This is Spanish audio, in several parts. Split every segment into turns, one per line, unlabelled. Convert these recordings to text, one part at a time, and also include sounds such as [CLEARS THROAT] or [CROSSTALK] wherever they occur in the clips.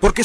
Porque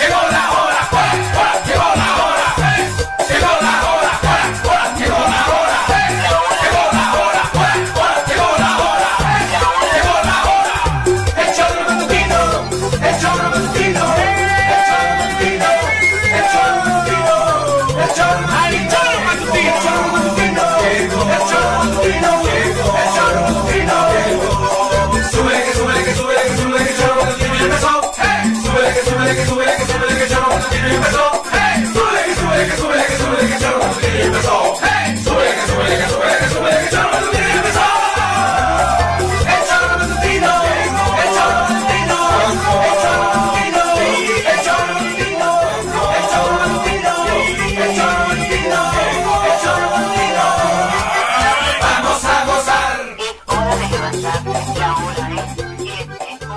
Llegó la hora, hora, hora, llegó la hora, eh. llegó la hora, hora, hora, llegó la hora, eh. llegó la hora, hora, hora, llegó la hora, eh. llegó la hora. El choro matutino, el choro matutino, el choro matutino, el choro matutino, el choro matutino, el choro matutino, el choro matutino, el choro matutino, el choro matutino. Súbele que súbele que súbele que súbele que choro matutino ya empezó. ¡Hey! Súbele que súbele que súbele que súbele que choro matutino ya empezó. ¡Hey! Súbele que súbele que súbele que súbele que choro matutino ya empezó. ¡Hey! Súbele que súbele que súbele que súbele que choro matutino ya empezó. El choro matutino, el choro matutino, el choro matutino, el choro matutino, el choro matutino, el choro matutino, el choro matutino. Vamos a gozar.
eh?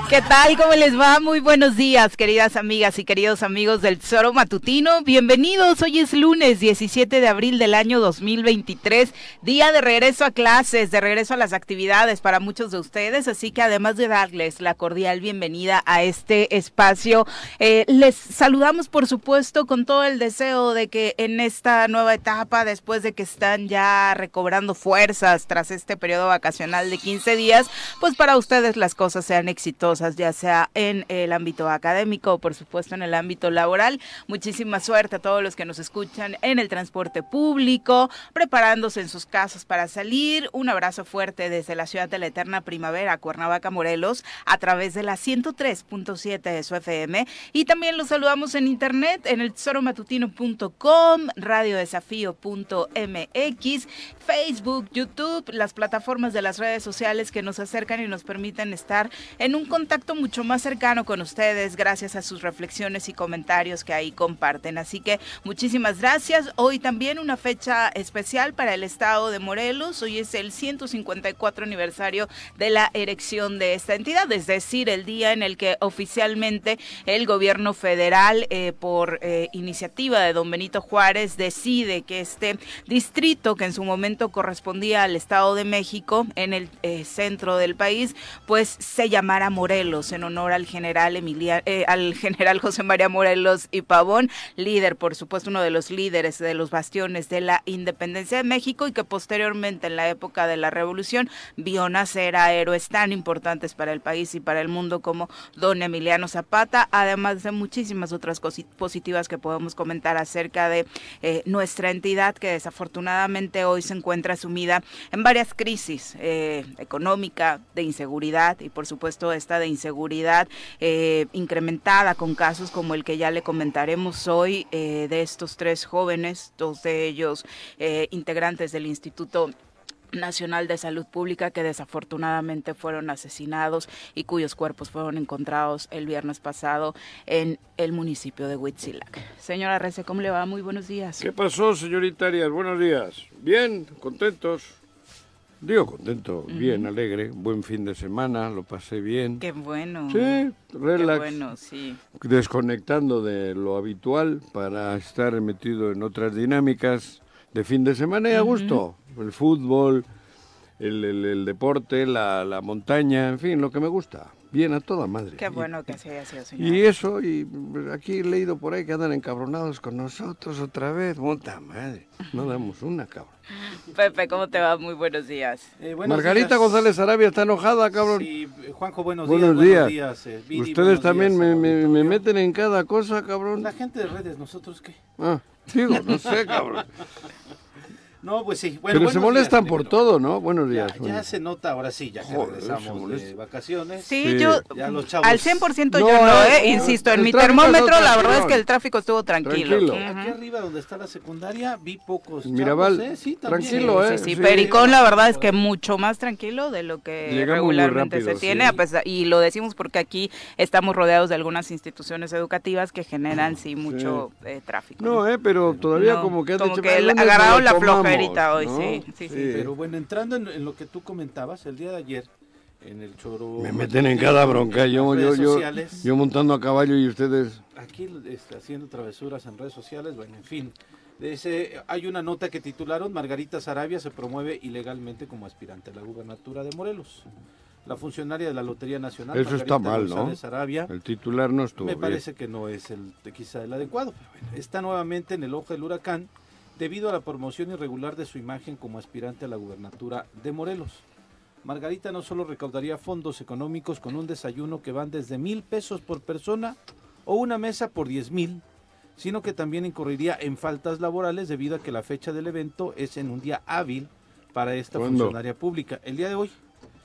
¿Qué tal? ¿Cómo les va? Muy buenos días, queridas amigas y queridos amigos del Tesoro Matutino. Bienvenidos. Hoy es lunes 17 de abril del año 2023, día de regreso a clases, de regreso a las actividades para muchos de ustedes. Así que además de darles la cordial bienvenida a este espacio, eh, les saludamos por supuesto con todo el deseo de que en esta nueva etapa, después de que están ya recobrando fuerzas tras este periodo vacacional de 15 días, pues para ustedes las cosas sean exitosas, ya sea en el ámbito académico o por supuesto en el ámbito laboral. Muchísima suerte a todos los que nos escuchan en el transporte público, preparándose en sus casas para salir. Un abrazo fuerte desde la ciudad de la eterna primavera, Cuernavaca, Morelos, a través de la 103.7 de su FM. Y también los saludamos en internet, en el tesoromatutino.com, radiodesafío.mx, Facebook, YouTube, las plataformas de las redes sociales que nos acercan y nos permiten estar en un contacto mucho más cercano con ustedes gracias a sus reflexiones y comentarios que ahí comparten. Así que muchísimas gracias. Hoy también una fecha especial para el estado de Morelos. Hoy es el 154 aniversario de la erección de esta entidad, es decir, el día en el que oficialmente el gobierno federal, eh, por eh, iniciativa de don Benito Juárez, decide que este distrito, que en su momento correspondía al Estado de México, en el eh, centro del país, pues se llamara Morelos, en honor al general Emilia- eh, al [LAUGHS] general José María Morelos y Pavón, líder, por supuesto, uno de los líderes de los bastiones de la independencia de México y que posteriormente, en la época de la revolución, vio nacer a héroes tan importantes para el país y para el mundo como don Emiliano Zapata, además de muchísimas otras cosas positivas que podemos comentar acerca de eh, nuestra entidad que desafortunadamente hoy se encuentra sumida en varias crisis eh, económica, de inseguridad y por supuesto esta de inseguridad eh, incrementada con casos como el que ya le comentaremos hoy eh, de estos tres jóvenes, dos de ellos eh, integrantes del Instituto Nacional de Salud Pública que desafortunadamente fueron asesinados y cuyos cuerpos fueron encontrados el viernes pasado en el municipio de Huitzilac. Señora Rece, ¿cómo le va? Muy buenos días.
¿Qué pasó, señorita Arias? Buenos días. Bien, contentos. Digo contento, bien, alegre, buen fin de semana, lo pasé bien.
Qué bueno.
Sí, relax.
Qué bueno, sí.
Desconectando de lo habitual para estar metido en otras dinámicas de fin de semana y a
Ujú.
gusto. El fútbol, el, el- el deporte, la, la montaña, en fin, lo que me gusta. Bien a toda madre.
Qué bueno que así haya sido, señora.
Y eso, y pues, aquí he leído por ahí que andan encabronados con nosotros otra vez. Puta madre, no damos una, cabrón.
Pepe, ¿cómo te va? Muy buenos días.
Margarita González Arabia está enojada, cabrón.
Juanjo, buenos,
Buenos
días. Buenos
días.
días. eh, Viri,
Ustedes
buenos
también
días.
me, me- me meten en cada cosa, cabrón.
[LAUGHS]
La gente de redes, ¿nosotros qué?
Ah, digo, no sé, cabrón.
No, pues sí. Bueno,
Pero se
buenos
molestan
días,
por
Nicolás.
todo, ¿no? Buenos días.
Ya, ya
buenos-
se nota ahora sí, ya que
Joder, se
regresamos
molesta.
de vacaciones.
Sí,
Sí.
yo
Ya los chavos-
al 100%
No,
yo no,
eh,
¿eh?
eh,
Insisto,
el
en mi
tráfico no
termómetro la
tranquilón.
verdad es que el tráfico estuvo tranquilo.
Tranquilo.
Ujú.
Aquí arriba donde está la secundaria vi pocos. chavos,
Pues Mirabal,
¿eh? Sí, también.
tranquilo,
Sí,
¿eh? Sí.
sí, Pericón la verdad es que mucho más tranquilo de lo que
Llegamos muy
regularmente
rápido,
se tiene,
sí.
a pesar- y lo decimos porque aquí estamos rodeados de algunas instituciones educativas que generan sí mucho eh, tráfico. ¿no?
No, eh, pero todavía
No,
como que han
como
dicho,
que
"Bueno,
le
nos
agarraron la
tomamos",
flojerita hoy, sí, sí, sí.
Pero bueno, entrando en, en lo que tú comentabas el día de ayer en el choro.
Me meten en cada bronca. Yo,
Las
yo,
redes
yo,
sociales.
yo montando a caballo y ustedes.
Aquí este, haciendo travesuras en redes sociales, bueno, en fin. Dice, hay una nota que titularon Margarita Sarabia se promueve ilegalmente como aspirante a la gubernatura de Morelos. La funcionaria de la Lotería Nacional.
Eso está
Margarita
mal, ¿no?
González Sarabia,
El titular no estuvo.
me
bien.
parece que no es el quizá el adecuado, pero bueno, está nuevamente en el ojo del huracán debido a la promoción irregular de su imagen como aspirante a la gubernatura de Morelos. Margarita no solo recaudaría fondos económicos con un desayuno que van desde mil pesos por persona o una mesa por diez mil, sino que también incurriría en faltas laborales debido a que la fecha del evento es en un día hábil para esta
¿Cuándo?
funcionaria pública. El día de hoy,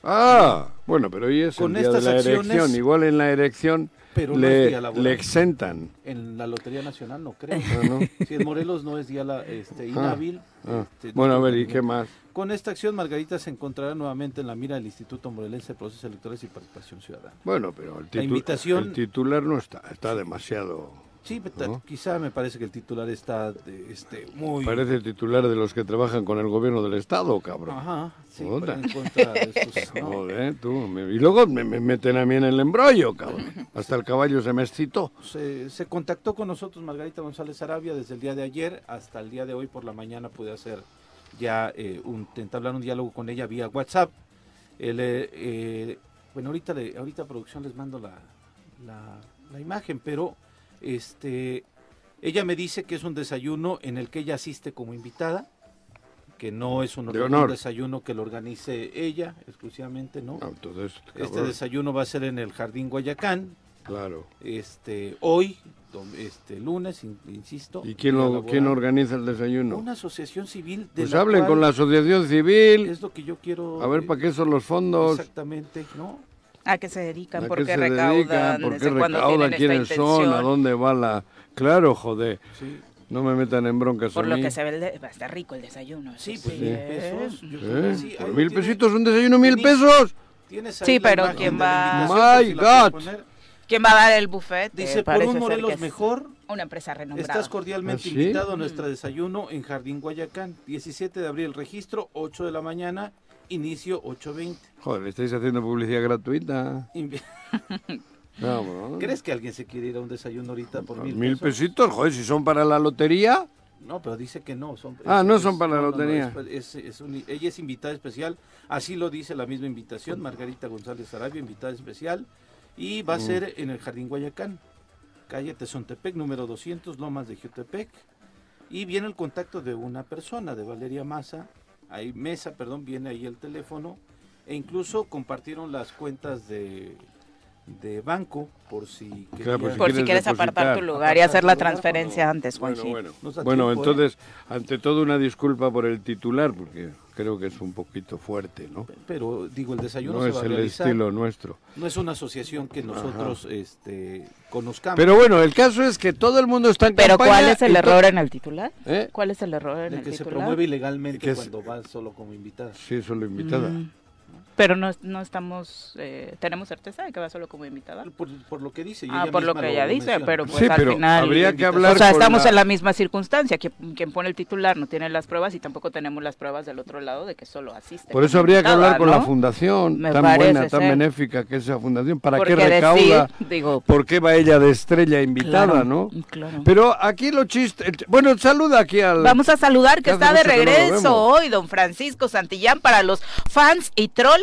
Ah, bueno, pero hoy es
Con
el día de
estas
la
acciones-
erección. Igual en la erección
Pero no es
le,
día laboral.
le exentan.
en la Lotería Nacional no creo.
Ah, ¿no?
Si en Morelos no es día la- este, inhábil.
Ah,
este, no
Bueno, a
creo
ver,
que
¿y
no.
qué más?
Con esta acción, Margarita se encontrará nuevamente en la mira del Instituto Morelense de Procesos Electorales y Participación Ciudadana.
Bueno, pero el, titu-
invitación-
el titular no está, está demasiado.
Sí, me ta-
¿No?
quizá me parece que el titular está de- este, muy...
Parece el titular de los que trabajan con el gobierno del Estado, cabrón.
Ajá, sí,
Otra.
pero en contra de
[LAUGHS]
estos, Ah, ¿no?
Joder, tú. me- Y luego me, me meten a mí en el embrollo,
[LAUGHS]
cabrón. Hasta el caballo se me excitó.
Se, se contactó con nosotros Margarita González Arabia desde el día de ayer hasta el día de hoy por la mañana pude hacer ya eh, un entablar un diálogo con ella vía WhatsApp. El, eh, eh, bueno, ahorita le- ahorita producción les mando la, la- la imagen, pero este ella me dice que es un desayuno en el que ella asiste como invitada, que no es un,
De
un
honor.
desayuno que lo organice ella exclusivamente, ¿no?
No, entonces,
este
cabrón,
desayuno va a ser en el Jardín Guayacán,
claro.
este hoy dom- este lunes in- insisto
¿Y quién,
día
lo,
laboral,
quién organiza el desayuno?
una asociación civil de
Pues
la
hablen
cual
con la asociación civil,
es lo que yo quiero
a ver
eh,
para qué son los fondos,
exactamente no
¿A qué se dedican?
a
¿Por
qué
qué,
se
recaudan?
dedican, por qué
¿Desde cuándo
recaudan,
tienen
quiénes
esta
son,
intención?
a dónde va la... Claro, joder,
sí
no me metan en broncas
Por
a
lo
mí.
que se ve, el de- va a estar rico el desayuno.
sí,
eso
pues
sí,
mil
¿eh?
pesos yo creo que
¿Eh?
sí,
¿Por
ahí
mil
tienes-
pesitos un desayuno, mil
Denise,
pesos?
tienes ahí
Sí,
la
pero
imagen
¿quién
de la
va?
invitación, si la puedes
My
poner.
¿Quién va a dar el buffet?
dice
Eh,
por
parece
un
ser que
Morelos
es
mejor
Una empresa renombrada.
Estás cordialmente
¿Ah, sí?
invitado a nuestro desayuno en Jardín Guayacán, 17 de abril, registro, 8 de la mañana, inicio 8.20.
Joder, le estáis haciendo publicidad gratuita.
Invi- [LAUGHS]
Vamos.
¿Crees que alguien se quiere ir a un desayuno ahorita por mil,
¿Mil
pesos?
pesitos? Joder, si son para la lotería.
No, pero dice que no. Son,
Ah,
es-
no
es-
son para la lotería.
es- es- es un- ella es invitada especial, así lo dice la misma invitación, Margarita González Arabia, invitada especial, y
Mm.
va a ser en el Jardín Guayacán, calle Tezontepec, número 200, Lomas de Jutepec, y viene el contacto de una persona, de Valeria Massa, ahí, Mesa, perdón, viene ahí el teléfono, e incluso compartieron las cuentas de, de banco, por si
Claro, por si
Por si
quieres
quieres apartar
depositar.
tu lugar y hacer la
Apartar tu lugar
transferencia
cuando-
antes,
Bueno,
Juanji.
bueno.
Nos da
Bueno,
tiempo, ¿eh?
entonces, ante todo una disculpa por el titular, porque creo que es un poquito fuerte, ¿no?
Pero digo, el desayuno
No
se
es
va a
el
realizar.
estilo nuestro.
No es una asociación que nosotros este, conozcamos.
Pero bueno, el caso es que todo el mundo está en
Pero
campaña
¿cuál es el
y to-
error en el titular?
¿Eh?
¿Cuál es el error en
de
el
que se
titular?
promueve ilegalmente
Que es-
cuando va solo como invitada.
Sí, solo invitada.
Mm. Pero no, no estamos, eh, tenemos certeza de que va solo como invitada.
Por, por lo que dice. y
Ah, por lo
misma
que ella dice,
menciona.
pero pues
Sí,
al
pero
final...
habría que hablar
O sea,
con
estamos
la-
en la misma circunstancia, que quien pone el titular no tiene las pruebas y tampoco tenemos las pruebas del otro lado de que solo asiste.
Por eso
como
habría que
invitada,
hablar con la
¿no?
fundación,
Me
tan
parece
buena, tan
ser.
benéfica que es esa fundación, para qué
Porque decir,
recauda,
digo,
por qué va ella de estrella invitada,
Claro,
¿no?
claro.
Pero aquí lo chiste, el ch- bueno, saluda aquí al...
Vamos a saludar que
Hace
está de
mucho que no lo
regreso
vemos.
hoy don Francisco Santillán para los fans y troles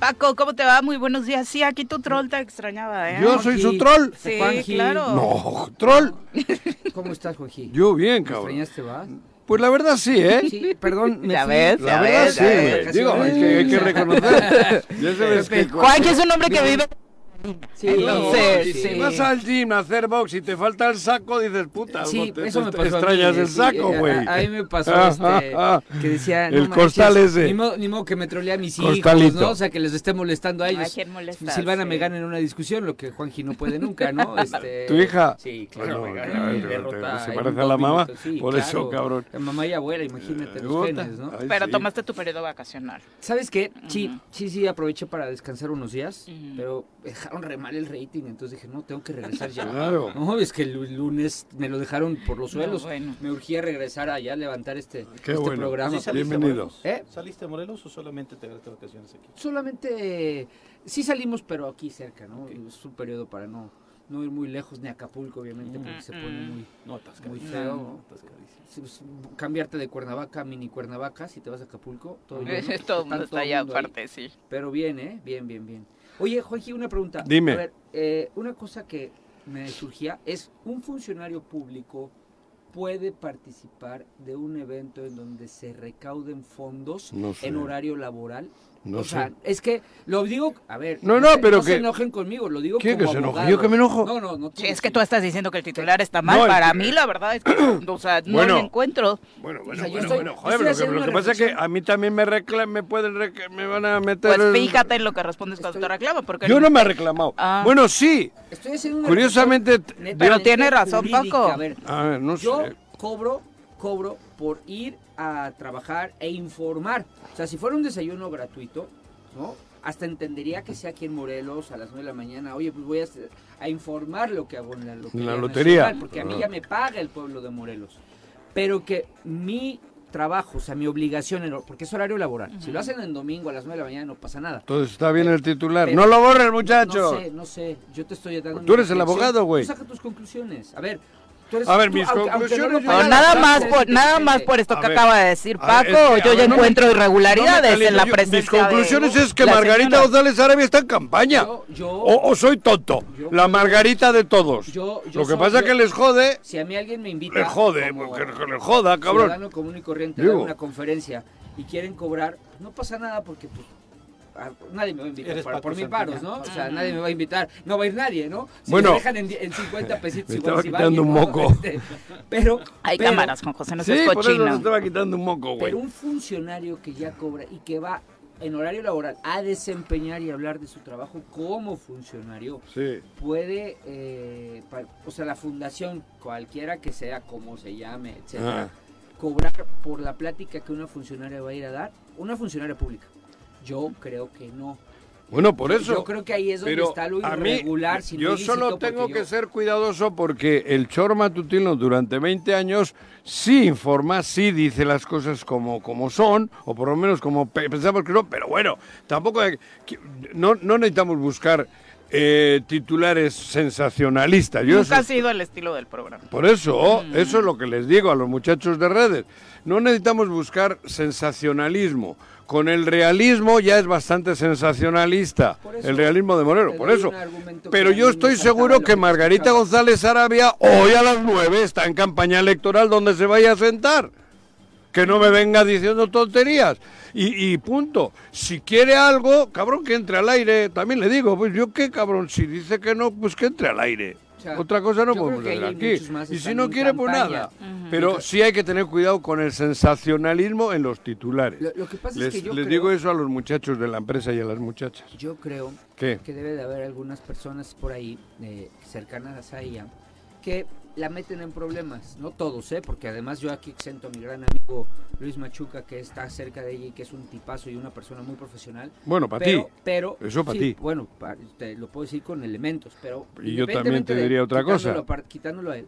Paco, ¿cómo te va? Muy buenos días. Sí, aquí tu troll te extrañaba, ¿eh?
Yo soy su troll.
Sí,
Juanji.
claro.
No, troll.
¿Cómo estás, Joji?
Yo bien,
¿Me
cabrón.
extrañaste, vas?
Pues la verdad sí, ¿eh?
Sí, perdón.
[LAUGHS]
me
Ya
fui.
ves,
La
ya
verdad
ves,
sí, Este,
ya
güey.
ves.
Digo, hay que, hay que reconocer. Ya sabes que
Juan, que es un hombre que vive.
Sí,
Entonces,
sí,
Si vas al gym a hacer box y te falta el saco, dices, puta,
Sí,
algo te-
eso me
Ah, te
pasó. a mí,
extrañas
eh,
el
sí,
saco,
eh, a-
güey.
A, mí me pasó
Ah,
este,
ah, ah.
que decía.
El costal ese.
Ni modo, ni modo que me trolea a mis hijos,
Costalito.
¿no? O sea, que les esté molestando a
Ay,
ellos.
¿quién molesta?
Silvana
Sí.
me gana en una discusión, lo que Juanji no puede nunca, ¿no?
[LAUGHS]
Este,
¿Tu hija?
Sí, claro.
Ah, no,
me gana, me
claro,
derrota
se
en
parece a
dos
la mamá,
minutos, sí,
por eso,
claro.
cabrón.
Mamá y abuela, imagínate los
Puta.
genes, ¿no?
Ay,
Pero
sí.
tomaste tu periodo vacacional.
¿Sabes qué? Sí, sí, sí, aproveché para descansar unos días, pero dejaron re mal el rating, entonces dije, no, tengo que
[LAUGHS]
regresar ya.
Claro.
No, es que el lu- lunes me lo dejaron por los
No,
suelos.
bueno.
Me urgía regresar allá a levantar este,
Qué
este
bueno.
programa.
Sí, saliste, Bienvenido.
Morelos?
¿Eh?
¿Saliste a Morelos o solamente te agarraste vacaciones aquí?
Solamente, eh, sí salimos, pero aquí cerca, ¿no? Es un periodo para no, no ir muy lejos, ni a Acapulco, obviamente, porque se pone muy...
Mm, No, atascadísimo.
Muy feo.
No, atascadísimo.
si- si- Cambiarte de Cuernavaca a mini Cuernavaca, si te vas a Acapulco,
[LAUGHS]
[LAUGHS]
todo, [LAUGHS] lleno,
Todo el mundo
todo
está allá
mundo ahí.
aparte, sí.
Pero bien, ¿eh? Bien, bien, bien. Oye, Joaquín, una pregunta.
Dime.
A ver, eh, una cosa que me surgía es, ¿un funcionario público puede participar de un evento en donde se recauden fondos
No sé.
en horario laboral?
No
o sea,
sé.
es que lo digo, a ver,
No, no,
se-
pero
se
que-
enojen conmigo, lo digo
¿Quién
como
que se enoje?
abogado.
¿Yo que me enojo?
No, no, no.
Sí, es que tú estás diciendo que el titular está
No,
mal.
el-
Para mí, la verdad es que, o sea, no
Bueno.
me encuentro.
Bueno, bueno,
O sea, yo
bueno,
estoy-
bueno,
yo
joder,
estoy
pero
haciendo
que- lo que
una
pasa es que
reflexión.
a mí también me reclaman, me pueden, rec- me van a meter...
Pues
el-
fíjate en lo que respondes cuando
Estoy-
te reclama, porque
Yo
el-
no me he reclamado.
Ah.
Bueno, sí.
Estoy haciendo una
Curiosamente,
reflexión
yo-
Pero tiene razón,
jurídica.
Paco.
A ver,
A ver, no
Yo
sé.
cobro, cobro por ir a trabajar e informar. O sea, si fuera un desayuno gratuito, ¿no? Hasta entendería que sea aquí en Morelos a las 9 de la mañana. Oye, pues voy a, hacer- a informar lo que hago en la lotería.
La lotería.
nacional, porque a mí
Ah.
ya me paga el pueblo de Morelos. Pero que mi trabajo, o sea, mi obligación, en hor- porque es horario laboral. Si lo hacen en domingo a las 9 de la mañana no pasa nada.
Entonces está bien el titular.
Pero-
No lo borres,
No
muchacho.
sé, no sé. Yo te estoy dando.
Tú
mi
eres el
reflexión.
abogado, güey.
Tú saca tus conclusiones. A ver. tú eres-
A ver,
tú,
mis
aunque- aunque
conclusiones
no lo
yo-
pagas,
No, nada
tú
más
eres
por, nada más
inteligente.
por esto
A
que
ver,
acaba de decir
a
Paco,
ver, es que,
yo
a
ya
ver, no me-
encuentro
No me
irregularidades en
calientes.
la
Yo-
presencia
Mis conclusiones
de
es que
la
Margarita
señora.
González Arabia está en campaña.
Yo- yo-
o, o soy tonto.
Yo-
la Margarita de todos.
Yo- yo
Lo que
soy-
pasa
yo-
que les jode.
Si a mí alguien me invita.
Les jode.
como
Que, que les joda, cabrón.
Ciudadano común y corriente
Digo.
a dar una conferencia y quieren cobrar, no pasa nada porque pues, a- nadie me va a invitar
Eres
para- por
Paco
mil paros, ¿no?
Santillán.
O sea, nadie me va a invitar. No va a ir nadie, ¿no? Si
Bueno.
me dejan en, di-
[LAUGHS]
en 50 pesitos
Me
igual
estaba
si va
quitando
alguien,
un
¿no?
moco.
Este, pero
Hay
pero-
cámaras, Juan José, no
sí,
seas
por eso nos
cochino.
estaba quitando un moco, güey.
Pero un funcionario que ya cobra y que va en horario laboral a desempeñar y hablar de su trabajo como funcionario,
Sí.
puede, eh, pa- o sea, la fundación, cualquiera que sea, como se llame, etcétera,
Ah.
cobrar por la plática que una funcionaria va a ir a dar, una funcionaria pública. Yo creo que no.
Bueno, por eso.
Yo creo que ahí es donde
Pero
está lo
a mí,
irregular. sin
yo solo tengo que ser cuidadoso porque el choro matutino durante 20 años sí informa, sí dice las cosas como, como son, o por lo menos como pe- pensamos que no, pero bueno, tampoco hay- que- no, no necesitamos buscar eh, titulares sensacionalistas. Yo eso-
Nunca ha sido el estilo del programa.
por eso,
Mm.
eso es lo que les digo a los muchachos de redes. No necesitamos buscar sensacionalismo. Con el realismo ya es bastante sensacionalista.
Por eso,
el realismo de Moreno,
te
por
doy
eso.
un argumento
Pero
que a
yo
mí me
estoy
faltaba
seguro
lo
que
que
Margarita
escuchaba.
González Arabia hoy a las 9 está en campaña electoral donde se vaya a sentar. Que no me venga diciendo tonterías. Y, y punto. Si quiere algo, cabrón, que entre al aire. También le digo, pues yo qué cabrón, si dice que no, pues que entre al aire.
O sea,
Otra cosa no
yo creo
podemos
que ahí
hacer
hay
aquí.
muchos más
Y si
están
no
en
quiere, pues
campaña.
nada. Pero sí hay que tener cuidado con el sensacionalismo en los titulares.
Lo- lo que pasa es
les
que yo
les
creo-
digo eso a los muchachos de la empresa y a las muchachas.
Yo creo
¿Qué?
que debe de haber algunas personas por ahí eh, cercanas a ella que la meten en problemas, no todos, ¿eh? porque además yo aquí exento a mi gran amigo Luis Machuca que está cerca de ella y que es un tipazo y una persona muy profesional.
Bueno, para
Pero-
ti.
Pero,
Eso pa'
sí,
ti.
Bueno, pa- te lo puedo decir con elementos, pero...
Y yo también
independientemente
te
de-
diría otra cosa.
quitándolo apar- Quitándolo a él.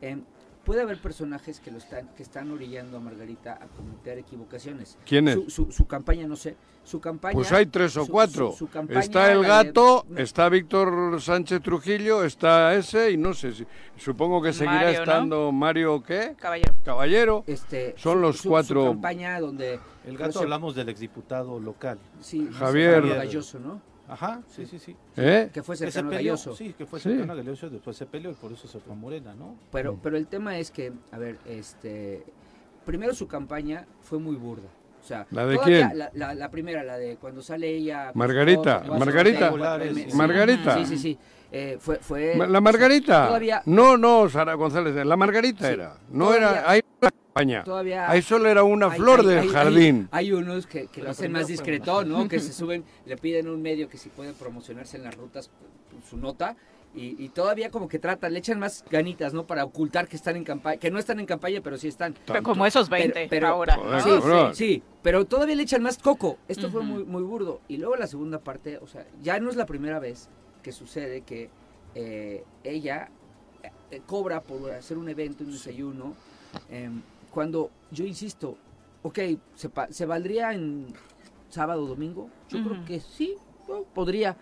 em, puede haber personajes que lo están que están orillando a Margarita a cometer equivocaciones.
¿Quién es?
Su, su- su campaña, no sé. Su campaña.
Pues hay tres o
su-
cuatro.
su- su campaña,
está el
la de-
gato, está Víctor Sánchez Trujillo, está ese y no sé si. Supongo que seguirá
Mario, ¿no?
estando Mario, ¿qué?
Caballero.
Caballero.
Este,
Son
su-
los
su- su
cuatro.
campaña donde.
El
no
gato
sé,
hablamos del exdiputado local.
sí, no sé,
Javier.
Galloso, ¿no?
Ajá, sí, sí, sí.
¿Eh?
Que fue
Que se
cercano a
peleó,
Galloso.
sí, que fue
Sí.
cercano a Galloso, después se peleó y por eso se fue a Morena, ¿no?
Pero, pero el tema es que, a ver, este, primero su campaña fue muy burda. O sea,
¿La de
todavía
quién?
La, la- la primera, la de cuando sale ella. con
Margarita,
su esposo,
Margarita.
cuatro, cuatro,
Sí.
Margarita.
Sí, sí, sí. Eh, fue, fue,
Ma- La Margarita.
Todavía-
No, no, Sara González. La Margarita
Sí,
era. No era.
todavía-
Ahí no era campaña.
Todavía-
Ahí solo era una
hay-
flor
hay-
del
hay-
jardín.
Hay, hay unos que, que lo
La
hacen
primera
más
fue
discreto,
[LAUGHS]
¿no? que se suben, le piden a un medio que si puede promocionarse en las rutas pues, su nota. Y, y todavía como que tratan, le echan más ganitas, ¿no? Para ocultar que están en campaña, que no están en campaña, pero sí están.
Pero como esos 20
pero-
ahora.
Joder,
¿no?
Sí,
cabrón.
sí, sí, pero todavía le echan más coco. Esto fue
Ujú.
muy, muy burdo. Y luego la segunda parte, o sea, ya no es la primera vez que sucede que eh, ella eh, cobra por hacer un evento, un desayuno, em, cuando yo insisto, ok, ¿se, pa- se valdría en sábado, domingo? Yo creo
Ujú.
que sí, ¿no? podría.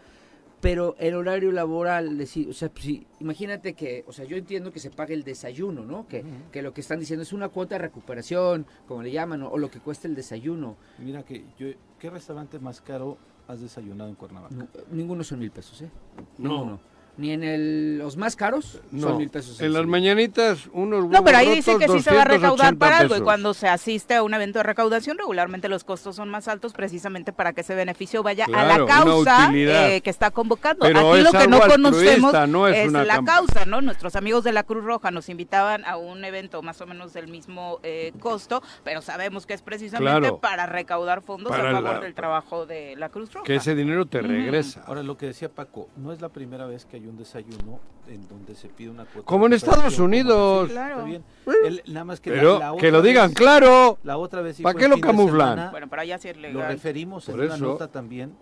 Pero el horario laboral, decir, o sea, pues, sí, imagínate que, o sea, yo entiendo que se pague el desayuno, ¿no? Que, que lo que están diciendo es una cuota de recuperación, como le llaman, o, o lo que cuesta el desayuno.
Mira que yo, ¿qué restaurante más caro has desayunado en Cuernavaca?
No, ninguno son mil pesos, ¿eh?
No.
Ninguno. Ni en el- los más caros
No,
son mil pesos.
en las
desayuno.
mañanitas unos
No, pero ahí
huevos
dice
rotos,
que sí se va a recaudar
280
para algo y
pesos.
cuando se asiste a un evento de recaudación regularmente los costos son más altos precisamente para que ese beneficio vaya a
Claro,
la
una
causa
utilidad.
eh, que está convocando.
Pero
Aquí
es
lo que
algo
no
altruista,
conocemos
no es
es,
una
la
camp-
causa, ¿no? Nuestros amigos de la Cruz Roja nos invitaban a un evento más o menos del mismo eh, costo, pero sabemos que es precisamente
Claro.
para recaudar fondos
Para
a favor
la-
del trabajo de la Cruz Roja.
Que ese dinero te regresa.
Ahora, lo que decía Paco, no es la primera vez que hay un desayuno en donde se pide una cuota.
Como en
de recuperación,
Estados Unidos.
Sí,
Claro.
Está bien. El- nada más que la-
Pero
la
que
otra
lo digan
vez-
claro.
La otra vez sí
¿Pa'
fue
qué
el
lo
fin de
camuflan?
semana,
Bueno, para allá sí es
Lo
legal.
referimos
Por
en una
eso.
nota también,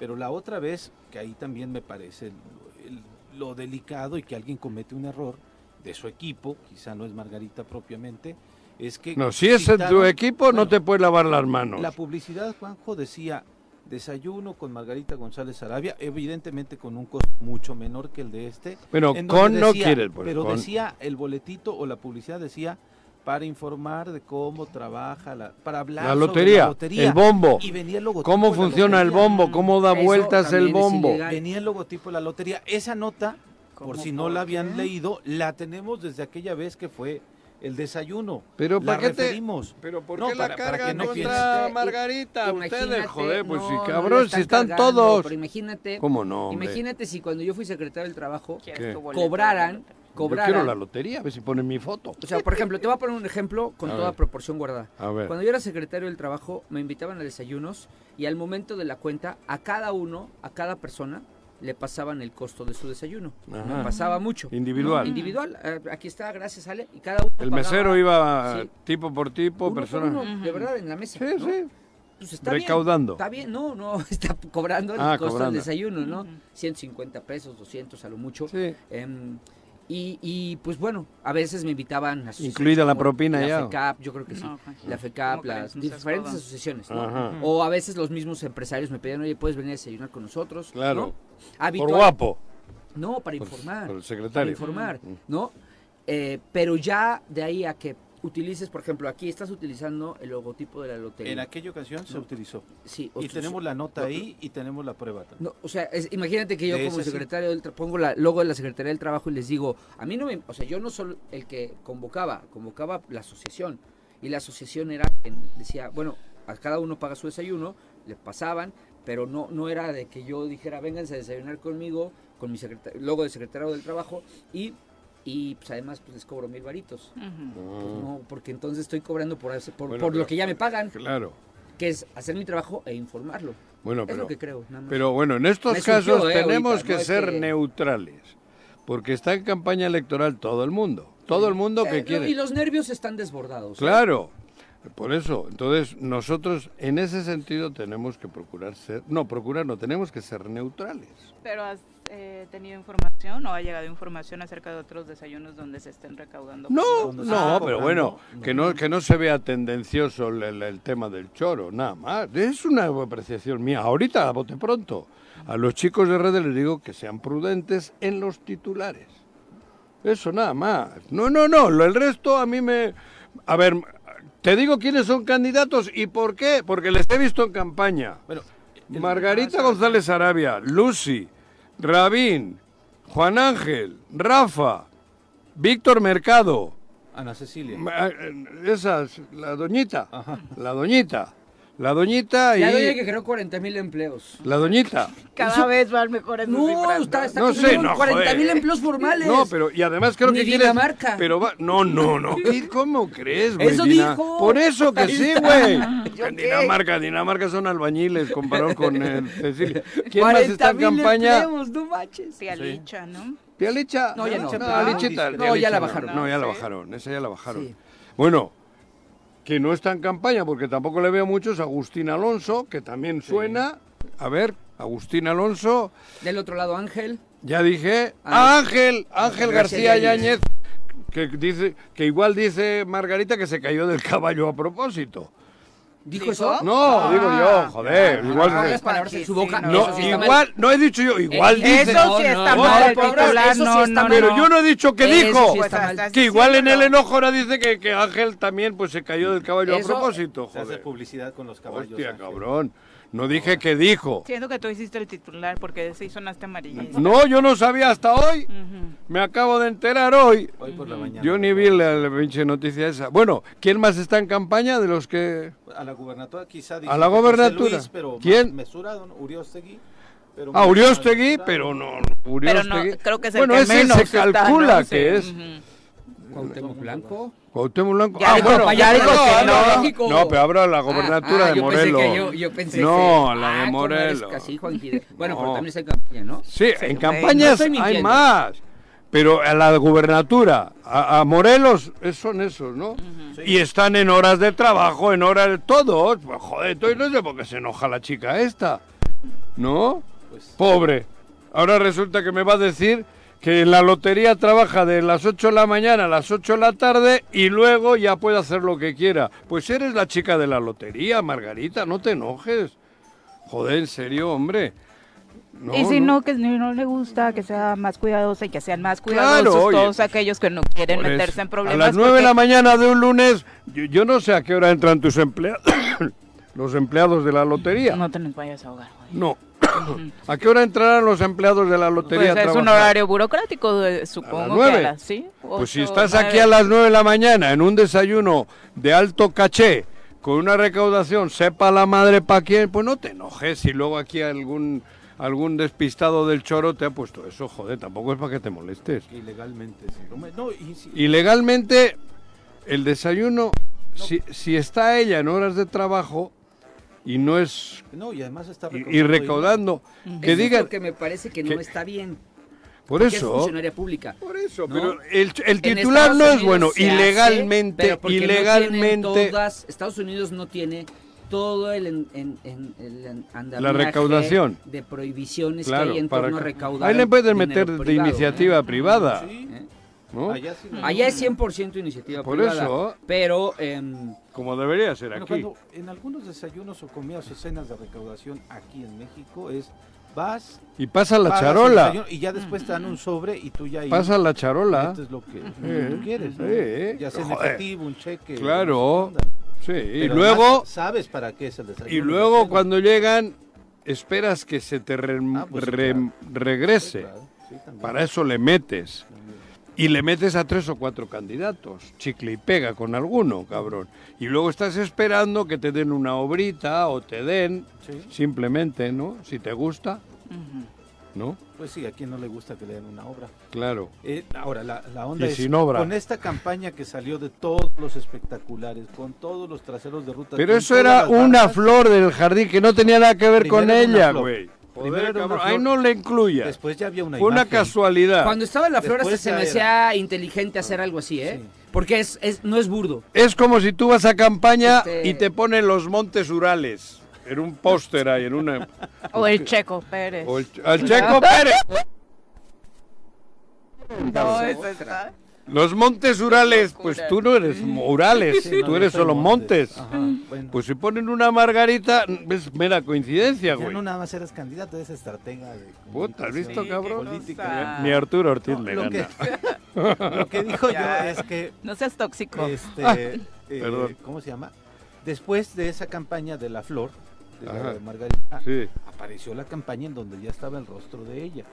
pero la otra vez, que ahí también me parece el- el- lo delicado y que alguien comete un error de su equipo, quizá no es Margarita propiamente, es que...
No, si es en tu
citaron-
equipo, no
bueno,
te puedes lavar las manos.
La publicidad, Juanjo, decía desayuno con Margarita González Arabia, evidentemente con un costo mucho menor que el de este.
Bueno,
en
con
donde
no
decía-
quieres, pues,
Pero
con-
decía el boletito o la publicidad decía para informar de cómo trabaja la, para hablar
La
sobre
lotería,
la lotería.
el bombo.
y venía el logotipo
¿Cómo
de la
funciona el
lotería.
bombo? ¿Cómo da
Eso
vueltas el
también es
bombo?
ilegal.
Venía el logotipo de la lotería. Esa nota, por si no la habían leído, la tenemos desde aquella vez que fue el desayuno.
Pero
la
¿para qué te-
referimos.
Pero ¿por
No,
qué la
para- para
cargan
que no
contra
pienses.
Margarita?
Imagínate,
Ustedes, joder, pues
no,
sí,
no la
cabrón, si están
cargando,
todos.
Pero imagínate,
¿Cómo no? hombre?
imagínate si cuando yo fui secretario del trabajo
¿Quieres
¿Qué?
tu boleto?
cobraran,
Yo quiero la
cobraran.
lotería, a ver si ponen mi foto.
O sea, por ejemplo, te voy a poner un ejemplo con
A
toda
ver.
proporción guardada.
A ver.
Cuando yo era secretario del trabajo, me invitaban a desayunos y al momento de la cuenta, a cada uno, a cada persona, le pasaban el costo de su desayuno.
Ajá.
Me pasaba mucho.
Individual.
Individual. eh, Aquí está, gracias, Ale. Y cada uno.
El
pagaba
mesero iba
Sí.
tipo por tipo,
uno por
persona.
uno, de verdad, en la mesa.
Sí,
¿no?
sí.
Pues está
Recaudando.
Bien, está bien, no, no, [LAUGHS] está cobrando el
Ah,
costo
cobrando.
del desayuno, ¿no?
Ujú.
150 pesos, 200 a lo mucho.
Sí.
Em, y, y, pues bueno, a veces me invitaban a asociaciones
Incluida la
como
propina
la
ya, ¿o?
FECAP, yo creo que sí.
No, Juanjo.
la FECAP,
¿Cómo
las
crees? No seas
diferentes
joda.
asociaciones, ¿no?
Ajá.
O a veces los mismos empresarios me pedían, oye, ¿puedes venir a desayunar con nosotros?
Claro.
¿No? Habitual-
Por guapo.
No, para
Por-
informar.
por el
Para
secretario. Mm.
informar, ¿no? Eh, pero ya de ahí a que utilices, por ejemplo, aquí estás utilizando el logotipo de la lotería.
En aquella ocasión se utilizó.
Sí,
Y
otros-
tenemos la nota
no,
ahí y tenemos la prueba también.
No, o sea, es- imagínate que yo
De
como
ese sí.
secretario del tra- pongo la logo de la Secretaría del Trabajo y les digo, a mí no me, o sea, yo no soy el que convocaba, convocaba la asociación y la asociación era en- decía, bueno, a cada uno paga su desayuno, les pasaban, pero no no era de que yo dijera, "Vénganse a desayunar conmigo con mi secreta- logo de secretario del Trabajo" y y pues además pues les cobro mil varitos.
Ujú.
Pues, no, porque entonces estoy cobrando por, hace- por,
Bueno,
por
pero-
lo que ya me pagan,
Claro.
que es hacer mi trabajo e informarlo.
Bueno,
es
pero,
lo que creo, nada más.
pero bueno, en estos
Me surgió,
casos
eh,
tenemos
ahorita,
que
no es
ser
que-
neutrales, porque está en campaña electoral todo el mundo, todo el mundo que
Eh,
quiere.
Y los nervios están desbordados. ¿eh?
Claro. Por eso, entonces nosotros en ese sentido tenemos que procurar ser, no, procurar no, tenemos que ser neutrales.
Pero has eh, tenido información o ha llegado información acerca de otros desayunos donde se estén recaudando.
No,
fondos?
no, pero bueno, que no, que no se vea tendencioso el, el- el tema del choro, nada más. Es una apreciación mía. Ahorita, a bote pronto, a los chicos de redes les digo que sean prudentes en los titulares. Eso nada más. No, no, no, lo, el resto a mí me... A ver, te digo quiénes son candidatos y por qué, porque les he visto en campaña. Margarita González Arabia, Lucy, Rabín, Juan Ángel, Rafa, Víctor Mercado,
Ana Cecilia.
Ma- esas, la doñita, la doñita, la doñita ah, y...
La doña que creó 40 mil empleos.
La doñita.
Cada vez van mejores
No, está, está
No
no
sé, no,
40 mil
joder.
empleos formales.
No, pero y además creo
Ni
que quieres-
Dinamarca.
Pero va, no, no,
[LAUGHS]
no. ¿Qué- ¿Cómo crees, güey?
Eso
Dina-
dijo.
Por eso que
Ahí
sí,
está. Eh.
güey.
¿Yo
En
qué?
Dinamarca, Dinamarca son albañiles comparado con eh, Cecilia. ¿Quién más
40
está en
mil
campaña?
empleos, no manches.
Tía Licha, ¿no?
Tía Licha.
No, ya no.
No,
Ah,
Lichita,
no,
Tía
ya
Licha
la bajaron.
No, ya la
Sí.
bajaron. Esa ya la bajaron.
Sí.
Bueno, que no está en campaña porque tampoco le veo muchos. Agustín Alonso, que también suena. A ver, Agustín Alonso.
Del otro lado, Ángel.
Ya dije,
Ah,
Ángel, Ángel
García
García Yáñez,
Yáñez.
que dice, que igual dice Margarita que se cayó del caballo a propósito.
¿Dijo eso?
No,
Ah.
digo yo, joder, igual
Ah,
se-
las palabras en su boca.
no,
no,
eso sí está mal.
igual, no he dicho yo, igual
Eh,
dice.
Eso sí
No,
está
no,
mal,
no,
el
pero-
titular,
eso sí
no,
está
no,
mal.
pero
no.
yo no he dicho que
Eso
dijo.
sí está
Pues,
mal.
que igual en el
diciéndolo.
enojo ahora dice que, que Ángel también pues se cayó del caballo a
Eso-
propósito,
Se hace
joder.
publicidad con los caballos.
Hostia,
Ángel.
cabrón. No dije que dijo.
Siento que tú hiciste el titular porque se hizo hasta amarillista.
No, yo no sabía hasta hoy.
Ujú.
Me acabo de enterar hoy.
Hoy por la mañana.
Yo ni vi la, la pinche noticia esa. Bueno, ¿quién más está en campaña de los que...?
A la gubernatura quizá.
A la gobernatura. ¿Quién?
¿Quién? Mesurado, ¿no? Uriostegui. Pero
Ah,
más-
Uriostegui, pero no...
Pero
Uriostegui.
no, creo que es el
bueno,
que
ese
menos
se
está,
Ah,
calcula
¿no?
que es...
Sí, ujú.
Cuauhtémoc Blanco.
Cuauhtémoc Blanco.
Ya
ah,
dijo-
bueno,
ya dijo que
no,
no.
no,
México.
no, pero habrá la gobernatura
Ah, ah,
de
yo pensé que
Morelos.
yo, yo pensé
no,
que-
la
Ah,
de
como eres
Morelos.
casi Juan Gide- Bueno,
No.
pero también está en campaña, ¿no?
Sí, en
güey,
no
campañas
estoy
hay
mintiendo.
más. Pero a la gubernatura, a, a Morelos, es- son esos, ¿no? Y están en horas de trabajo, en horas de todos. Pues, joder, entonces no sé por qué se enoja la chica esta. ¿No? Pobre. Ahora resulta que me va a decir que en la lotería trabaja de las 8 de la mañana a las 8 de la tarde y luego ya puede hacer lo que quiera. Pues eres la chica de la lotería, Margarita, no te enojes. Joder, en serio, hombre. No,
y si
no.
no, que no, no le gusta, que sea más cuidadosa y que sean más
Claro,
cuidadosos
oye,
todos aquellos que no quieren
Por eso.
meterse en problemas.
A las 9 de la
porque-
mañana de un lunes, yo, yo no sé a qué hora entran tus empleados, [COUGHS] los empleados de la lotería. No.
No te nos vayas a ahogar.
[COUGHS]
güey.
¿A qué hora entrarán los empleados de la lotería?
Pues
a
es un
trabajar?
horario burocrático, eh, supongo. que
nueve.
a las- ¿sí?
Pues si
ocho,
estás
nueve.
aquí a las 9 de la mañana en un desayuno de alto caché con una recaudación, sepa la madre para quién, pues no te enojes si luego aquí algún algún despistado del choro te ha puesto eso, joder, tampoco es para que te molestes.
Que Ilegalmente. sí. No, me- no, y si-
Y legalmente, el desayuno, si, si está ella en horas de trabajo y no es.
no, y además está
y, y recaudando, que
Eso es
digan.
lo que me parece que
que-
no está bien.
por
porque es
eso.
funcionaria pública.
Por eso,
¿no?
pero el, el
En
titular
Estados
no es
Unidos
bueno.
se hace,
Ilegalmente,
pero porque no tienen
ilegalmente.
todas- Estados Unidos no tiene todo el, en, en- en- el en- andamiaje
recaudación.
de prohibiciones
claro,
que hay en
para
torno a
que-
recaudar.
ahí le pueden
dinero
meter de
privado,
iniciativa privada.
¿eh?
¿no?
Allá sí lo-
Allá es 100% iniciativa
Por
privada.
eso.
Pero em,
Como debería ser
Bueno,
aquí.
cuando en algunos desayunos o comidas o cenas de recaudación aquí en México es vas
Y pasa la
pagas el
charola.
desayuno y ya después te dan un sobre y tú ya ahí
Pasa la charola.
metes lo que, lo
Eh,
que tú quieres, ¿no?
eh,
ya sea en
joder.
efectivo, un cheque,
Claro.
no sé qué onda.
Sí, y
Pero
luego.
además sabes para qué es el desayuno.
Y luego cuando llegan, esperas que se te re-
Ah, pues sí,
re-
claro.
regrese. Para
para
eso le metes. Y le metes a tres o cuatro candidatos. Chicle y pega con alguno, cabrón. Y luego estás esperando que te den una obrita o te den,
Sí.
simplemente, ¿no? Si te gusta, ¿no?
Pues sí, a quien no le gusta que le den una obra.
Claro.
Eh, ahora, la, la onda
Y
es
sin obra.
con esta campaña que salió de todos los espectaculares, con todos los traseros de ruta.
Pero
con
eso
todas
era
las
una
barras,
flor del jardín que no tenía nada que ver
Primero
con
era una
ella,
flor.
güey. poder,
Primero era una
cabrón.
flor.
Ahí no le incluya.
Después ya había una
Fue una
imagen.
casualidad.
Cuando estaba en la flor hasta
Después
se
ya
me
era.
hacía inteligente hacer algo así, ¿eh? Porque es, es- no es burdo.
Es como si tú vas a campaña
Este-
y te ponen los montes Urales. En un póster ahí, en una...
O el Checo Pérez.
o el- al Checo Pérez.
No, eso está.
Los montes Urales. Pues tú no eres Urales,
Sí, no,
tú
yo
eres
soy
solo montes.
Ajá, bueno.
Pues si ponen una margarita, es mera coincidencia,
Ya
güey.
no nada más eras candidato, eres estratega de
Puta, ¿has visto,
Sí,
cabrón?
qué
Política.
cosa.
Ni Arturo Ortiz
No,
me
lo, que,
gana. [LAUGHS]
lo que dijo yo
Ya.
es que
No seas tóxico.
este,
Ah,
eh,
perdón.
¿cómo se llama? Después de esa campaña de la flor, de la
Ajá.
de Margarita,
Sí,
apareció la campaña en donde ya estaba el rostro de ella,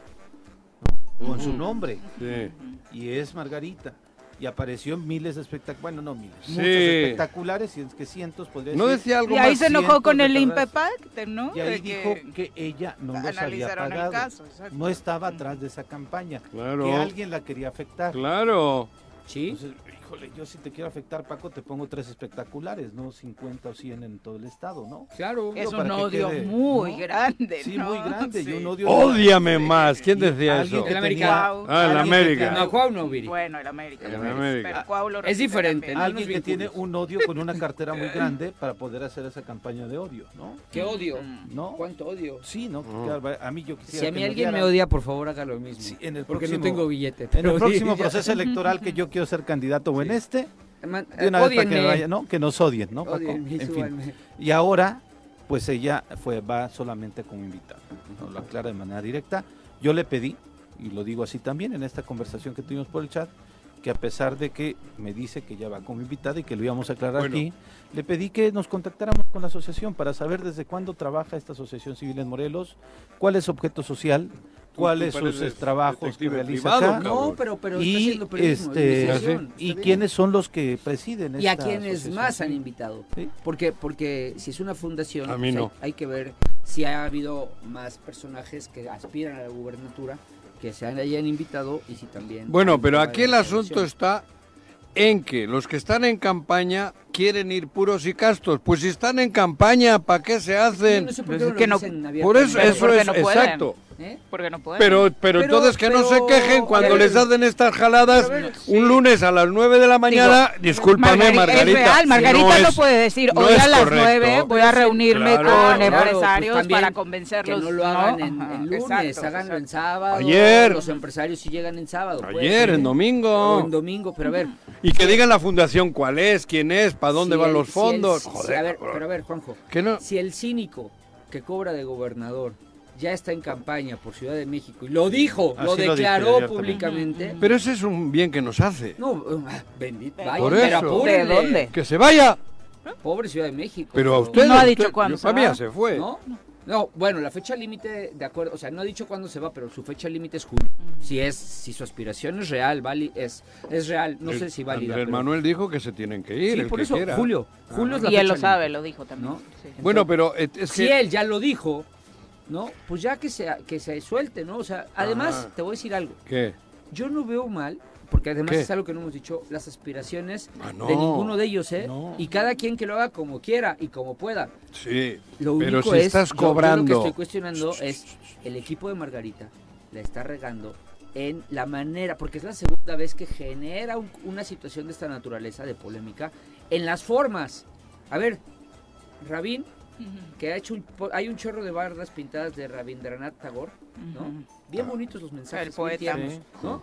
¿no? con su nombre,
sí.
y es Margarita. Y apareció en miles de espectaculares, bueno, no miles,
Sí.
muchos espectaculares, y es que cientos podría
¿No
decir.
decía algo
Y ahí
más?
se enojó con
de
el
verdad.
Impact, ¿no?
Y ahí
De
dijo
que
que ella no los había
analizaron el
pagado.
caso. exacto.
No estaba atrás de esa campaña.
Claro.
Que alguien la quería afectar.
Claro.
¿Sí?
Entonces, híjole, yo si te quiero afectar, Paco, te pongo tres espectaculares, no 50 o 100 en todo el estado, ¿no?
Claro.
Es
para
un
que
odio
quede,
muy
¿no?
grande,
Sí,
¿no?
muy grande
Sí.
y un odio.
Ódiame más. ¿Quién decía
Alguien
eso?
que
El
tenía-
americano.
Ah, en
alguien que
América.
tenía-
No, Juan no, Viri.
Bueno, el América.
El
pues,
América.
pero Cuau lo
Es
representa
diferente,
bien.
¿no?
Alguien que
Algunos
tiene
vínculos.
un odio con una cartera muy grande para poder hacer esa campaña de odio, ¿no?
Qué odio.
¿No?
¿Cuánto odio?
Sí, ¿no?
Mm.
Claro, A mí yo quisiera.
Si a
que
mí alguien me
odiaran.
odia, por favor, haga lo mismo.
Sí, en el
Porque
próximo-
no tengo billete.
En el
pero
próximo
[LAUGHS] sí, ya.
proceso electoral que yo quiero ser candidato o en este,
Man-
de una vez para que,
ódienme.
no haya- ¿no? que nos odien, ¿no? Paco?
Ódienme y
En fin.
súbanme.
Y ahora, pues ella fue, va solamente como invitada, nos lo aclara de manera directa. Yo le pedí, y lo digo así también en esta conversación que tuvimos por el chat, que a pesar de que me dice que ya va como invitada y que lo íbamos a aclarar
Bueno.
aquí, le pedí que nos contactáramos con la asociación para saber desde cuándo trabaja esta asociación civil en Morelos, cuál es su objeto social, cuáles
tú
sus eh,
pareces
trabajos que
detective
realiza
privado,
acá,
cabrón. Ah,
No, pero, pero está
y,
haciendo periodismo,
este,
investigación, está
y
bien.
quiénes son los que presiden
y a
esta
quienes
asociación
más han
civil.
invitado.
Sí.
Porque, porque si es una fundación,
A mí
pues hay-
no.
hay, que ver si ha habido más personajes que aspiran a la gubernatura que se hayan invitado y si también.
Bueno,
han
pero
tomado
aquí el
la
asunto
decisión.
está en que los que están en campaña quieren ir puros y castos. Pues si están en campaña, ¿para qué se
Yo
hacen?
no sé por
Pues
qué
es
no
que
lo
no-
dicen
Por eso,
abiertamente.
eso
porque
es
no pueden.
exacto.
¿Eh?
Porque no puede.
Pero, pero,
Pero-
entonces que no se
pero-
quejen cuando
a ver,
les hacen estas jaladas
a ver, sí.
un lunes a las 9 de la mañana. discúlpame,
Margari-
Margarita.
Es real, Margarita no,
no es-
puede decir,
no
hoy
es
a las
correcto.
nueve voy a reunirme
Claro,
con
claro,
empresarios
pues, también
para convencerlos.
Que no lo hagan
¿no?
en,
Ajá,
en lunes,
exacto,
háganlo en
exacto.
sábado.
Ayer.
Los empresarios si llegan en sábado. pues,
Ayer,
¿sí?
en domingo.
O en domingo, pero a ver.
Y que digan la fundación cuál es, quién es, para dónde
si
van
el-
los
si el-
fondos.
si-
Joder,
a ver,
cabrón.
pero a ver, Juanjo.
Que no-
Si el cínico que cobra de gobernador ya está en campaña por Ciudad de México y lo dijo,
Así
lo
lo dije
declaró
ayer también.
públicamente.
Pero ese es un bien que nos hace.
No, eh, ah, bendito. Vaya,
Por
pero
eso.
apúrenle.
¿De dónde?
Que se vaya.
Pobre Ciudad de México.
Pero a usted.
No ha dicho cuándo se va.
se fue.
¿No? No, bueno, la fecha límite, de acuerdo, o sea, no ha dicho cuándo se va, pero su fecha límite es junio. Si es, si su aspiración es real, vali- es, es real, no
El-
sé si válida.
Andrés
pero-
Manuel dijo que se tienen que
Sí,
ir. el
por
que
eso,
quiera. Ah,
julio. Julio es la
Y él
fecha
lo sabe,
límite,
lo dijo también.
¿no?
sí.
Bueno, pero et- es
si
que.
él ya lo dijo, ¿no? Pues ya que se, que se suelte, ¿no? O sea, además,
Ah.
te voy a decir algo.
¿Qué?
Yo no veo mal, porque además
¿Qué?
es algo que no hemos dicho, las aspiraciones
Ah, no.
de ninguno de ellos, ¿eh?
No.
Y cada quien que lo haga como quiera y como pueda.
Sí.
Lo único
pero si
es,
estás
yo- yo lo que
cobrando.
estoy cuestionando es el equipo de Margarita la está regando en la manera, porque es la segunda vez que genera un- una situación de esta naturaleza de polémica en las formas. A ver, Rabín, que ha hecho un, po- hay un chorro de bardas pintadas de Rabindranath Tagore, ¿no? Bien bonitos los mensajes,
El
bien
poeta.
tiernos, ¿no?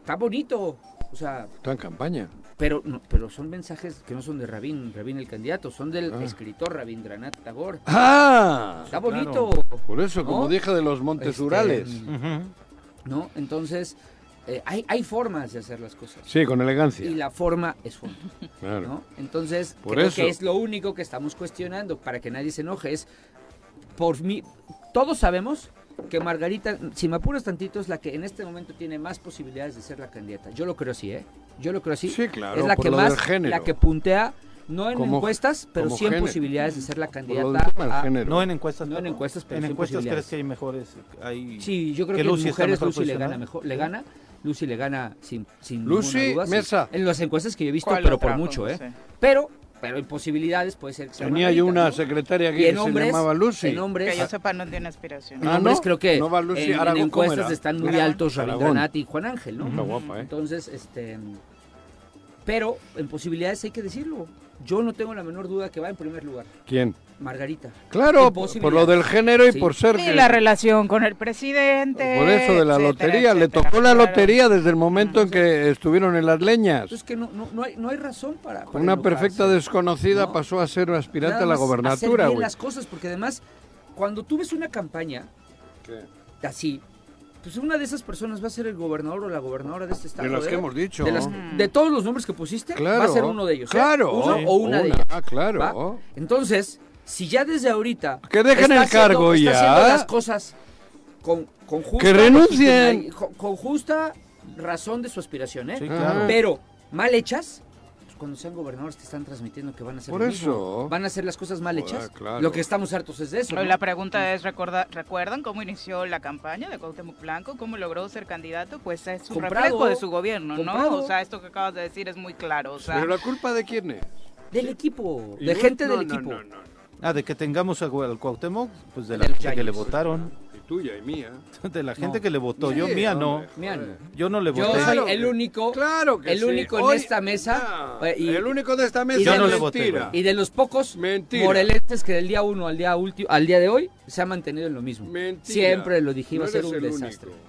Está bonito, o sea,
Está en campaña.
pero, no, pero son mensajes que no son de Rabín, Rabín el candidato, son del
Ah.
escritor Rabindranath Tagore.
¡Ah!
Está
Claro.
bonito,
Por eso, como
¿No?
dije de los Montes
Este,
Urales.
¿no? Entonces, eh, hay, hay formas de hacer las cosas.
Sí, con elegancia.
Y la forma es fondo,
[LAUGHS] Claro.
¿no? Entonces,
Por
creo
eso.
que es lo único que estamos cuestionando, para que nadie se enoje, es por mí, todos sabemos que Margarita, si me apuras tantito, es la que en este momento tiene más posibilidades de ser la candidata. Yo lo creo así, ¿eh? Yo lo creo así.
Sí, claro,
Es la
por
que
lo
más,
del género.
la que puntea, no en
Como-
encuestas, pero
como
sí en
género.
posibilidades de ser la
Por lo del
candidata.
tema del
a-
género.
No en encuestas.
No en encuestas, pero
En
sí en
encuestas crees
posibilidades.
que hay mejores. Hay...
Sí, yo creo
Que
que,
Lucy
Lucy
está
mujeres
mejor
Lucy le
posicionada.
gana mejor, le gana, Lucy le gana sin sin
Lucy
ninguna duda, sí.
Mesa.
En las encuestas que yo he visto,
¿Cuál
pero
otra?
por mucho,
No
eh.
sé.
Pero pero imposibilidades puede ser que sea
Tenía yo
Margarita,
una
¿no?
secretaria
Y
que
en
se
hombres-
llamaba Lucy.
En hombres,
Que yo sepa, no tiene aspiración.
en
Ah,
hombres
¿no?
creo que
No va Lucy
en- en,
Aragón, ¿cómo
encuestas
era?
están muy
Aragón.
altos
Aragón.
Rabindranath y Juan Ángel, ¿no?
Está guapa, ¿eh?
Entonces, este pero en posibilidades hay que decirlo. Yo no tengo la menor duda que va en primer lugar,
¿Quién?
Margarita.
Claro,
En
por, por lo
posibilidades.
del género y
Sí.
por ser.
Y
que-
la relación con el presidente.
por eso de la
etcétera,
lotería. Le
etcétera,
tocó la
claro.
lotería desde el momento en que estuvieron en las leñas.
Entonces que no, no, no hay, no hay razón para, para
Una
enojarse.
perfecta desconocida
Pues, No.
pasó a ser aspirante
Nada
a la
más hacer
gobernatura,
bien
güey.
las cosas, porque además, cuando tú ves una campaña así, pues una de esas personas va a ser el gobernador o la gobernadora de este estado.
De las
¿eh?
que hemos dicho.
De, las- de todos los nombres que pusiste,
Claro.
va a ser uno de ellos. ¿eh?
Claro.
Uno o una, de
Una.
ellas.
Ah, claro.
¿va? Entonces, si ya desde ahorita.
Que dejen
está
el
haciendo-
cargo
está
ya.
haciendo las cosas con, con justa.
Que renuncien.
y Con, con justa razón de su aspiración, ¿eh?
Sí, claro.
Pero mal hechas. pues Cuando sean gobernadores te están transmitiendo que van a hacer
Por
lo mismo.
eso.
Van a hacer las cosas mal hechas.
Ah, claro.
Lo que estamos hartos es de eso.
Pero
¿no?
La pregunta es, ¿recorda- ¿recuerdan cómo inició la campaña de Cuauhtémoc Blanco? ¿Cómo logró ser candidato? Pues es un
Comprado.
reflejo de su gobierno, ¿no?
Comprado.
O sea, esto que acabas de decir es muy claro. O sea,
Pero la culpa de quién es?
Del equipo.
Y
De
no-
gente
no,
del
no,
equipo.
no, no, no.
Ah, de que tengamos a- al Cuauhtémoc, pues de la
Del
gente que le
Yañez.
votaron. [LAUGHS]
Y tuya y mía.
De la gente
No.
que le votó. Yo,
Sí,
mía no.
hombre.
Mira, no.
Yo no le
Yo
voté.
soy el único.
Claro que
El
sí.
único en
Hoy-
esta mesa.
Ah,
eh, y-
el único de esta mesa.
Yo no
es
le
voté,
mentira.
Y de los pocos
Mentira.
morelenses que del día uno al día último, al día de hoy se ha mantenido en lo mismo.
Mentira.
Siempre lo dije, iba a
No
ser
eres
un
el
desastre.
único.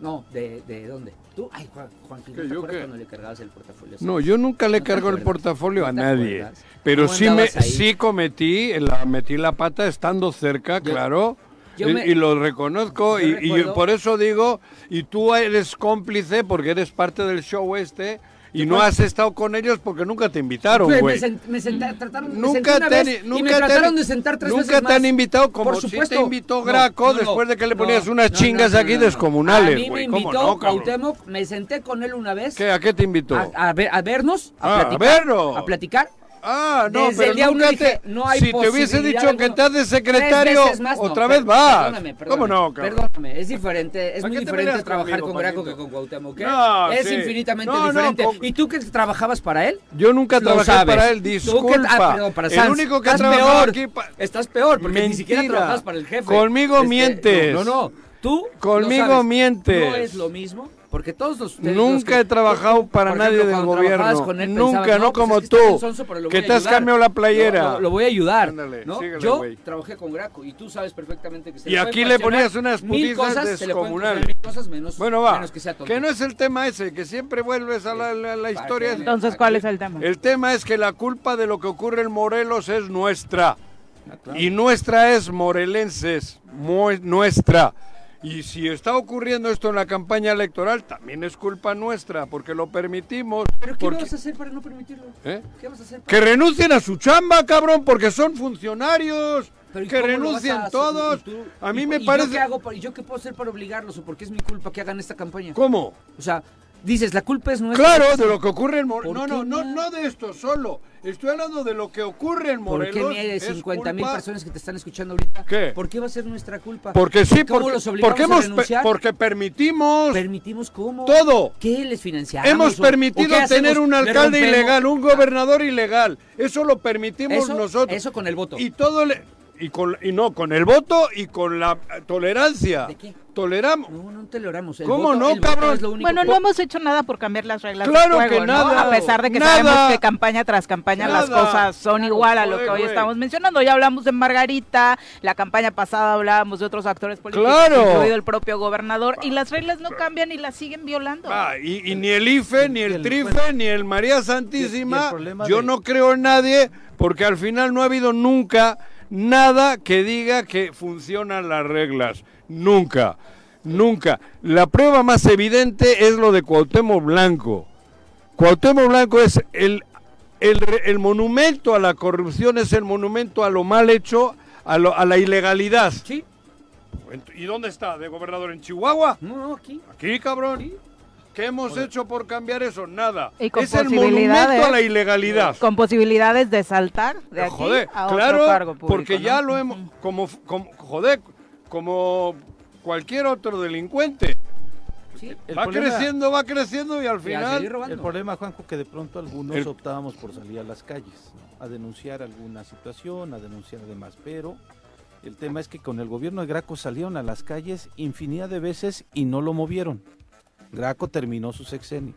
No, ¿de, de dónde? ¿Tú? Ay, Juan, Juan ¿no
¿Qué,
te
yo
acuerdas
qué?
cuando le cargabas el portafolio?
No, yo nunca le
pues, ¿No te
cargo el
acuerdas?
portafolio
¿No
a
te
nadie.
acuerdas?
Pero
¿Cómo
sí me
andabas ahí?
sí cometí, la, metí la pata estando cerca, claro.
yo
y,
me-
y lo reconozco
yo
y, y yo-
recuerdo-
por eso digo, y tú eres cómplice porque eres parte del show este y no has estado con ellos porque nunca te invitaron,
Pues
güey.
me, sent- me senta- trataron, me senté
Nunca
una
te han,
vez y
nunca
me
te han-
trataron de sentar tres
nunca
veces
te han
más.
invitado como
Por
si
supuesto.
te invitó
No,
Graco
no, no,
después de que le
no,
ponías unas
no,
chingas
no, no,
aquí
no.
descomunales,
A mí me
güey. ¿Cómo
invitó
no, cabrón?
Cuauhtémoc, me senté con él una vez.
¿Qué, ¿A qué te invitó?
A, a ver, a vernos, a
Ah, a
platicar.
verlo.
a platicar.
Ah, no,
Desde
pero
el día uno
nunca
dije,
te-
no hay
si te hubiese
posibilidad
dicho
alguna.
que estás de
Tres
secretario,
veces más, no,
otra
per-
vez vas.
Perdóname,
¿Cómo
perdóname.
no, cabrón?
Perdóname, es diferente, es
¿A
muy
qué te
diferente
peleas
trabajar
conmigo,
con Graco que
Paquito?
con Cuauhtémoc, ¿eh?
No,
es
sí.
infinitamente
No, no,
diferente.
con-
¿Y tú que trabajabas para él?
Yo nunca
Lo
trabajé
sabes.
para él,
Tú que-
disculpa.
ah, perdón, para
el
Sanz.
único que ha
Estás
trabajado
peor.
aquí... pa-
Estás peor, porque ni siquiera
Mentira.
trabajas para el jefe. Este,
Conmigo mientes.
No, no, tú lo
Conmigo
sabes.
mientes.
No es lo mismo, porque todos los ustedes los
Nunca
que-
he trabajado para
Por
nadie
ejemplo,
del
cuando trabajabas
gobierno.
con él,
Nunca,
pensabas,
no
pues
como
es que está bien
tú.
sonso, pero lo
que
voy a
te has
ayudar.
cambiado la playera.
Lo, lo- lo voy a ayudar.
Ándale,
¿no?
síguele,
Yo
güey.
trabajé con Graco y tú sabes perfectamente que se
Y
puede
aquí le
cuestionar
ponías unas
mil
putizas
cosas, se le pueden cuestionar
descomunales.
mil cosas menos,
Bueno, va.
menos que sea tonto.
Que no es el tema ese, que siempre vuelves a la, la- la historia.
que-
Entonces, ¿cuál es el tema?
El tema es que la culpa de lo que ocurre en Morelos es nuestra.
Ah,
Y nuestra es morelenses, mu- nuestra. Y si está ocurriendo esto en la campaña electoral, también es culpa nuestra, porque lo permitimos.
¿Pero qué
porque-
vas a hacer para no permitirlo?
¿Eh?
¿Qué vas a hacer para
Que renuncien a su chamba, cabrón, porque son funcionarios.
Pero, ¿y
Que
cómo lo vas
renuncien
a hacer?
todos.
¿Y tú-
a
y
mí
po-
me
y
parece...
Yo qué hago para- ¿Y yo qué puedo hacer para obligarlos o porque es mi culpa que hagan esta campaña?
¿Cómo?
O sea, dices, la culpa es nuestra.
Claro, de lo que ocurre en Morelos.
pues, ¿Por
No,
qué
no, no,
no?
no de esto solo. Estoy hablando de lo que ocurre en
¿Por
Morelos.
qué ni de
es
50 mil
culpa-
personas que te están escuchando ahorita?
¿Qué?
¿Por qué va a ser nuestra culpa?
Porque sí,
¿Cómo
porque,
los obligamos
porque,
a
hemos pe-
renunciar?
porque permitimos.
¿Permitimos cómo?
Todo.
¿Qué les financiamos?
Hemos
¿O- o
permitido
qué
tener
hacemos?
un
¿Le
alcalde
rompemos?
ilegal, un gobernador ilegal. Eso lo permitimos
Eso-
nosotros.
eso con el voto.
Y todo le- y con y no, con el voto y con la eh, tolerancia.
¿De qué?
Toleramos.
No, no te logramos. El
¿Cómo
voto-
no,
el voto
cabrón?
es lo único
Bueno,
que-
no hemos hecho nada por cambiar las reglas
Claro
del juego,
que
¿no?
nada,
A pesar de que
nada.
sabemos que campaña tras campaña las
Nada.
cosas son igual a lo que
Joder,
hoy
güey.
estamos mencionando. Ya hablamos de Margarita, la campaña pasada hablábamos de otros actores políticos,
Claro.
incluido el propio gobernador, y las reglas no cambian y las siguen violando.
Ah, y, y ni el IFE, ni el
el-
TRIFE, ni el María
y
Santísima.
el problema
Yo
de-
no creo en nadie porque al final no ha habido nunca nada que diga que funcionan las reglas. Nunca, nunca. La prueba más evidente es lo de Cuauhtémoc Blanco. Cuauhtémoc Blanco es el, el, re- el monumento a la corrupción, es el monumento a lo mal hecho, a, lo- a la ilegalidad.
Sí,
¿Y dónde está? ¿De gobernador en Chihuahua?
no, no, aquí.
Aquí, cabrón. ¿Qué hemos hecho por cambiar eso? Nada.
Y con
Es el
posibilidades-
monumento a la ilegalidad. Eh,
Con posibilidades de saltar de aquí
joder,
a otro
claro,
cargo público.
porque ya
¿no?
lo hemos, como, como, joder, como cualquier otro delincuente.
El
va
problema-
creciendo, va creciendo y al final.
El problema, Juanjo, que de pronto algunos
El-
optábamos por salir a las calles ¿no? a denunciar alguna situación, a denunciar demás, pero el tema es que con el gobierno de Graco salieron a las calles infinidad de veces y no lo movieron. Graco terminó su sexenio.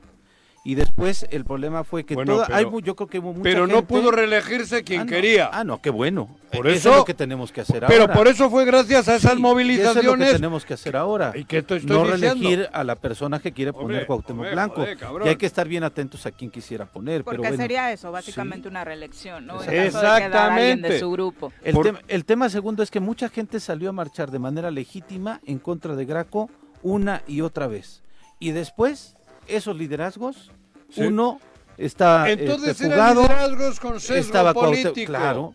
Y después el problema fue que
Bueno,
toda-
pero-
hay mu- yo creo que hubo mucha
pero no
gente-
pudo reelegirse quien
Ah, no.
quería.
Ah, no, qué bueno.
Por
Eh,
eso-
es lo que tenemos que hacer
pero
ahora.
por eso fue gracias a esas
y eso es lo que
movilizaciones.
tenemos que hacer ahora.
Y que esto estoy
no
diciendo.
reelegir a la persona que quiere poner
Hombre,
Cuauhtémoc
hombre,
Blanco.
joder, cabrón.
y hay que estar bien atentos a quién quisiera poner.
Porque
pero bueno,
sería eso,
sí.
básicamente una reelección, ¿no? En
Exacto.
caso de quedar alguien de su grupo.
El, tema, el tema segundo es que mucha gente salió a marchar de manera legítima en contra de Graco una y otra vez. Y después, esos liderazgos,
Sí.
uno está este,
Entonces eran
fugado,
liderazgos con sesgo
estaba Cuauhté-
político.
claro.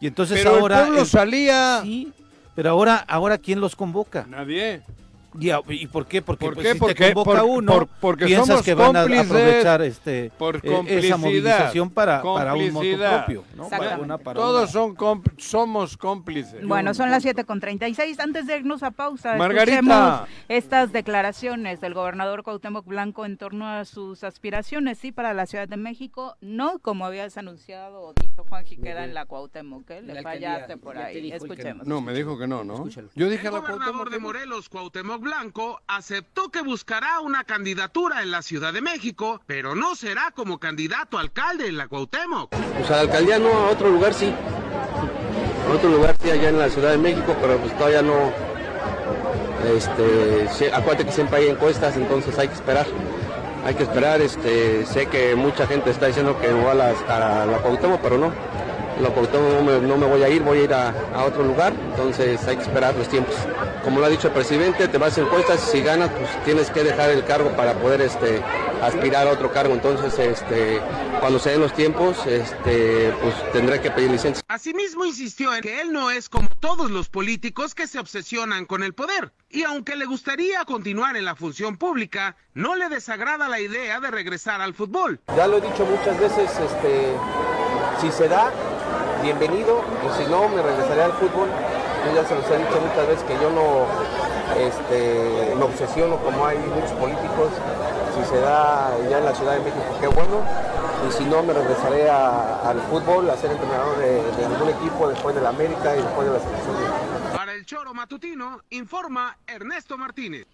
Y entonces
Pero el
ahora
pueblo salía-
Sí, pero ahora ahora quién los convoca?
Nadie.
¿Y, a- y por qué? Porque,
¿Por
pues,
qué?
si te
Porque-
convoca
por-
uno,
por- porque
piensas
somos
que van a
cómplices
aprovechar este,
por
eh, esa
complicidad,
movilización para, para un moto
complicidad.
propio. ¿no? Para
Exactamente.
una- para una.
Todos son comp- somos cómplices.
Bueno, son las 7 con 36. Antes de irnos a pausa,
Margarita.
escuchemos estas declaraciones del gobernador Cuauhtémoc Blanco en torno a sus aspiraciones, sí, para la Ciudad de México, no como habías anunciado o dicho Juan Jiqueda en la Cuauhtémoc, ¿eh? le
La alcaldía,
fallaste por
ya te
ahí.
dijo el que no.
Escuchemos.
No, me dijo que no, ¿no? Yo dije a
El
la
gobernador de Morelos, Cuauhtémoc Blanco, aceptó que buscará una candidatura en la Ciudad de México, pero no será como candidato a alcalde en la Cuauhtémoc.
Pues a la alcaldía no, a otro lugar sí. A otro lugar sí, allá en la Ciudad de México, pero pues todavía no. Este, sie- acuérdate que siempre hay encuestas, entonces hay que esperar. Hay que esperar, este, sé que mucha gente está diciendo que me voy a la, a la Cuauhtémoc, pero no. A La Cuauhtémoc no me, no me voy a ir, voy a ir a, a otro lugar, entonces hay que esperar los tiempos. Como lo ha dicho el presidente, te vas a encuestas y si ganas, pues tienes que dejar el cargo para poder este, aspirar a otro cargo. Entonces, este, cuando se den los tiempos, este, pues tendré que pedir licencia.
Asimismo insistió en que él no es como todos los políticos que se obsesionan con el poder, y aunque le gustaría continuar en la función pública, no le desagrada la idea de regresar al fútbol.
Ya lo he dicho muchas veces, este, si se da, bienvenido, o si no, me regresaré al fútbol. Yo ya se los he dicho muchas veces que yo no este, me obsesiono como hay muchos políticos. Si se da ya en la Ciudad de México, qué bueno. Y si no, me regresaré a- al fútbol, a ser entrenador de, de ningún equipo después de la América y después de la selección.
Para el choro matutino, informa Ernesto Martínez.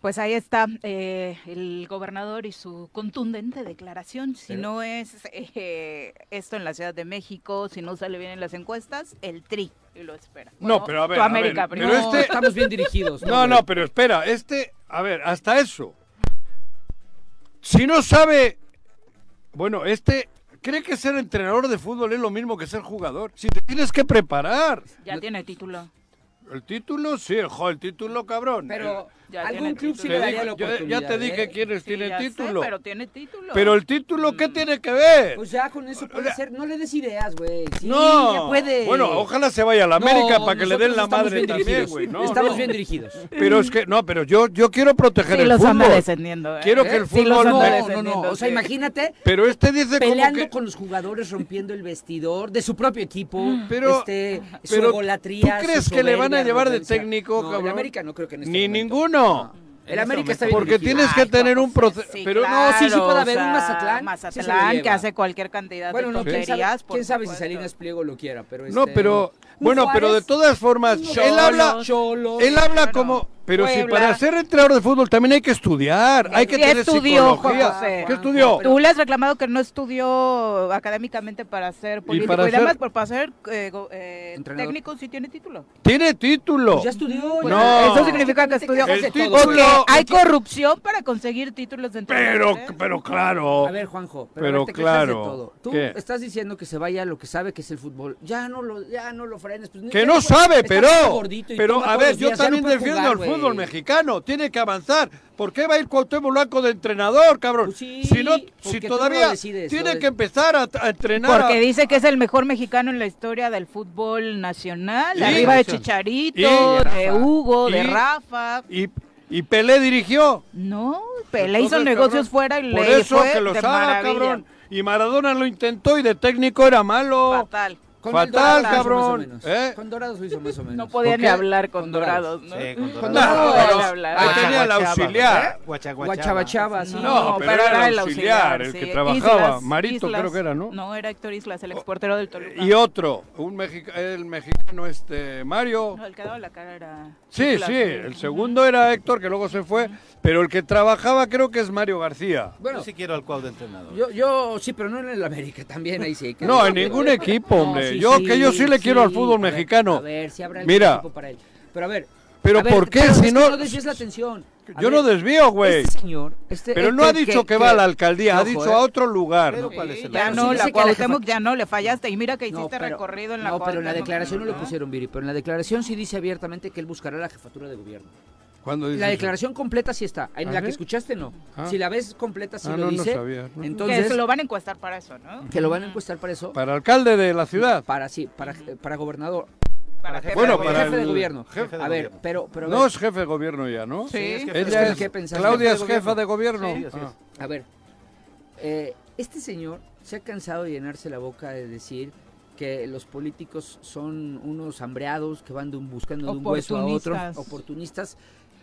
Pues ahí está eh, el gobernador y su contundente declaración. Si
Pero-
no es eh, esto en la Ciudad de México, si no sale bien en las encuestas, el tri y lo espera.
No, pero a ver.
Tu
a
América
ver,
primero.
pero
No,
este...
estamos bien dirigidos,
No,
hombre.
no, pero espera, este, a ver, hasta eso. Si no sabe, bueno, este cree que ser entrenador de fútbol es lo mismo que ser jugador. Si te tienes que preparar.
Ya tiene título.
El título, sí, jo, el título, cabrón.
Pero
El-
ya algún tiene club sí
Te
le daría
digo,
la
yo- Ya, te
oportunidad,
dije
¿eh?
quiénes
Sí,
tienen
ya sé,
título.
pero tiene título. Mm.
Pero el título, ¿qué tiene que ver?
Pues ya con eso puede ser. No le des ideas, güey. Sí,
No.
ya puede.
Bueno, ojalá se vaya a la América para que le den
nosotros
la
estamos
madre
bien
también,
dirigidos.
güey. No,
estamos
no.
bien dirigidos.
Pero es que, no, pero yo, yo quiero proteger
Sí
el
los
fútbol.
anda descendiendo, ¿eh?
Quiero que el
Sí los
fútbol...
anda
me-
No, no, o sea, imagínate.
Pero este dice como
peleando
que-
con los jugadores, rompiendo el vestidor de su propio equipo,
Pero-
este,
pero,
su egolatría.
¿tú
su
crees que le van a
soberbia,
llevar de
arrogancia?
técnico,
No,
cabrón?
El América no creo que en este
Ni
momento.
ninguno.
El América está bien
Porque
dirigido.
tienes que
Ay,
tener un proceso.
Sí,
pero
claro,
no, sí, sí puede haber
o
un
sea,
Mazatlán, sí se lo
Mazatlán que
lleva.
hace cualquier cantidad
Bueno,
de
no, quién
tonterías.
sabe,
por
quién sabe si
supuesto.
Salinas Pliego lo quiera, pero
no,
este,
pero
un
bueno, pero de
Juárez,
todas formas,
un
él
Cholos,
habla,
Cholos,
él habla como, pero si
Puebla.
para ser entrenador de fútbol también hay que estudiar, hay que
Sí
tener
estudió, Juan
psicología.
José.
¿Qué estudió?
Tú le has reclamado que no estudió académicamente para ser político y,
para ser-
demás, pero para ser eh, go- eh,
Entrenador.
técnico sí tiene título.
Tiene título.
Pues ya estudió.
No.
ya-
Eso significa que estudió.
El
Hace
título-
todo.
Porque hay corrupción para conseguir títulos de
Pero,
entrenador, ¿eh?
pero claro.
A ver, Juanjo, pero,
Pero
a ver, te quejas de
claro.
todo. Tú
¿Qué?
estás diciendo que se vaya a lo que sabe que es el fútbol. Ya no lo, ya no lo frenes. pues,
Que
ya
no
fue-
sabe,
está
pero.
todo gordito y
Pero
toma
a
todos
ver,
los
yo
días, ya
también
no puede
defiendo
jugar,
al
güey.
fútbol mexicano. Tiene que avanzar. ¿Por qué va a ir Cuauhtémoc Blanco de entrenador, cabrón?
Pues sí,
si no,
porque
si
tú no lo
todavía
decides,
tiene
lo de-
que empezar a, a entrenar.
Porque
a-
dice que es el mejor mexicano en la historia del fútbol nacional,
Y-
arriba de
y-
Chicharito, de Hugo,
y-
de Rafa.
y, y Pelé dirigió.
No, Pelé hizo
Entonces,
negocios
cabrón,
fuera y
Por
le
eso
fue
que los
de
haga,
maravilla.
cabrón. Y Maradona lo intentó y de técnico era malo.
Fatal.
Con el
Fatal,
Dorados lo hizo más o
cabrón.
menos.
¿Eh?
Con Dorados lo hizo más o menos.
No podía
¿Con
ni
qué?
hablar con Dorados, ¿no?
Sí, con
Con
Dorados.
Dorados no podían hablar.
Ahí
Guacha,
tenía el
guachaba,
auxiliar.
¿eh?
Guachaba, sí.
No, pero era el auxiliar, el
sí.
que trabajaba.
Islas,
Marito
Islas.
creo que era, ¿no?
No, era Héctor Islas, el exportero del Toluca.
Y otro, un mexica- el mexicano este Mario.
No, el que daba la cara era...
Sí,
Islas,
sí, el segundo era Héctor, que luego se fue, pero el que trabajaba creo que es Mario García.
Bueno,
sí quiero al cuadro de entrenador.
Yo, yo sí, pero no en el América también, ahí sí.
No, en ningún equipo, hombre. Yo- que yo sí le quiero al fútbol
a ver,
mexicano.
a ver, si habrá algún
Mira.
equipo para él. Pero a ver.
Pero
a ver,
¿por qué?
pero
Si
es que
no-
desvíes la atención. A
Yo
ver,
no desvío, güey.
Este señor, este-
pero no ha
este
dicho que, va a la alcaldía, ha
Ojo,
dicho
eh.
a otro lugar.
Ya no, la Cuauhtémoc ya no, le fallaste. Y mira que hiciste
pero-
recorrido en la
No, pero en la
Cuauhtémoc,
declaración no lo
¿no?
pusieron, Viri, pero en la declaración sí dice abiertamente que él buscará la jefatura de gobierno.
¿Cuándo dice
La
eso?
declaración completa sí está. En
¿Ah,
la
sí?
que escuchaste, no.
Ah.
Si la ves completa, sí
Ah,
lo
no, no
dice.
sabía, no.
Entonces,
que se lo van a encuestar para eso, ¿no?
que lo van a encuestar para eso.
Para alcalde de la ciudad.
Para sí, para, eh, para gobernador.
Para
jefe Bueno, de para
jefe de
gobierno.
gobierno.
el- jefe de
a ver,
gobierno.
pero, pero a
No
ver.
es jefe de gobierno ya, ¿no?
Sí, es jefe de
Ella
gobierno.
es-
¿Qué pensaste?
Claudia es
Jefe de
jefa de gobierno.
Sí, así
Ah.
es. A ver, eh, este señor se ha cansado de llenarse la boca de decir que los políticos son unos hambreados que van de un- buscando de un hueso a otro,
Oportunistas.
oportunistas,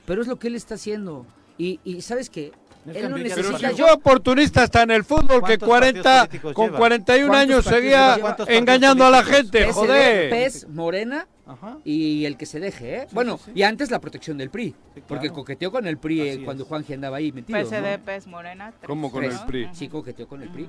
pero es lo que él está haciendo. Y, y ¿sabes qué?
Él
Él no
cambió ya de
necesita...
partido.
Yo oportunista hasta en el fútbol que
¿Cuántos
40
partidos políticos
con
lleva?
41 años
¿Cuántos
seguía
partidos lleva?
engañando a la gente,
PSD,
joder.
PES, Morena y el que se deje, ¿eh? bueno, y antes la protección del PRI, porque coqueteó con el PRI eh, cuando Juanji andaba ahí
Mm,
metido. ¿no?
PSD, PES, Morena. tres,
¿Cómo con
¿no?
el PRI?
Sí, coqueteó con el PRI.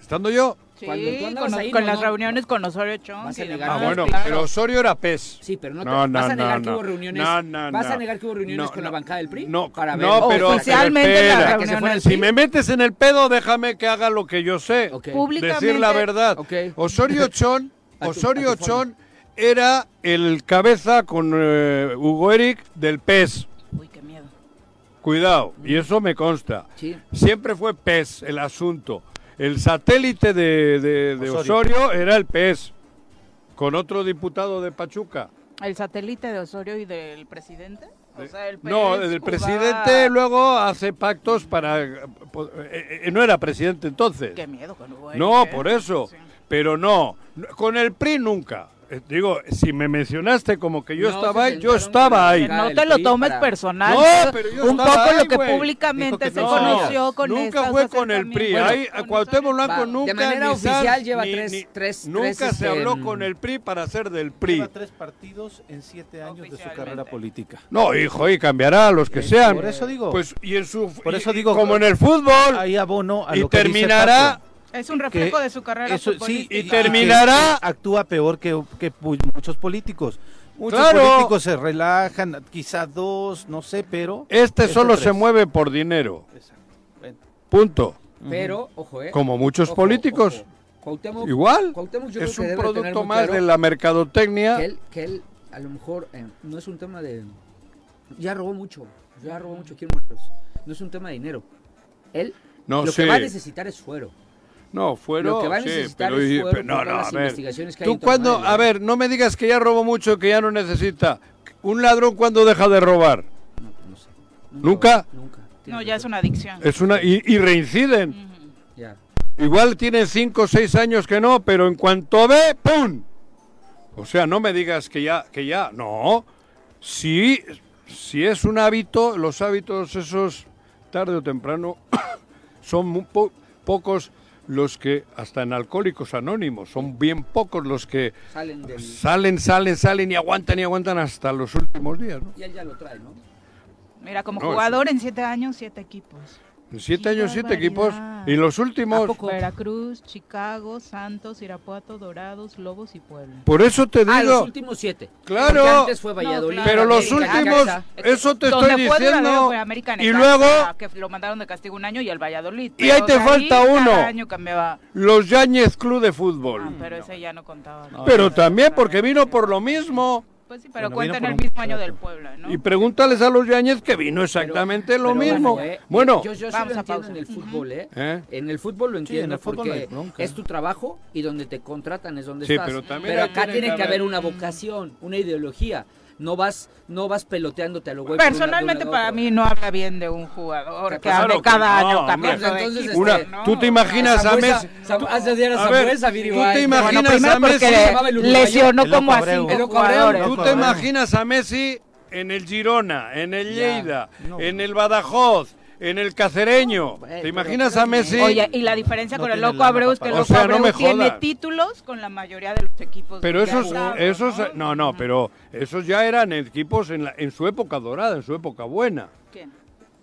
Estando yo.
Sí,
Cuando tú
con,
andabas ahí,
con
no,
las
no.
reuniones con Osorio Chong.
Vas a
y
negar.
demás.
Ah, bueno,
Claro.
pero Osorio era PES.
Sí, pero no te- vas a negar que hubo reuniones-
No, no,
vas a
no.
negar que hubo reuniones
No,
con la
no,
bancada del PRI
No,
para ver-
no,
Oh,
pero
oficialmente
pero espera.
las Para que se fuera reuniones-
Si me metes en el pedo, déjame que haga lo que yo sé.
Públicamente-
Decir la verdad.
Ok. [LAUGHS]
Osorio Chón,
A tu-
Osorio
a tu
Chón era el cabeza con eh, Hugo Eric del PES.
Uy, qué miedo.
Cuidado, y eso me consta.
Sí.
Siempre fue PES el asunto. El satélite de, de- de Osorio.
Osorio.
era el PES, con otro diputado de Pachuca.
¿El satélite de Osorio y del presidente? O sea, el
no,
PES,
el
Cuba-
presidente luego hace pactos para... eh, po- eh, eh, no era presidente entonces.
Qué miedo con Hugo Eric,
No,
¿eh?
por eso. Pero no, no, con el PRI nunca. Eh, Digo, si me mencionaste como que yo
No,
estaba
se
ahí, yo
sentaron con
estaba
la
ahí.
bancada No te del lo PRI tomes para- personal.
No, pero yo
Un
estaba
poco lo
ahí,
que
güey.
públicamente Dijo que se
No,
conoció con
Nunca
estos
fue con el PRI.
acercamientos.
ahí, a Cuauhtémoc Blanco
Va, de
nunca.
manera
ni
oficial
Sanz,
lleva
ni-
tres-
ni-
tres-
Nunca
tres,
se
este,
habló
mm.
con el PRI para ser del PRI.
Lleva tres partidos en siete años de su carrera política.
No, hijo, y cambiará a los que sean.
Eh, Por eso digo.
Pues, y en su.
Por eso
y-
digo.
Como en el fútbol.
Ahí abono a
y
lo que dice
terminará-
Paco,
Es un reflejo
que
de su carrera
eso- sí,
futbolística.
y que
terminará-
Actúa peor que, que pu- muchos políticos. Muchos
Claro.
políticos se relajan, quizá dos, no sé, pero.
Este solo
tres.
se mueve por dinero.
Bueno.
Punto.
Pero, ojo, ¿eh?
Como muchos políticos.
Cuauhtémoc-
Igual.
Cuauhtémoc yo creo
Es
que
un
debe tener
producto
muy
más
claro
de la mercadotecnia.
Que él, que él, a lo mejor, eh, no es un tema de... Ya robó mucho, ya robó mucho, quiero muertos. No es un tema de dinero. Él
No,
lo
sí.
que va a necesitar es fuero.
No, fueron.
Lo que va a
sí,
necesitar
pero,
es
y-
fuero
pero no,
por
no,
todas
a
las
ver.
investigaciones que hay
Tú
en torno
cuando,
a él,
a ver, no me digas que ya robó mucho, que ya no necesita. Un ladrón cuando deja de robar. Nunca.
No, ya es una adicción.
Es una y, y reinciden.
Ya.
Igual tienen cinco o seis años que no, pero en cuanto ve, ¡pum! O sea, no me digas que ya, que ya, no. Si, si es un hábito, los hábitos esos, tarde o temprano, [COUGHS] son muy po- pocos los que, hasta en alcohólicos anónimos, son bien pocos los que
Salen del...
salen, salen, salen y aguantan y aguantan hasta los últimos días, ¿no?
Y él ya lo trae, ¿no?
Mira, como
No,
jugador en siete años, siete equipos.
En siete años, siete equipos.
barbaridad.
Y los últimos,
Veracruz, Chicago, Santos, Irapuato, Dorados, Lobos y Puebla.
por eso te digo.
Ah, los últimos siete.
Claro.
Porque antes fue Valladolid.
No,
Pero los
América,
últimos,
Necaxa.
eso te
Donde
estoy
fue Doradero
diciendo.
fue América,
Y
Necaxa,
luego,
Que lo mandaron de castigo un año y al Valladolid.
Y ahí
pero
te
de
falta
cada
uno.
año cambiaba.
los Yáñez Club de Fútbol.
Ah, pero ese ya no contaba. ¿no?
Pero también porque vino por lo mismo.
Pues sí, pero
Bueno,
cuenta en
vino
el
por un
mismo año del Puebla, ¿eh? ¿no?
Y pregúntales a los Yáñez que vino exactamente lo mismo. Bueno,
eh, yo, yo sí
Vamos
lo
a
entiendo
pausa.
en el fútbol, ¿eh?
¿Eh?
En el fútbol lo entiendo
en el fútbol no hay
porque
bronca.
es tu trabajo y donde te contratan es donde
Sí,
estás.
pero también ahí
acá
tiene
tiene
que
que
haber-
haber una vocación, una ideología. No vas, no vas peloteándote a lo güey. por un lado, de un
Personalmente
lado a
para mí no habla bien de un jugador que hable
Pues Claro que
cada
no,
año
hombre. Pues,
cambiando de
Entonces,
equipo.
Una,
no.
tú te imaginas a
Samuel Sa-
Messi.
Sam- hace ayer a
a
Samuel
ver,
Saviri
tú
Ibai.
te
Bueno,
imaginas
primero
a
porque
Messi.
le- Se llamaba el uruguayo. lesionó El como a Loco cinco Abreu. jugadores.
Tú
Loco
te
Abreu.
imaginas a Messi en el Girona, en el Lleida, en el Badajoz, en el Cacereño. ¿Te imaginas a Messi?
Oye, y la diferencia
No
con el
tiene
Loco
lana
Abreu es
para
que el
pagar.
Loco
O sea, no
Abreu
me
tiene
jodas.
títulos con la mayoría de los equipos.
Pero
del
esos,
estado.
esos, eh, no, no, pero esos ya eran equipos en, la- en su época dorada, en su época buena.
¿Quién?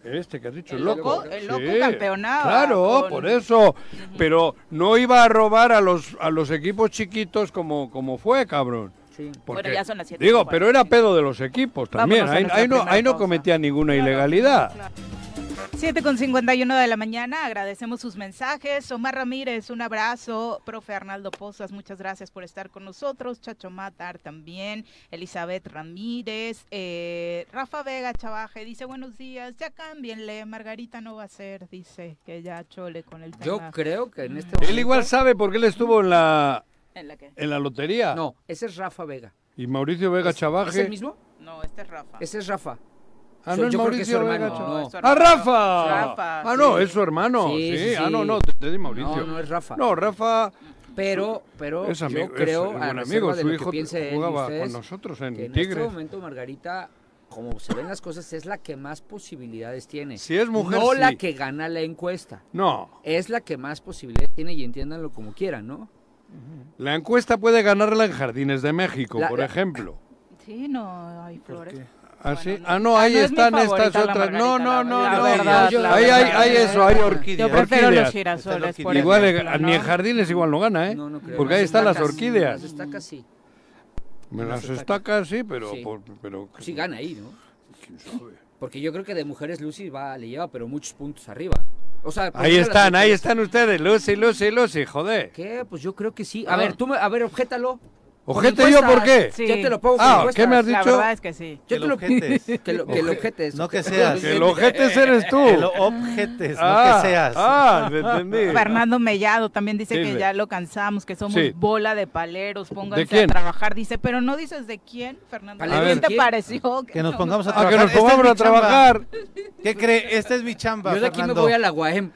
Este que has dicho,
El
el loco.
Loco- el Loco campeonaba
Claro,
con-
por eso. Pero no iba a robar a los, a los equipos chiquitos como, como fue, cabrón. Porque-
Bueno, ya son las siete y
Digo,
cuarenta.
pero era pedo de los equipos también.
Vámonos a
Ahí,
nuestra
ahí no,
primera
ahí no
pausa.
cometía ninguna ilegalidad.
7 con 51 de la mañana, agradecemos sus mensajes. Omar Ramírez, un abrazo. Profe Arnaldo Pozas, muchas gracias por estar con nosotros. Chacho Matar también. Elizabeth Ramírez. eh, Rafa Vega Chavaje dice buenos días. Ya cámbienle. Margarita no va a ser, dice que ya chole con el tema.
Yo creo que en este
Él igual sabe por qué él estuvo en la,
¿En la qué?
en la lotería.
No, ese es Rafa Vega.
Y Mauricio Vega Chavaje.
¿Es el mismo?
No, este es Rafa.
Ese es Rafa.
Ah,
Soy-
no es
yo creo que es su
Mauricio Vega
hermano.
Chavaje.
no.
¡Ah, Rafa! Ah, no,
sí.
es su hermano. Sí,
Sí, sí,
ah, no,
sí.
no, te, te di Mauricio.
No, no es Rafa.
No, Rafa.
Pero, pero
Es amigo-
yo
es
creo,
un
a
buen
reserva
amigo,
de
su
lo que
hijo
piense él y
jugaba
ustedes,
con nosotros en
que en este
Tigres.
momento Margarita, como se ven las cosas, es la que más posibilidades tiene.
Si es mujer,
No la
sí.
que gana la encuesta.
No.
Es la que más posibilidades tiene y entiéndanlo como quieran, ¿no?
La encuesta puede ganarla en Jardines de México,
La-
por
la-
ejemplo.
Sí, no hay flores.
Ah, sí. Ah, no, ahí
no es mi
están
favorita
estas
la
otras. No, no,
margarita, la
no,
verdad.
no.
La verdad,
Yo-
la
ahí hay,
verdad.
hay eso, hay orquídeas.
Yo prefiero
orquídeas.
los girasoles, por
Igual
ejemplo,
eh,
¿no?
ni en jardines igual no gana, ¿eh? Porque
Las
ahí están las
estacas,
orquídeas.
Las estacas sí.
Me
Las
las
estacas.
estacas, sí, pero.
Sí. Pues
por- pero
Sí gana ahí, ¿no? Porque yo creo que de mujeres Lucy va, le lleva, pero muchos puntos arriba. O sea, por
Ahí
ejemplo, las
están, ahí
mujeres-
están ustedes. Lucy, Lucy, Lucy, joder.
¿Qué? Pues yo creo que sí.
Ah.
A ver, tú me, a ver, objétalo.
¿Ojete
Con
yo
encuestas.
por qué?
Yo te lo pongo. con
Ah,
encuestas.
¿qué me has dicho?
Yo te lo [LAUGHS] que lo, que lo
Oje-
objetes.
No que
[LAUGHS]
seas.
Que lo ojetes eres tú.
[LAUGHS] Que lo objetes, no
Ah,
que seas.
ah, me entendí.
Fernando Mellado también dice que
Dime.
ya lo cansamos, que somos
Sí.
bola de paleros,
¿De
pónganse a
quién?
trabajar, dice, pero no dices de quién, Fernando.
¿Palero
¿Quién
de
te
quién?
pareció?
Que nos
no-
pongamos a
Ah,
trabajar.
que nos
Esta es
pongamos
mi
a trabajar.
chamba. ¿Qué cree? Esta es mi chamba.
Yo de aquí me
Fernando.
voy a la UAM.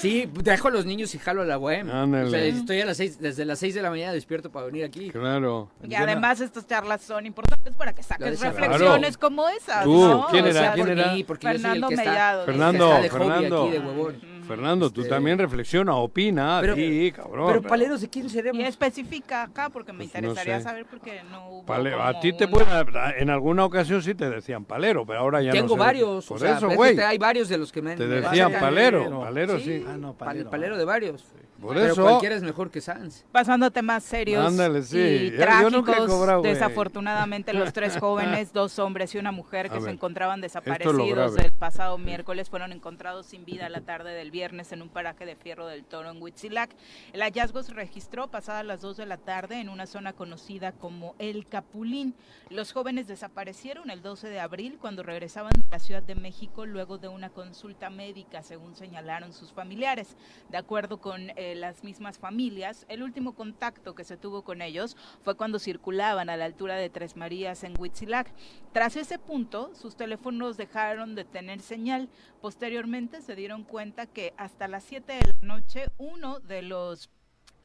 Sí, dejo a los niños y jalo a la UAM.
Ándale.
O sea, estoy a las seis, desde las 6 de la mañana despierto para venir aquí.
Claro.
Y además estas charlas son importantes para que
La de
saques
esa-
reflexiones
Claro.
como esas,
Tú,
¿no?
¿quién
O
era?
sea,
¿Quién
por
era?
mí, porque yo soy el
Fernando
que está-
Mellado.
Fernando,
de hobby
Fernando. Mm.
aquí de huevón. Este,
Fernando, tú también reflexiona, opina,
Pero-
sí, cabrón.
Pero paleros, ¿de quién seremos?
Y especifica acá porque me
no
interesaría
sé.
saber porque no hubo
Pale-
como
a ti te
una-
pueden, en alguna ocasión sí te decían palero, pero ahora ya no
Tengo
sé.
varios.
Por
o sea,
eso,
ves que
güey.
te- Hay varios de los que me
Te
me
decían
sacan.
palero, palero sí.
Ah, no, palero. palero de varios.
Por
Pero
eso-
cualquiera es mejor que Sanz.
Pasándote más serios
Ándale, sí.
y
Yo- yo nunca he
trágicos,
cobrado, güey.
desafortunadamente los
[LAUGHS]
tres jóvenes, dos hombres y una mujer que
A
se
ver,
encontraban
grave.
desaparecidos el pasado miércoles fueron encontrados sin vida la tarde del viernes en un paraje de Fierro del Toro en Huitzilac. El hallazgo se registró pasadas las 2 de la tarde en una zona conocida como El Capulín. Los jóvenes desaparecieron el 12 de abril cuando regresaban de la Ciudad de México luego de una consulta médica, según señalaron sus familiares. De acuerdo con eh, las mismas familias, el último contacto que se tuvo con ellos fue cuando circulaban a la altura de Tres Marías en Huitzilac. Tras ese punto, sus teléfonos dejaron de tener señal. Posteriormente se dieron cuenta que hasta las 7 de la noche uno de los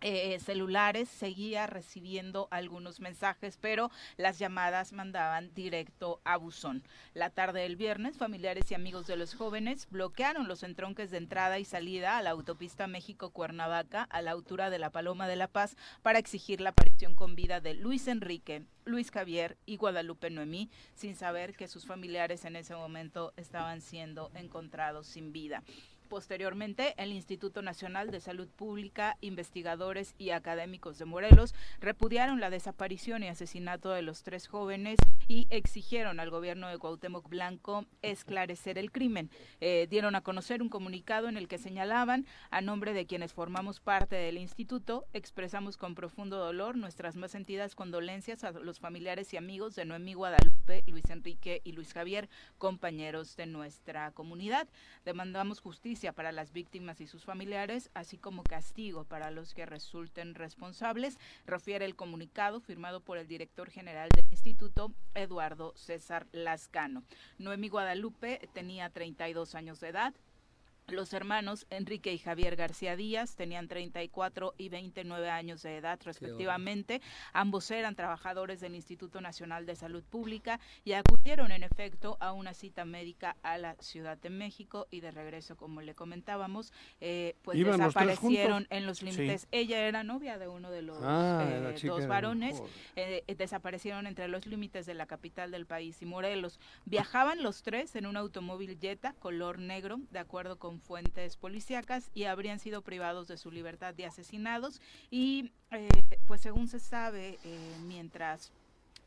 eh, celulares seguía recibiendo algunos mensajes, pero las llamadas mandaban directo a buzón. La tarde del viernes, familiares y amigos de los jóvenes bloquearon los entronques de entrada y salida a la autopista México-Cuernavaca a la altura de la Paloma de la Paz para exigir la aparición con vida de Luis Enrique, Luis Javier y Guadalupe Noemí, sin saber que sus familiares en ese momento estaban siendo encontrados sin vida. Posteriormente, el Instituto Nacional de Salud Pública, investigadores y académicos de Morelos repudiaron la desaparición y asesinato de los tres jóvenes y exigieron al gobierno de Cuauhtémoc Blanco esclarecer el crimen. Eh, dieron a conocer un comunicado en el que señalaban, a nombre de quienes formamos parte del instituto, expresamos con profundo dolor nuestras más sentidas condolencias a los familiares y amigos de Noemí Guadalupe, Luis Enrique y Luis Javier, compañeros de nuestra comunidad. Demandamos justicia justicia para las víctimas y sus familiares, así como castigo para los que resulten responsables, refiere el comunicado firmado por el director general del instituto, Eduardo César Lascano. Noemi Guadalupe tenía 32 años de edad, los hermanos Enrique y Javier García Díaz tenían 34 y 29 años de edad respectivamente. Ambos eran trabajadores del Instituto Nacional de Salud Pública y acudieron en efecto a una cita médica a la Ciudad de México y de regreso, como le comentábamos, eh, pues
¿Iban los tres
desaparecieron
juntos?
en los
Sí.
límites. Ella era novia de uno de los
Ah,
eh,
la chica
dos
era-
varones.
joder.
eh, eh, desaparecieron entre los límites de la capital del país y Morelos. Viajaban los tres en un automóvil Jetta color negro, de acuerdo con fuentes policíacas, y habrían sido privados de su libertad de asesinados. Y eh, pues según se sabe, eh, mientras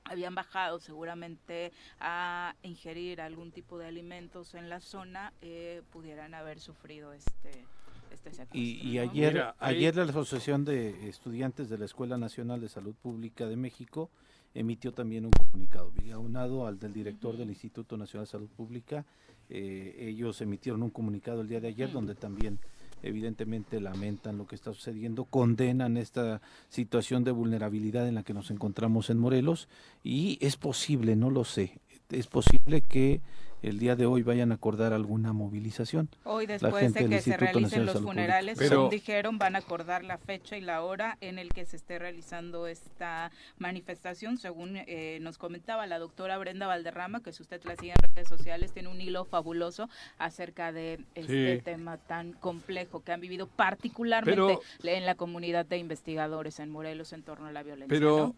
habían bajado seguramente a ingerir algún tipo de alimentos en la zona, eh, pudieran haber sufrido este, este secuestro.
Y, y
¿no?
ayer,
Mira, ahí-
ayer la Asociación de Estudiantes de la Escuela Nacional de Salud Pública de México emitió también un comunicado, y aunado al del director del Instituto Nacional de Salud Pública, eh, ellos emitieron un comunicado el día de ayer donde también evidentemente lamentan lo que está sucediendo, condenan esta situación de vulnerabilidad en la que nos encontramos en Morelos y es posible, no lo sé, es posible que el día de hoy vayan a acordar alguna movilización.
Hoy
La
después
gente
de
del
que se
Instituto Nacional de
realicen los
Salud Pública.
funerales,
Pero-
según dijeron, van a acordar la fecha y la hora en el que se esté realizando esta manifestación, según eh, nos comentaba la doctora Brenda Valderrama, que si usted la sigue en redes sociales, tiene un hilo fabuloso acerca de este
Sí.
tema tan complejo que han vivido particularmente
Pero-
en la comunidad de investigadores en Morelos en torno a la violencia.
Pero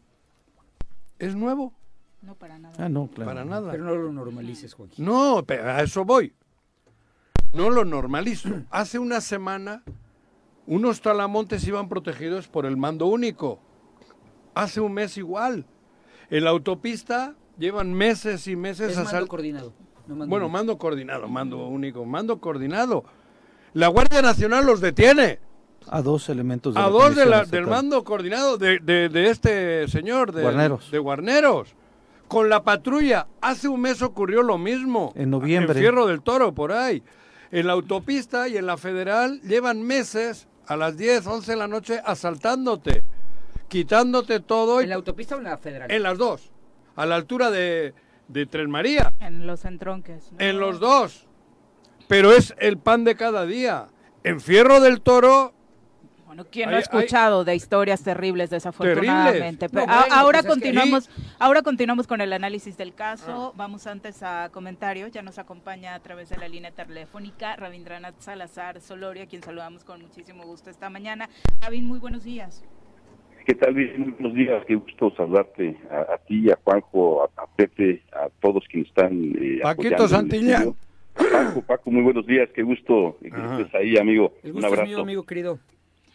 es nuevo.
No, No, para nada.
Ah, no, claro.
Para nada.
Pero no lo normalices, Joaquín.
No, pero a eso voy. No lo normalizo. [CLEARS THROAT] Hace una semana, unos talamontes iban protegidos por el mando único. Hace un mes igual. En la autopista llevan meses y meses
Es mando
asal-
coordinado. no mando
bueno,
único.
mando coordinado, mando único, mando coordinado. La Guardia Nacional los detiene.
A dos elementos pues, de
a
la
dos de
Comisión este
la-
Estatal.
del mando coordinado de, de- de este señor de
Guarneros.
de Guarneros. Con la patrulla. Hace un mes ocurrió lo mismo.
En noviembre.
En Fierro del Toro, por ahí. En la autopista y en la federal llevan meses a las 10, 11 de la noche asaltándote, quitándote todo. ¿En la
autopista o en la federal?
En las dos. A la altura de, de Tres María.
En los entronques. ¿no?
En los dos. Pero es el pan de cada día. En Fierro del Toro
Bueno, ¿quién no
Hay-
ha escuchado de historias terribles desafortunadamente?
Terribles.
Pero
No,
a-
bueno, pues es
ahora
que-
continuamos, ahora continuamos con el análisis del
Ah.
caso. Vamos antes a comentarios. Ya nos acompaña a través de la línea telefónica Ravindranath Salazar Soloria, quien saludamos con muchísimo gusto esta mañana. Ravin, muy buenos días.
¿Qué tal, Luis? Muy buenos días. Qué gusto saludarte a, a ti, a Juanjo, a, a Pepe, a todos quienes están. eh,
Paquito
apoyando en el
Santillán.
estudio. Paco, Paco, muy buenos días. Qué gusto que estés ahí, amigo.
El
Un
gusto es mío,
abrazo.
amigo querido.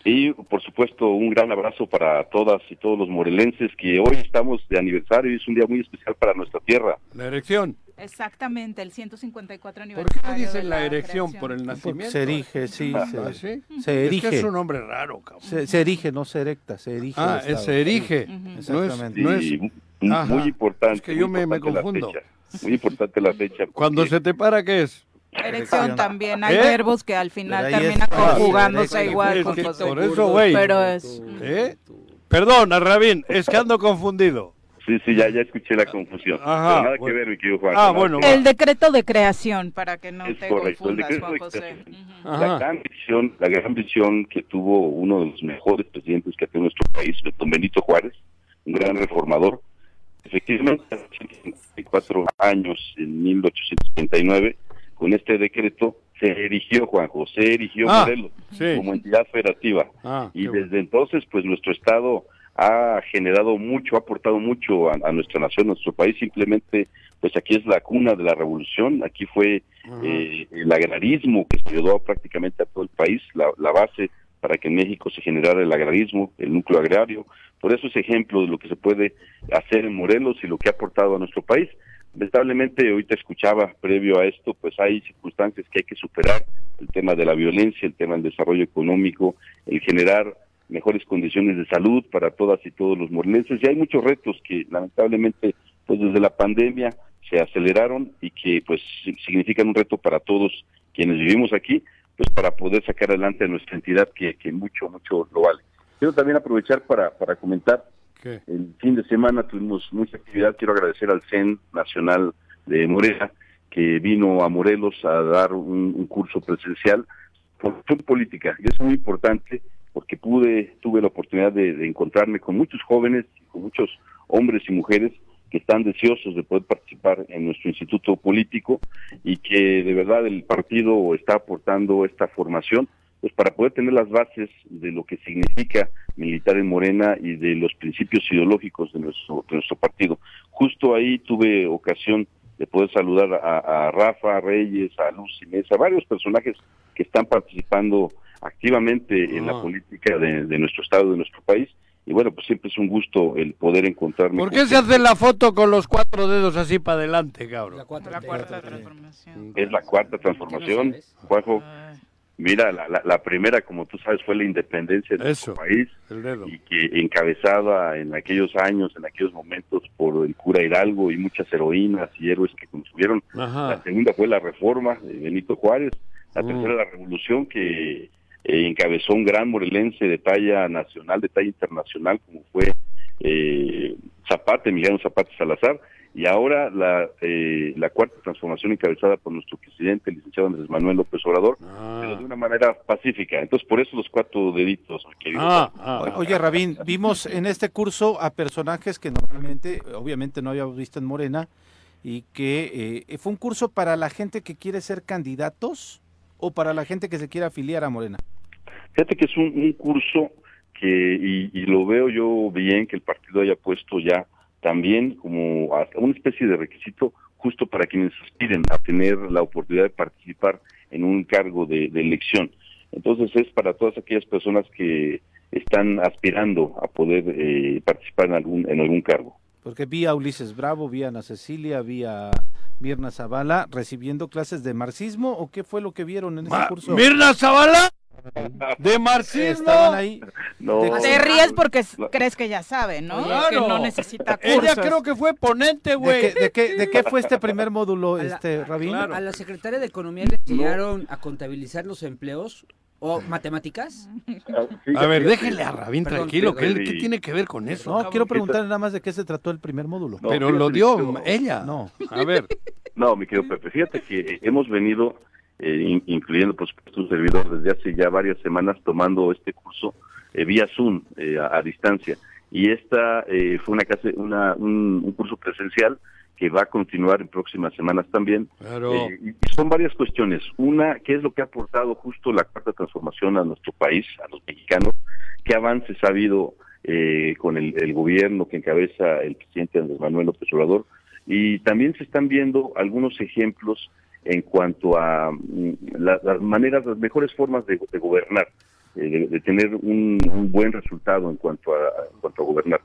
Y, por supuesto, un gran abrazo para todas y todos los morelenses que hoy estamos de aniversario y es un día muy especial para nuestra tierra.
La erección.
Exactamente, el 154
¿Por qué
aniversario.
le dicen
de
la
creación?
erección? ¿Por el nacimiento?
se erige, sí, se-
¿Ah, sí?
se
Es que
erige.
es un nombre raro, cabrón.
Se, se erige, no se erecta, se erige.
Ah,
el Estado.
se erige. No es-
Exactamente.
no es-
Muy
Ajá.
importante.
Es que yo
muy
me- me
importante la
confundo.
fecha. Muy importante la fecha.
Cuando se te para, ¿qué es?
Erección también. Hay
¿Eh?
verbos que al final
Pero ahí
terminan
es fácil,
conjugándose
erección.
igual.
Es
con
que
cosas-
por eso, güey.
Pero es.
¿Eh? Perdón, Rabín, es que ando confundido.
Sí, sí, ya, ya escuché la confusión.
Ajá,
Pero nada
bueno.
que ver, mi querido Juanjo.
Ah,
nada
bueno,
que ver.
El decreto de creación, para que no
Es
te
correcto, el
confundas,
decreto
Juan
de
José.
La gran visión, la gran visión que tuvo uno de los mejores presidentes que ha tenido nuestro país, don Benito Juárez, un gran reformador. Efectivamente, hace 54 años, en 1839, con este decreto se erigió Juanjo, se erigió
Ah,
Morelos
sí.
como entidad federativa.
Ah,
y desde entonces, pues nuestro Estado ha generado mucho, ha aportado mucho a, a nuestra nación, a nuestro país. Simplemente, pues aquí es la cuna de la revolución, aquí fue eh, el agrarismo que se ayudó prácticamente a todo el país, la, la base para que en México se generara el agrarismo, el núcleo agrario. Por eso es ejemplo de lo que se puede hacer en Morelos y lo que ha aportado a nuestro país. Lamentablemente, ahorita escuchaba previo a esto, pues hay circunstancias que hay que superar, el tema de la violencia, el tema del desarrollo económico, el generar mejores condiciones de salud para todas y todos los morelenses. Y hay muchos retos que lamentablemente, pues desde la pandemia se aceleraron y que pues si- significan un reto para todos quienes vivimos aquí, pues para poder sacar adelante a nuestra entidad que, que mucho, mucho lo vale. Quiero también aprovechar para, para comentar,
¿Qué?
el fin de semana tuvimos mucha actividad, quiero agradecer al CEN Nacional de Morelia, que vino a Morelos a dar un, un curso presencial formación política. Y eso es muy importante porque pude, tuve la oportunidad de, de encontrarme con muchos jóvenes, con muchos hombres y mujeres que están deseosos de poder participar en nuestro instituto político y que de verdad el partido está aportando esta formación pues para poder tener las bases de lo que significa militar en Morena y de los principios ideológicos de nuestro, de nuestro partido. Justo ahí tuve ocasión de poder saludar a, a Rafa Reyes, a Lucy Mesa, varios personajes que están participando activamente en
Ah.
la política de, de nuestro estado, de nuestro país. Y bueno, pues siempre es un gusto el poder encontrarme.
¿Por
con
qué se
gente
hace la foto con los cuatro dedos así para adelante, cabrón?
Es la cuarta transformación, Juanjo. Mira, la, la- la primera, como tú sabes, fue la independencia de nuestro país,
El dedo.
y que encabezada en aquellos años, en aquellos momentos, por el cura Hidalgo y muchas heroínas y héroes que construyeron. La
Ajá.
segunda fue la reforma de Benito Juárez. La tercera, la revolución que eh, encabezó un gran morelense de talla nacional, de talla internacional, como fue eh, Zapata, Emiliano Zapata Salazar. Y ahora la, eh, la cuarta transformación encabezada por nuestro presidente, el licenciado Andrés Manuel López Obrador, pero de una manera pacífica. Entonces, por eso los cuatro deditos, mi querido.
Ah,
O- Oye, Rabín, vimos en este curso a personajes que normalmente, obviamente no habíamos visto en Morena, y que eh, fue un curso para la gente que quiere ser candidatos o para la gente que se quiere afiliar a Morena.
Fíjate que es un, un curso que, y, y lo veo yo bien, que el partido haya puesto ya también como a- una especie de requisito justo para quienes aspiren a tener la oportunidad de participar en un cargo de, de elección. Entonces es para todas aquellas personas que están aspirando a poder eh, participar en algún, en algún cargo.
Porque vi a Ulises Bravo, vi a Ana Cecilia, vi a Mirna Zavala recibiendo clases de marxismo, ¿o qué fue lo que vieron en este curso?
¿Mirna Zavala? ¿De
Eh,
marxismo?
Estaban ahí.
No.
Te ríes porque s- crees que ya sabe, ¿no?
Claro.
Que no necesita cursos.
Ella creo que fue ponente, güey.
¿De qué, de qué- de qué fue este primer módulo, este, Rabín?
A la secretaria de Economía le enseñaron a contabilizar los empleos o matemáticas.
Ah,
A ver, déjenle a Rabín
Perdón,
tranquilo,
perdón.
que él, ¿qué tiene que ver con eso?
No, quiero preguntar nada más de qué se trató el primer módulo.
No, Pero lo fíjate, dio yo-
ella.
No.
A ver.
No, mi querido Pepe, fíjate que eh, hemos venido, eh, in- incluyendo por supuesto un servidor, desde hace ya varias semanas tomando este curso eh, vía Zoom, eh, a, a distancia. Y esta eh, fue una, clase- una un, un curso presencial que va a continuar en próximas semanas también.
Claro.
Eh, y- y son varias cuestiones. Una, ¿qué es lo que ha aportado justo la cuarta transformación a nuestro país, a los mexicanos? ¿Qué avances ha habido eh, con el, el gobierno que encabeza el presidente Andrés Manuel López Obrador? Y también se están viendo algunos ejemplos en cuanto a mm, la- las maneras, las mejores formas de, de gobernar, eh, de, de tener un, un buen resultado en cuanto a, en cuanto a gobernar.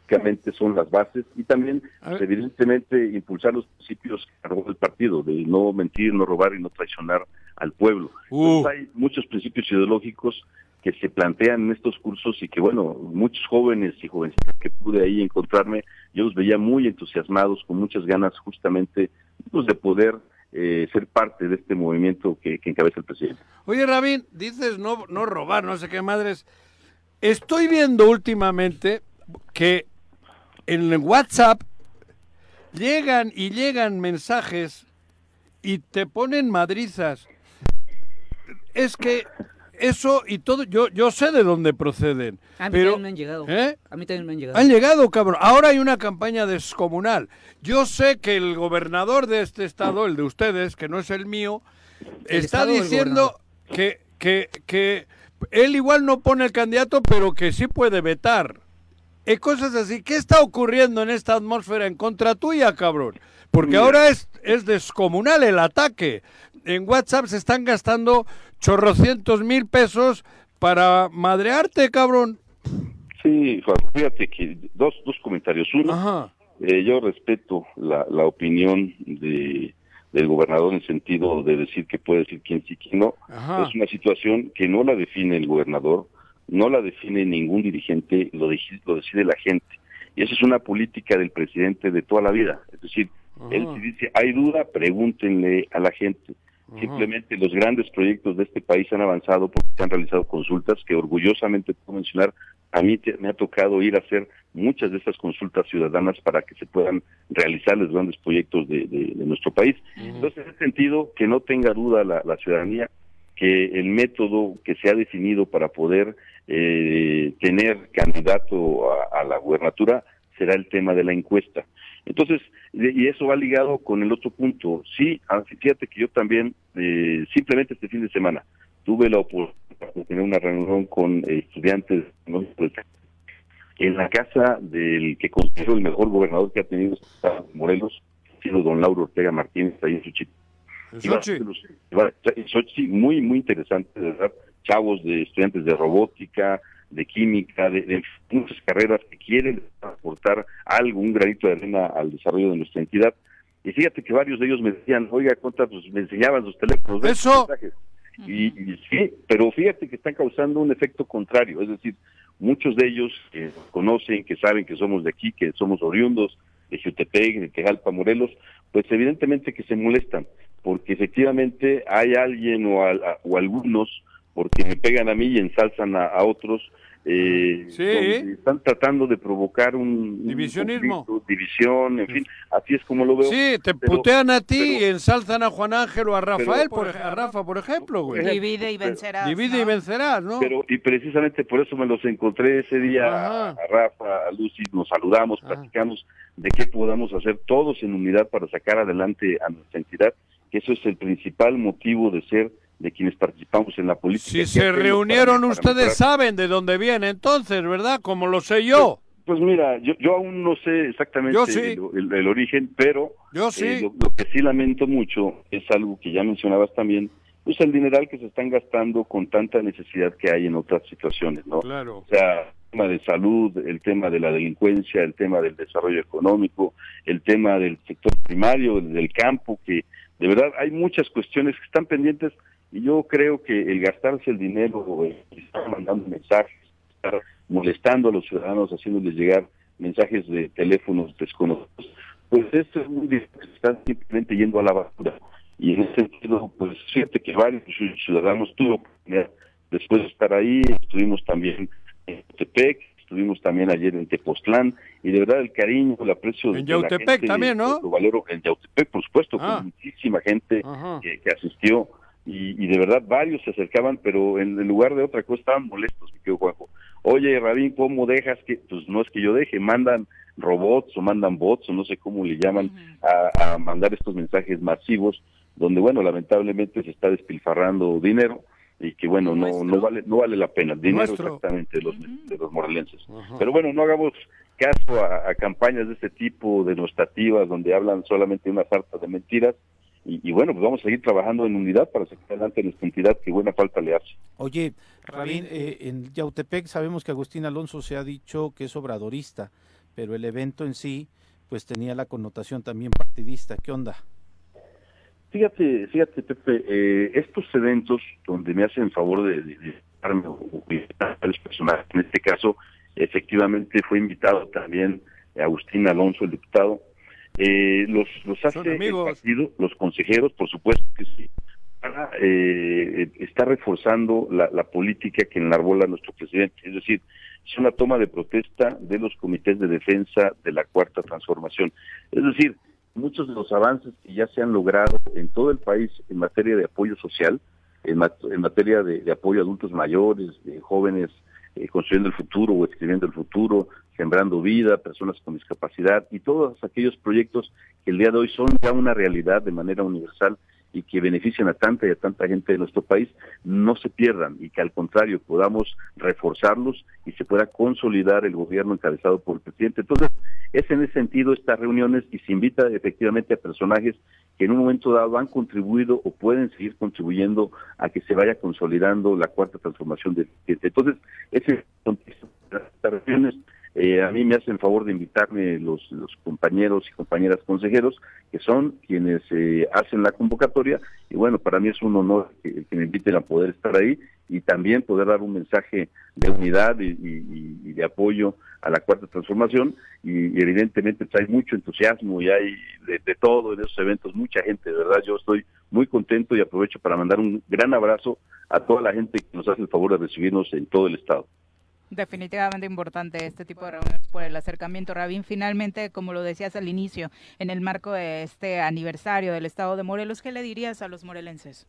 Básicamente son las bases y también
A ver.
evidentemente impulsar los principios que cargó el partido, de no mentir, no robar y no traicionar al pueblo.
Uh.
Entonces, hay muchos principios ideológicos que se plantean en estos cursos y que bueno, muchos jóvenes y jovencitas que pude ahí encontrarme, yo los veía muy entusiasmados, con muchas ganas justamente pues, de poder eh, ser parte de este movimiento que, que encabeza el presidente.
Oye, Rabín, dices no, no robar, no sé qué madres. Estoy viendo últimamente que en WhatsApp llegan y llegan mensajes y te ponen madrizas. Es que eso y todo, yo, yo sé de dónde proceden.
A mí
pero
también me han llegado.
¿Eh?
A mí también me han llegado.
Han llegado, cabrón. Ahora hay una campaña descomunal. Yo sé que el gobernador de este estado, el de ustedes, que no es el mío,
El
está
estado del
diciendo que, que, que él igual no pone el candidato, pero que sí puede vetar. Y cosas así. ¿Qué está ocurriendo en esta atmósfera en contra tuya, cabrón? Porque ahora es, es descomunal el ataque. En WhatsApp se están gastando chorrocientos mil pesos para madrearte, cabrón.
Sí, Juan, fíjate que dos, dos comentarios. Uno, eh, yo respeto la, la opinión de, del gobernador en el sentido de decir que puede decir quién sí, quién no.
Ajá.
Es una situación que no la define el gobernador, no la define ningún dirigente, lo, deci- lo decide la gente. Y esa es una política del presidente de toda la vida. Es decir, él si dice, hay duda, pregúntenle a la gente. Simplemente los grandes proyectos de este país han avanzado porque se han realizado consultas que orgullosamente puedo mencionar. A mí te- me ha tocado ir a hacer muchas de estas consultas ciudadanas para que se puedan realizar los grandes proyectos de, de- de nuestro país. Entonces, en ese sentido, que no tenga duda la, la ciudadanía que el método que se ha definido para poder eh, tener candidato a, a la gubernatura será el tema de la encuesta. Entonces, de- y eso va ligado con el otro punto. Sí, ah, fíjate que yo también, eh, simplemente este fin de semana, tuve la oportunidad de tener una reunión con eh, estudiantes ¿no? Pues, en la casa del que considero el mejor gobernador que ha tenido este estado, Morelos, ha sido don Lauro Ortega Martínez, ahí en Xochitl. Y va a ser los- va a- en Xochitl, muy, muy interesante, de verdad. Chavos de estudiantes de robótica, de química, de, de muchas carreras que quieren aportar algo, un granito de arena al desarrollo de nuestra entidad. Y fíjate que varios de ellos me decían, oiga, contra, pues me enseñaban sus teléfonos. ven sus mensajes". Y, y sí, pero fíjate que están causando un efecto contrario, es decir, muchos de ellos que nos conocen, que saben que somos de aquí, que somos oriundos de Jutepec, de Quejalpa, Morelos, pues evidentemente que se molestan, porque efectivamente hay alguien o, al- a- o algunos, porque me pegan a mí y ensalzan a, a otros, eh,
Sí.
donde están tratando de provocar un... un
Divisionismo.
conflicto, división, en fin, así es como lo veo.
Sí, te
Pero-
putean a ti y ensalzan a Juan Ángel o a Rafael,
pero-
por, ej- a Rafa, por ejemplo, güey.
Divide y vencerás.
Divide y vencerás, ¿no?
Pero, y precisamente por eso me los encontré ese día
Ajá.
a, a Rafa, a Lucy, nos saludamos, platicamos de qué podamos hacer todos en unidad para sacar adelante a nuestra entidad, que eso es el principal motivo de ser de quienes participamos en la política.
si
¿Qué
se
hacemos para-
reunieron,
para
ustedes
mejorar?
saben de dónde viene entonces, ¿verdad? Como lo sé yo.
Pues mira, yo, yo aún no sé exactamente
Yo sí.
el, el- el origen, pero eh,
Yo sí.
lo, lo que sí lamento mucho es algo que ya mencionabas también, pues el dineral que se están gastando con tanta necesidad que hay en otras situaciones, ¿no?
Claro.
O sea, el tema de salud, el tema de la delincuencia, el tema del desarrollo económico, el tema del sector primario, el del campo, que de verdad hay muchas cuestiones que están pendientes y yo creo que el gastarse el dinero, eh, estar mandando mensajes, estar molestando a los ciudadanos, haciéndoles llegar mensajes de teléfonos desconocidos, pues esto es muy difícil, están simplemente yendo a la basura. Y en ese sentido, pues fíjate que varios ciudadanos tuvo oportunidad, después de estar ahí, estuvimos también en Tepec, estuvimos también ayer en Tepoztlán, y de verdad el cariño, el aprecio
En
de la
Yautepec
gente,
también, ¿no?
Lo valoro en Yautepec, por supuesto,
Ah.
con muchísima gente
Ajá.
que, que asistió, y, y de verdad varios se acercaban, pero en, en lugar de otra cosa estaban molestos, mi querido Juanjo. Oye, Rabín, ¿cómo dejas que...? Pues no es que yo deje, mandan robots o mandan bots o no sé cómo le llaman a, a mandar estos mensajes masivos donde, bueno, lamentablemente se está despilfarrando dinero y que, bueno, no, no, vale, no vale la pena. Dinero
Nuestro.
exactamente de los, de los morelenses. Pero bueno, no hagamos caso a, a campañas de este tipo, de nostativas, donde hablan solamente una sarta de mentiras. Y, y bueno, pues vamos a seguir trabajando en unidad para sacar adelante nuestra entidad que buena falta le hace.
Oye, Rabín, eh, en Yautepec sabemos que Agustín Alonso se ha dicho que es obradorista, pero el evento en sí pues tenía la connotación también partidista. ¿Qué onda?
Fíjate, fíjate, Pepe, eh, estos eventos donde me hacen favor de de- de invitarme o o invitar a los personajes, en este caso, efectivamente fue invitado también Agustín Alonso, el diputado, eh, los, los hace el partido, los consejeros, por supuesto que sí, para, eh, está reforzando la, la política que enarbola nuestro presidente, es decir, es una toma de protesta de los comités de defensa de la cuarta transformación, es decir, muchos de los avances que ya se han logrado en todo el país en materia de apoyo social, en, mat- en materia de, de apoyo a adultos mayores, de jóvenes eh, construyendo el futuro o escribiendo el futuro, sembrando vida, personas con discapacidad y todos aquellos proyectos que el día de hoy son ya una realidad de manera universal y que benefician a tanta y a tanta gente de nuestro país, no se pierdan y que al contrario podamos reforzarlos y se pueda consolidar el gobierno encabezado por el presidente. Entonces, es en ese sentido estas reuniones y se invita efectivamente a personajes que en un momento dado han contribuido o pueden seguir contribuyendo a que se vaya consolidando la cuarta transformación del presidente. Entonces, ese contexto de estas reuniones. eh, a mí me hacen favor de invitarme los, los compañeros y compañeras consejeros, que son quienes eh, hacen la convocatoria, y bueno, para mí es un honor que, que me inviten a poder estar ahí y también poder dar un mensaje de unidad y, y- y- y de apoyo a la cuarta transformación y, y evidentemente pues, hay mucho entusiasmo y hay de, de todo en esos eventos, mucha gente, de verdad yo estoy muy contento y aprovecho para mandar un gran abrazo a toda la gente que nos hace el favor de recibirnos en todo el estado.
Definitivamente importante este tipo de reuniones por el acercamiento. Rabín, finalmente, como lo decías al inicio, en el marco de este aniversario del Estado de Morelos, ¿qué le dirías a los morelenses?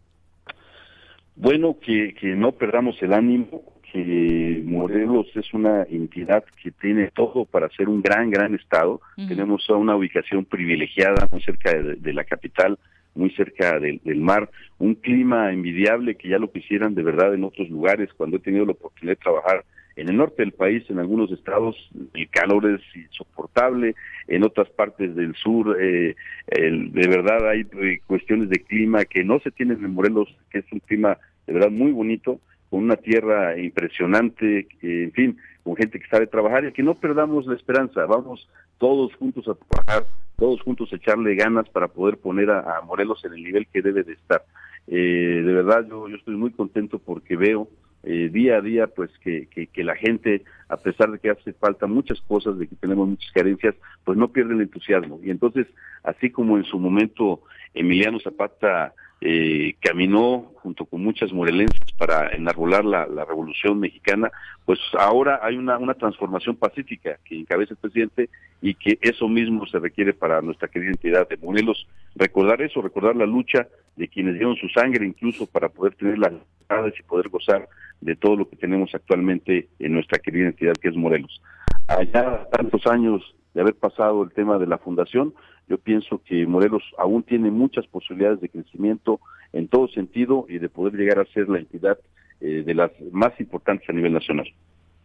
Bueno, que, que no perdamos el ánimo, que Morelos es una entidad que tiene todo para ser un gran, gran estado.
Ujú.
Tenemos a una ubicación privilegiada, muy cerca de, de la capital, muy cerca del, del mar, un clima envidiable que ya lo quisieran de verdad en otros lugares. Cuando he tenido la oportunidad de trabajar en el norte del país, en algunos estados, el calor es insoportable, en otras partes del sur, eh, el- de verdad hay eh, cuestiones de clima que no se tienen en Morelos, que es un clima de verdad muy bonito, con una tierra impresionante, eh, en fin, con gente que sabe trabajar y que no perdamos la esperanza, vamos todos juntos a trabajar, todos juntos a echarle ganas para poder poner a, a Morelos en el nivel que debe de estar. Eh, de verdad, yo, yo estoy muy contento porque veo eh, día a día pues que, que, que la gente, a pesar de que hace falta muchas cosas, de que tenemos muchas carencias, pues no pierde el entusiasmo. Y entonces, así como en su momento Emiliano Zapata eh, caminó junto con muchas morelenses para enarbolar la, la revolución mexicana, pues ahora hay una, una transformación pacífica que encabeza el presidente y que eso mismo se requiere para nuestra querida entidad de Morelos. Recordar eso, recordar la lucha de quienes dieron su sangre incluso para poder tener las libertades y poder gozar de todo lo que tenemos actualmente en nuestra querida entidad que es Morelos. Allá tantos años de haber pasado el tema de la fundación, yo pienso que Morelos aún tiene muchas posibilidades de crecimiento en todo sentido y de poder llegar a ser la entidad eh, de las más importantes a nivel nacional.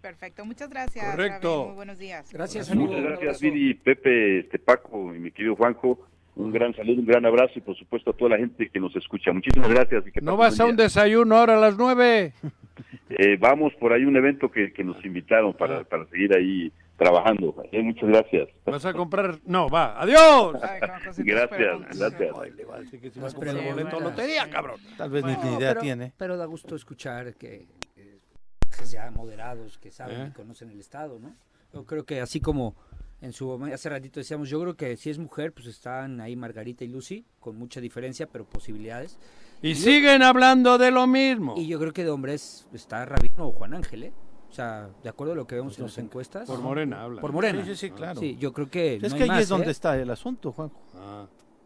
Perfecto, muchas gracias.
Correcto.
Rabín, muy buenos días.
Gracias,
Muchas gracias, Viri, Pepe, este, Paco y mi querido Juanjo. Un gran saludo, un gran abrazo y por supuesto a toda la gente que nos escucha. Muchísimas gracias. y que
¿No
pasen
vas a
buen
un desayuno ahora a las nueve?
día. Eh, vamos por ahí un evento que, que nos invitaron para, para seguir ahí trabajando. Eh, muchas gracias.
¿Vas a comprar? No, va. ¡Adiós!
Gracias, gracias.
Las Pues, boleto lotería, cabrón.
Tal vez ni- ni idea
pero,
tiene.
Pero da gusto escuchar que eh, jefes ya moderados que saben
¿Eh?
y conocen el Estado, ¿no? Yo creo que así como en su momento, hace ratito decíamos, yo creo que si es mujer, pues están ahí Margarita y Lucy, con mucha diferencia, pero posibilidades.
Y siguen hablando de lo mismo.
Y yo creo que de hombres está Rabino o Juan Ángel, ¿eh? O sea, de acuerdo a lo que vemos en las encuestas.
Pues Por Morena habla.
Por Morena.
Sí, sí, sí, claro.
Sí, yo creo que.
Es que
no hay
ahí
más,
es donde
¿eh?
está el asunto, Juanjo.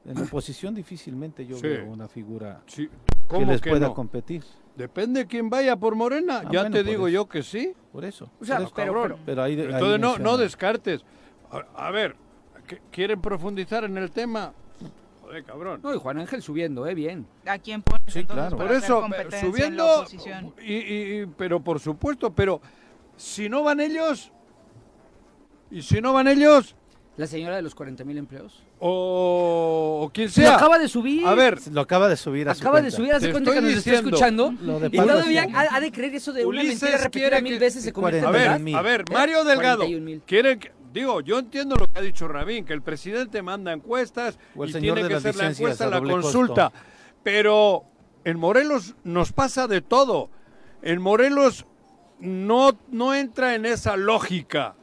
En la oposición difícilmente yo
Ah. Sí.
veo una figura que
¿Cómo
les
que
pueda
no?
competir.
Depende de quién vaya por Morena.
Ah,
ya
bueno,
te
por
digo
eso.
yo que sí.
Por eso.
O sea,
Por eso,
pero,
cabrón. Pero ahí- ahí
Entonces no,
menciona.
no descartes. A, a ver, ¿qu- ¿quieren profundizar en el tema? Joder, cabrón.
No, y Juan Ángel subiendo, ¿eh? Bien.
¿A quién pones
Sí,
entonces
claro.
para
Por
hacer
eso,
competencia en la
subiendo,
oposición?
y, y- y- pero por supuesto, pero si no van ellos, y si no van ellos,
La señora de los 40 mil empleos.
o, o quien
Se
sea.
acaba de subir.
A ver,
Lo acaba de subir a su
Acaba de
cuenta.
subir, hace
Te
cuenta que
estoy
nos está
diciendo.
escuchando.
Lo de
Y
Pablo
todavía
Escobar.
ha, ha de creer eso de una
Ulises
mentira repetida
quiere
mil
que-
veces se
a
convierte en verdad. ¿Eh?
ver, a ver, Mario Delgado
41 mil.
quiere que- digo, yo entiendo lo que ha dicho Rabín, que el presidente manda encuestas
O el
y
señor
tiene
de
que
las
ser la
licencias
encuesta
a
la
doble
consulta,
costo.
pero en Morelos nos pasa de todo. En Morelos no no entra en esa lógica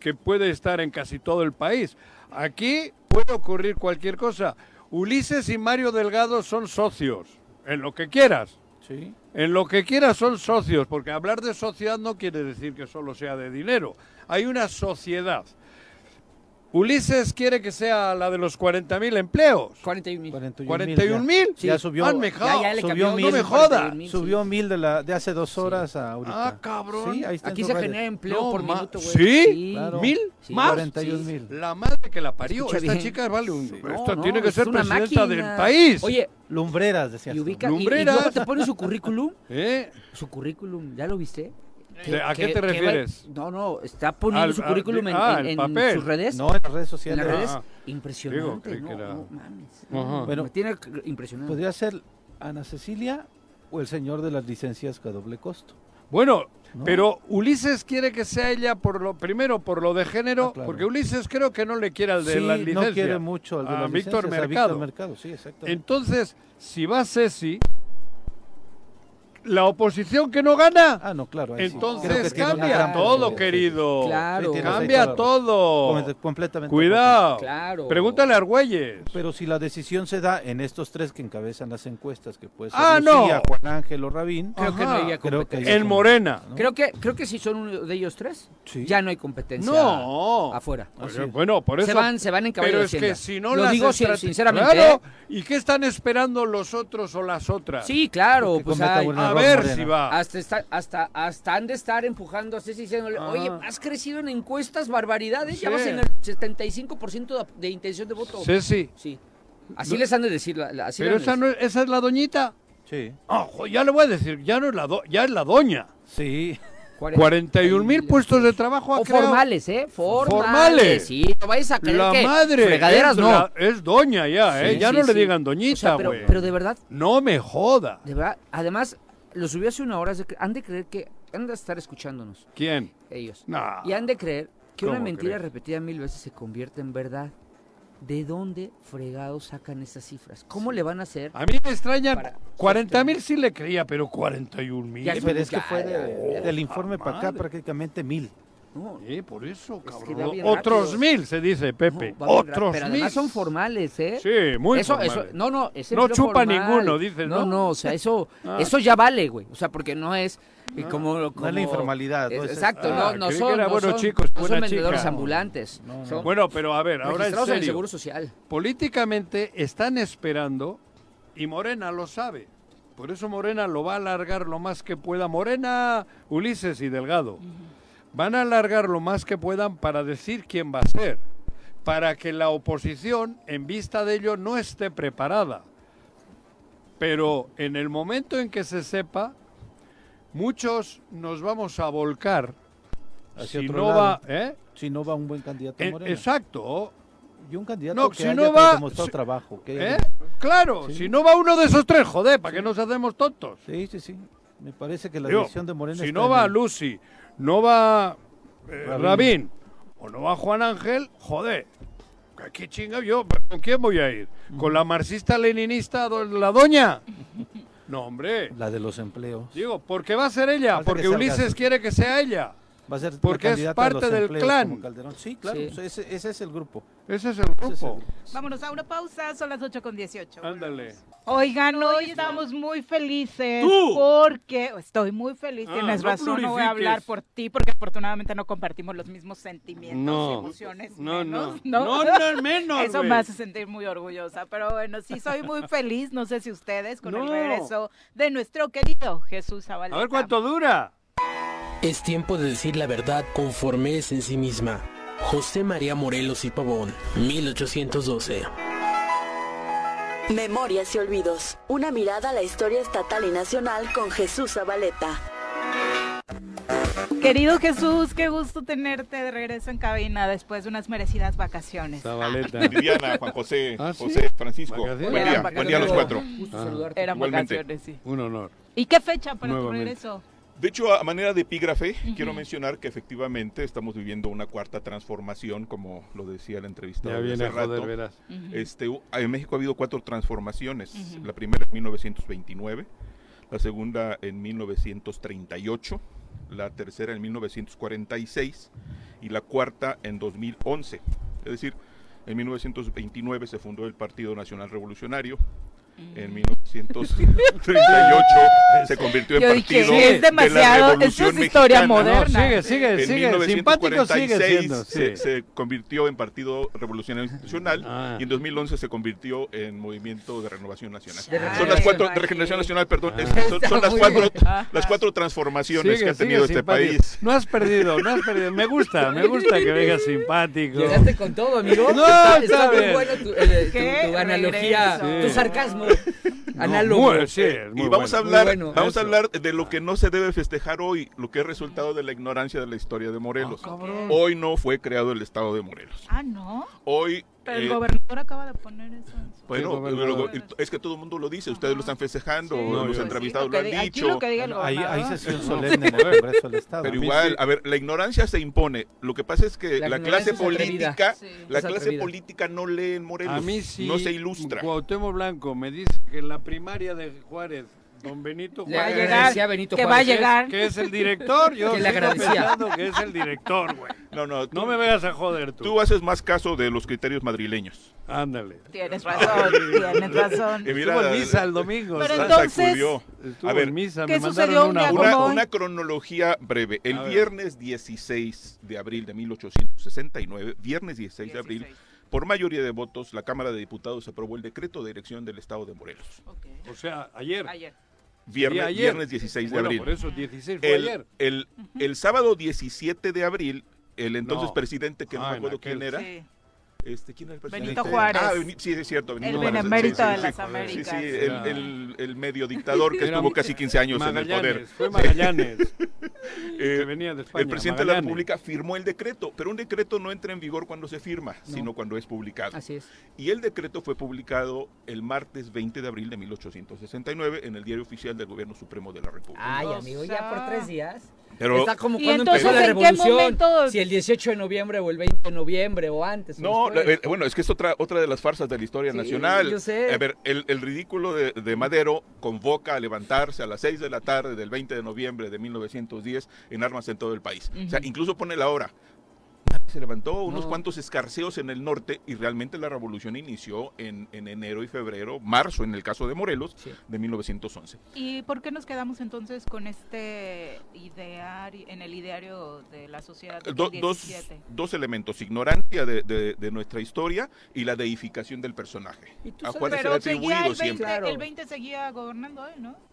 que puede estar en casi todo el país. Aquí puede ocurrir cualquier cosa. Ulises y Mario Delgado son socios, en lo que quieras.
Sí.
En lo que quieras son socios, porque hablar de sociedad no quiere decir que solo sea de dinero. Hay una sociedad. Ulises quiere que sea la de los 40.000 empleos.
41 mil.
41 mil.
Ya subió.
Manmejao.
ya le
Subió
cambió
mil.
mil,
No me jodas.
41,000, Subió mil de, la, de hace dos horas a ahorita.
Ah, cabrón.
Sí, ahí está en
Aquí
sus
se
redes.
genera empleo
No,
por
ma-
minuto, güey.
¿Sí?
Claro.
¿Mil?
Sí,
¿Más?
41,000.
La madre que la parió.
Escucha
Esta
bien.
chica vale un...
No,
Esta
no,
tiene que
es
ser
una
presidenta
máquina.
del país.
Oye,
Lumbreras, decía.
y ubica, y- y,
Lumbreras.
luego te pone su currículum.
[LAUGHS] ¿Eh?
Su currículum, ¿ya lo viste?
¿De- a qué te
va-
refieres?
no, no, está poniendo
Al-
su
al-
currículum en-
ah, el
en, en
papel.
sus redes.
No, en las redes sociales.
En las redes.
Ah.
Impresionante.
Digo, creí
no,
que era-
no mames.
Ajá.
Bueno,
Bueno,
me tiene c- impresionado.
Podría ser Ana Cecilia o el señor de las licencias a doble costo.
Bueno,
¿No?
pero Ulises quiere que sea ella por lo primero por lo de género,
Ah, claro.
porque Ulises creo que no le quiere al de
Sí,
la
no
licencia.
quiere mucho al de
a
las
Víctor
licencias, a
Mercado.
Víctor Mercado, sí, exactamente.
Entonces, si va Ceci, la oposición que no gana.
Ah, no, claro. ahí sí. Creo que
Pues, Entonces
tiene una
cambia
gran
todo,
posibilidad.
querido.
Sí, tienes ahí
Cambia
toda la razón.
todo.
Comple- Completamente.
Cuidado.
Claro.
Pregúntale a Argüelles.
Pero si la decisión se da en estos tres que encabezan las encuestas, que puede ser
Ah,
Lucía,
no.
Juan Ángel o Rabín.
Creo que no había competencia.
En
Creo que creo que si son uno de ellos tres, ya no hay competencia
No.
afuera.
Oye, Bueno, por eso.
Ah, Se van, se van en caballo
Pero
de
es que
hacienda.
si no
Lo
las
digo sin-
estrate-
sinceramente.
Claro.
¿eh?
¿Y qué están esperando los otros o las otras?
Sí, claro.
Que
Pues
cometa
hay-
un error, a ver Morena. si va.
Hasta, está- hasta, hasta han de estar empujando, así diciéndole,
Ah.
oye, has crecido en encuestas, barbaridades, ya
Sí.
vas en el 75% de, de intención de voto.
Ceci.
Sí. Así les han de decir. la- la- así
Pero
les han
esa,
de
no es, esa es la doñita.
Sí.
Ojo, ya le voy a decir, ya no es la do- ya es la doña.
Sí.
41 mil puestos de trabajo ha
O
creado.
formales, ¿eh? Formales.
Formales.
Sí, no vayas a creer
La
que
madre.
fregaderas
es
no.
la- es doña ya, ¿eh?
Sí,
ya
sí,
no le
sí.
digan
O sea,
doñita, güey.
pero, pero de verdad,
No me joda.
de verdad, además, lo subí hace una hora, es de cre- han de creer que, han de estar escuchándonos.
¿Quién?
Ellos.
Nah.
Y han de creer que una
¿Cómo
mentira
crees?
repetida mil veces se convierte en verdad. ¿De dónde fregados sacan esas cifras? ¿Cómo le van a hacer?
A mí me extrañan. 40 mil sí le creía, pero 41 mil.
Ya
Sí, pero es que fue de- del informe para acá prácticamente mil.
Eh, por eso,
que va
cabrón.
bien
Otros
rápido.
mil, se dice, Pepe.
Va muy rápido,
Otros
Pero
mil.
además son formales, ¿eh?
Sí, muy
eso, eso-
formales.
No, no, es
No
empleo
chupa
formal.
ninguno, dices, ¿no?
No, o sea, eso,
[LAUGHS] Ah.
eso Pues ya vale, güey. O sea, porque no es eh, como, como...
la informalidad, no
Es-
Pues
es-
Eh, exacto,
Ah,
no, no
creí que
son,
era
no
bueno,
son-
chicos,
no son
buena
vendedores
chica.
ambulantes.
No, no, no.
Son
Bueno, pero a ver, ahora en
registrados el
serio.
Seguro Social.
Políticamente están esperando, y Morena lo sabe. Por eso Morena lo va a alargar lo más que pueda. Morena, Ulises y Delgado. Van a alargar lo más que puedan para decir quién va a ser. Para que la oposición, en vista de ello, no esté preparada. Pero en el momento en que se sepa, muchos nos vamos a volcar.
Hacia
si
otro
no
lado.
va, ¿eh?
Si no va un buen candidato
Eh,
Morena.
exacto.
Y un candidato
No,
que
si
haya
no va-
demostrado
si-
trabajo. que haya
¿Eh? Claro, si no va uno de esos tres, joder, ¿para qué nos hacemos tontos?
Sí, sí, sí. Me parece que la
Digo,
decisión de Morena
si
está
no
en
va
el-
Lucy, no va eh,
Rabín.
Rabín. o no va Juan Ángel, joder, ¿qué chinga yo? ¿Con quién voy a ir? ¿Con la marxista-leninista, do- la
[LAUGHS]
doña? No, hombre.
La de los empleos.
Digo, porque va a ser ella,
Falta que
porque
salga
Ulises
su-
quiere que sea ella.
Va a ser la
Porque es
candidata a los
parte del
empleos
clan.
como Calderón. Sí, claro.
Sí.
o sea, Ese, ese es el grupo.
Ese es el grupo.
Vámonos a una pausa, son las 8 con 18.
Ándale.
Oigan, hoy estamos muy felices
Tú.
porque estoy muy feliz,
Ah,
tienes
no
razón, no voy a
glorifiques.
hablar por [LAUGHS] ti porque afortunadamente no compartimos los mismos sentimientos,
No.
emociones.
No,
menos,
no. No,
[LAUGHS]
no, menos,
Eso
güey.
me hace sentir muy orgullosa, pero bueno, sí soy muy feliz, no sé si ustedes, con el
No.
regreso de nuestro querido Jesús Zabaleta.
cuánto dura.
Es tiempo de decir la verdad conforme es en sí misma. José María Morelos y Pavón, 1812.
Ah.
Memorias y olvidos. Una mirada a la historia estatal y nacional con Jesús Zabaleta.
Querido Jesús, qué gusto tenerte de regreso en cabina después de unas merecidas vacaciones.
Viviana, Juan José,
¿Ah, sí?
José Francisco.
¿Vacaciones?
Buen día, buen día a los cuatro.
Ah.
Eran
Igualmente.
vacaciones, sí.
Un honor.
¿Y qué fecha para tu
Nuevamente.
regreso?
De hecho, a manera de epígrafe,
Ujú.
quiero mencionar que efectivamente estamos viviendo una cuarta transformación, como lo decía la entrevista
Ya viene a joder, verás.
Ujú.
Este, u- en México ha habido cuatro transformaciones.
Ujú.
La primera en 1929, la segunda en 1938, la tercera en 1946 y la cuarta en 2011. Es decir, en 1929 se fundó el Partido Nacional Revolucionario.
Mm.
En 1938
[LAUGHS]
se convirtió en
Yo dije,
partido
sí, es
de la
demasiado,
Revolución
eso es historia
Mexicana.
moderna. No, sigue,
sigue,
En
sigue, simpático sigue
1946
siendo, sí.
se- se convirtió en Partido Revolucionario Institucional y en 2011 se convirtió en Movimiento de Renovación Nacional.
De
son
Renovación
las cuatro,
Nacional.
de Regeneración Nacional, perdón,
Ah.
es- son, son
Está
las
muy
cuatro,
bien.
las cuatro transformaciones
Sigue,
que ha
sigue
tenido este
simpático.
país.
No has perdido, no has perdido. Me gusta, me gusta que vengas simpático.
Llegaste con todo, amigo.
No,
está,
está
está muy
bien.
bueno tu, eh, tu-
Qué
tu analogía,
regreso.
tu
Sí.
sarcasmo.
No,
Análogo.
muy- y vamos a
Muy
hablar,
bueno.
vamos a hablar de lo que no se debe festejar hoy, lo que es resultado de la ignorancia de la historia de Morelos.
Ah,
hoy no fue creado el Estado de Morelos.
Ah, no.
Hoy
Pero el
eh,
gobernador acaba de poner eso. en su-
pues
Bueno,
Sí,
pero
gobernador.
go- es que todo el mundo lo dice, ustedes lo están festejando,
Sí,
los
pues sí,
entrevistados
lo
lo,
que
han
diga- aquí
dicho.
lo que diga el
Ahí-
gobernador.
ahí sesión solemne en el Congreso del Estado.
Pero
A mí
igual,
sí.
a ver, la ignorancia se impone. Lo que pasa es que
La
la, clase
ignorancia es atrevida.
política,
Sí.
la
Es
clase
atrevida.
política no lee en Morelos,
A mí sí.
no se ilustra.
Cuauhtémoc Blanco me dice que en la primaria de Juárez Don Benito
Le
Juárez.
agradecía a Benito Que va Juárez, a llegar.
Que es el director. Yo
[LAUGHS] Que le
sigo
agradecía.
pensando que es el director, güey.
No, no,
No me vayas a joder tú.
Tú haces más caso de los criterios madrileños.
Ándale.
Tienes razón,
[LAUGHS]
tienes razón.
Que mira,
Estuvo en misa el domingo.
Pero
se
entonces,
sacudió.
Estuvo
a ver,
en misa, me ¿qué mandaron sucedió un una día como
una,
hoy?
una cronología breve. El
A ver.
viernes 16 de abril de 1869, viernes 16 de abril, por mayoría de votos, la Cámara de Diputados aprobó el decreto de elección del Estado de Morelos.
O sea, ayer.
Viernes,
Sería ayer.
viernes 16 de
Bueno,
abril.
por eso 16 fue
el,
ayer.
el- el sábado 17 de abril, el entonces
No.
presidente, que
Ah,
no
en
me acuerdo
aquel-
quién era,
Sí.
este, ¿quién era el presidente?
Benito Juárez.
Ah, Beni- sí, es cierto.
El
Benito Juárez,
benemérito
sí, sí,
de
sí.
las
Sí,
Américas.
Sí, el,
Ah.
el- el medio dictador que
Era
estuvo casi 15 años en el
Magallanes,
poder.
fue Magallanes,
Eh,
venía de España,
el presidente de la
Magallanes.
República firmó el decreto, pero un decreto no entra en vigor cuando se firma, sino cuando es publicado.
Así es.
Y el decreto fue publicado el martes 20 de abril de 1869 en el Diario Oficial del Gobierno Supremo de la República.
Ay, amigo, ya por tres días.
Pero-
Está como
¿Y
cuando
entonces
empezó la
en qué
revolución.
momento?
Si el 18 de noviembre o el 20 de noviembre o antes. o
No,
después.
la- eh, bueno, es que es otra, otra de las farsas de la historia
Sí,
nacional.
yo sé.
A ver, el, el ridículo de, de Madero convoca a levantarse a las 6 de la tarde del 20 de noviembre de 1910 en armas en todo el país. O sea,
Ujú.
incluso pone la hora. Nadie Se levantó unos
No.
cuantos escarceos en el norte y realmente la revolución inició en, en enero y febrero, marzo en el caso de Morelos, de 1911.
¿Y por qué nos quedamos entonces con este ideario, en el ideario de la sociedad del
Do- dos,
17?
dos elementos, ignorancia de, de- de nuestra historia y la deificación del personaje. A Juárez se le ha
Pero seguía
atribuido
el 20,
siempre.
el 20 seguía gobernando él, ¿no?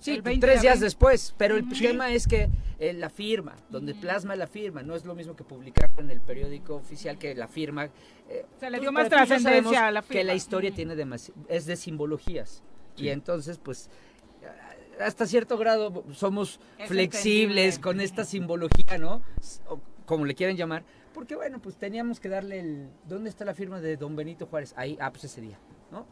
Sí,
El 20 de
tres días
abril.
después, pero el
Ujú.
tema es que eh, la firma, donde plasma la firma, no es lo mismo que publicar en el periódico oficial que la firma. eh,
Se le
tú-
dio más
pero tú y yo
trascendencia
sabemos
a la
Que la
firma.
historia
Ujú.
tiene demasi- es de simbologías.
Sí.
Y entonces, pues, hasta cierto grado somos
Es
flexibles con esta simbología, ¿no? S- o como le quieren llamar. Porque bueno, pues teníamos que darle el... ¿Dónde está la firma de don Benito Juárez? Ahí, ah, pues ese día, ¿no?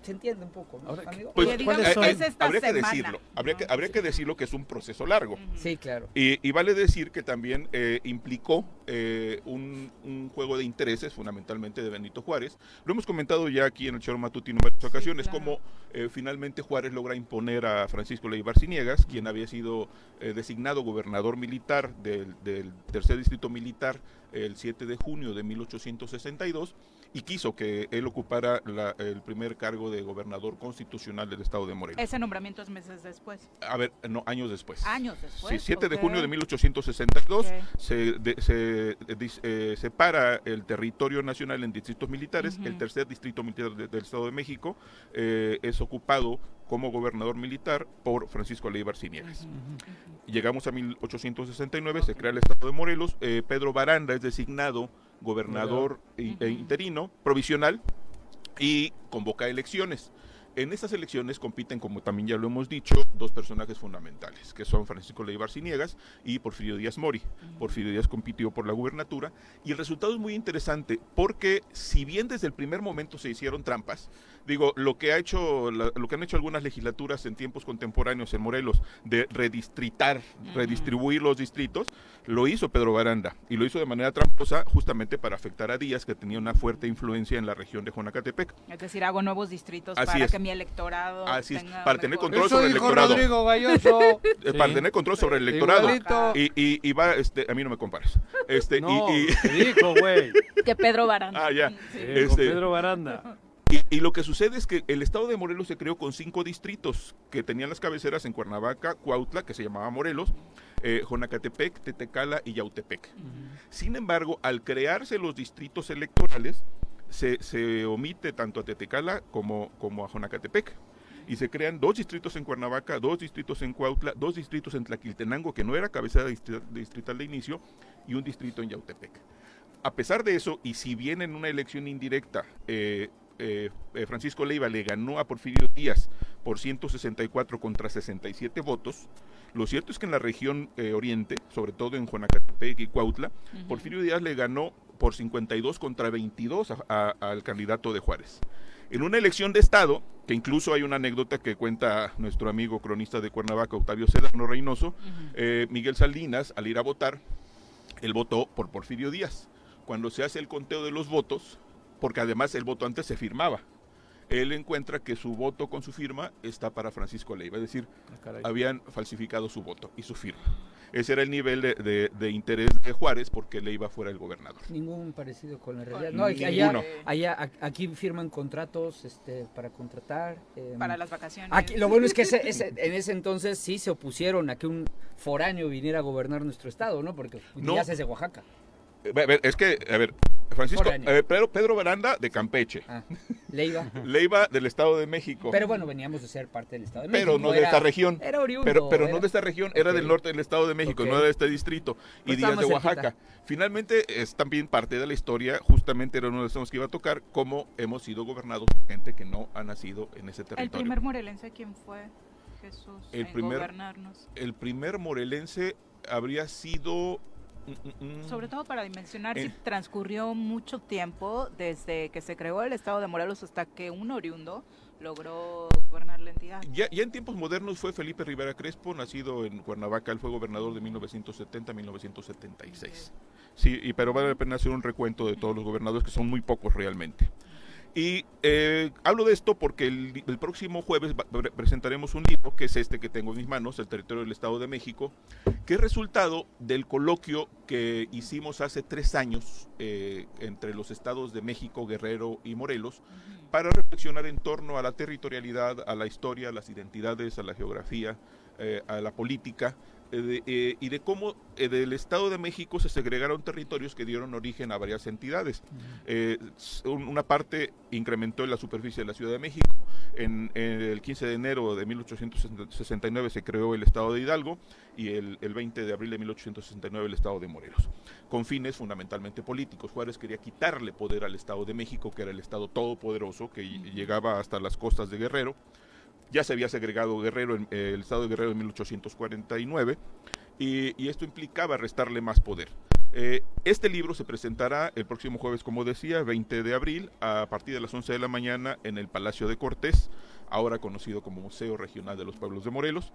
Se entiende un poco, ¿no, amigo?
Pues, eh, eh, habría que decirlo, habría, que, habría que decirlo que es un proceso largo.
Sí, claro.
Y, y vale decir que también eh, implicó eh, un, un juego de intereses, fundamentalmente de Benito Juárez. Lo hemos comentado ya aquí en el Choro Matutino en varias ocasiones, cómo eh, finalmente Juárez logra imponer a Francisco Leibar Ciniegas, quien había sido eh, designado gobernador militar del, del tercer distrito militar el 7 de junio de 1862 y quiso que él ocupara la- el primer cargo de gobernador constitucional del estado de Morelos.
Ese nombramiento es meses después.
A ver, no, años después.
Años después,
Sí, 7
ok.
de junio de 1862
Ok.
se, de- se, eh, dis- eh, separa el territorio nacional en distritos militares.
Ujú.
El tercer distrito militar de- del Estado de México eh, es ocupado como gobernador militar por Francisco Leibar Ciniegas. Llegamos a 1869, se crea el Estado de Morelos. eh, Pedro Baranda es designado gobernador i- e interino, provisional, y convoca elecciones. En estas elecciones compiten, como también ya lo hemos dicho, dos personajes fundamentales, que son Francisco Leibar Ciniegas y Porfirio Díaz Mori. Porfirio Díaz compitió por la gubernatura y el resultado es muy interesante porque si bien desde el primer momento se hicieron trampas, digo, lo que ha hecho la- lo que han hecho algunas legislaturas en tiempos contemporáneos en Morelos de redistritar, redistribuir los distritos, lo hizo Pedro Baranda y lo hizo de manera tramposa justamente para afectar a Díaz que tenía una fuerte influencia en la región de Jonacatepec.
Es decir, hago nuevos distritos
Así
para
es.
que mi
Oh,
electorado
Así es,
tenga
para tener
mejor-
control sobre el electorado.
Rodrigo Galloso.
[LAUGHS] Eh, Para tener control sobre el electorado.
Igualito.
Y, y, y va, este, a mí no me compares.
[LAUGHS]
Este,
No,
y, y-
dijo, güey.
[LAUGHS] Que Pedro Baranda.
Ah, ya.
Eh, con Pedro Baranda.
Y, y lo que sucede es que el estado de Morelos se creó con cinco distritos que tenían las cabeceras en Cuernavaca, Cuautla, que se llamaba Morelos, eh, Jonacatepec, Tetecala y Yautepec. Sin embargo, al crearse los distritos electorales, se, se omite tanto a Tetecala como, como a Jonacatepec. Y se crean dos distritos en Cuernavaca, dos distritos en Cuautla, dos distritos en Tlaquiltenango, que no era cabecera distri- distrital de inicio, y un distrito en Yautepec. A pesar de eso, y si bien en una elección indirecta eh, eh, eh, Francisco Leiva le ganó a Porfirio Díaz por 164 contra 67 votos, lo cierto es que en la región eh, oriente, sobre todo en Juanacatepec y Cuautla, Porfirio Díaz le ganó por 52 contra 22 a- a- al candidato de Juárez. En una elección de Estado, que incluso hay una anécdota que cuenta nuestro amigo cronista de Cuernavaca, Octavio Sedano Reynoso, eh, Miguel Salinas, al ir a votar, él votó por Porfirio Díaz. Cuando se hace el conteo de los votos, porque además el voto antes se firmaba. él encuentra que su voto con su firma está para Francisco Leiva, es decir, habían falsificado su voto y su firma. Ese era el nivel de, de- de interés de Juárez porque Leiva fuera el gobernador.
Ningún parecido con la realidad.
Con-
No, aquí- allá,
Ninguno.
allá, a- aquí firman contratos este, para contratar. eh,
Para las vacaciones.
Aquí, lo bueno es que ese- ese- en ese entonces sí se opusieron a que un foráneo viniera a gobernar nuestro estado, ¿no? Porque pues,
No.
ya se es de Oaxaca.
Eh, a ver, Es que, a ver, Francisco,
Foráneo.
eh, Pedro, Pedro Baranda de Campeche.
Leiva.
[LAUGHS] Leiva del Estado de México.
Pero bueno, veníamos de ser parte del Estado de México.
Pero no de
era-
esta región.
Era oriundo.
Pero, pero no
era-
de esta región, era
Ok.
del norte del Estado de México,
Ok.
no era de este distrito.
Pues
y Díaz
estamos
de
cerquita.
Oaxaca. Finalmente es también parte de la historia, justamente era uno de los temas que iba a tocar, cómo hemos sido gobernados por gente que no ha nacido en ese
El
territorio.
primer morelense, ¿quién fue? Jesús, en gobernarnos.
el primer morelense habría sido... mm, mm, mm,
Sobre todo para dimensionar si
Eh.
transcurrió mucho tiempo desde que se creó el Estado de Morelos hasta que un oriundo logró gobernar la entidad.
Ya, ya en tiempos modernos fue Felipe Rivera Crespo, nacido en Cuernavaca, él fue gobernador de 1970 a 1976. Sí, y, pero vale la pena hacer un recuento de todos los gobernadores, que son muy pocos realmente. Y eh, hablo de esto porque el, li- el próximo jueves va- pre- presentaremos un libro, que es este que tengo en mis manos, El Territorio del Estado de México, que es resultado del coloquio que hicimos hace tres años eh, entre los estados de México, Guerrero y Morelos, para reflexionar en torno a la territorialidad, a la historia, a las identidades, a la geografía, eh, a la política, eh, de- eh, y de cómo eh, del Estado de México se segregaron territorios que dieron origen a varias entidades. Eh, s- un- una parte incrementó la superficie de la Ciudad de México. En, en el 15 de enero de 1869 se creó el Estado de Hidalgo y el, el 20 de abril de 1869 el Estado de Morelos, con fines fundamentalmente políticos. Juárez quería quitarle poder al Estado de México, que era el Estado todopoderoso que ll- llegaba hasta las costas de Guerrero. Ya se había segregado Guerrero, en- eh, el Estado de Guerrero en 1849, y, y esto implicaba restarle más poder. Eh, este libro se presentará el próximo jueves, como decía, 20 de abril, a partir de las 11 de la mañana en el Palacio de Cortés, ahora conocido como Museo Regional de los Pueblos de Morelos.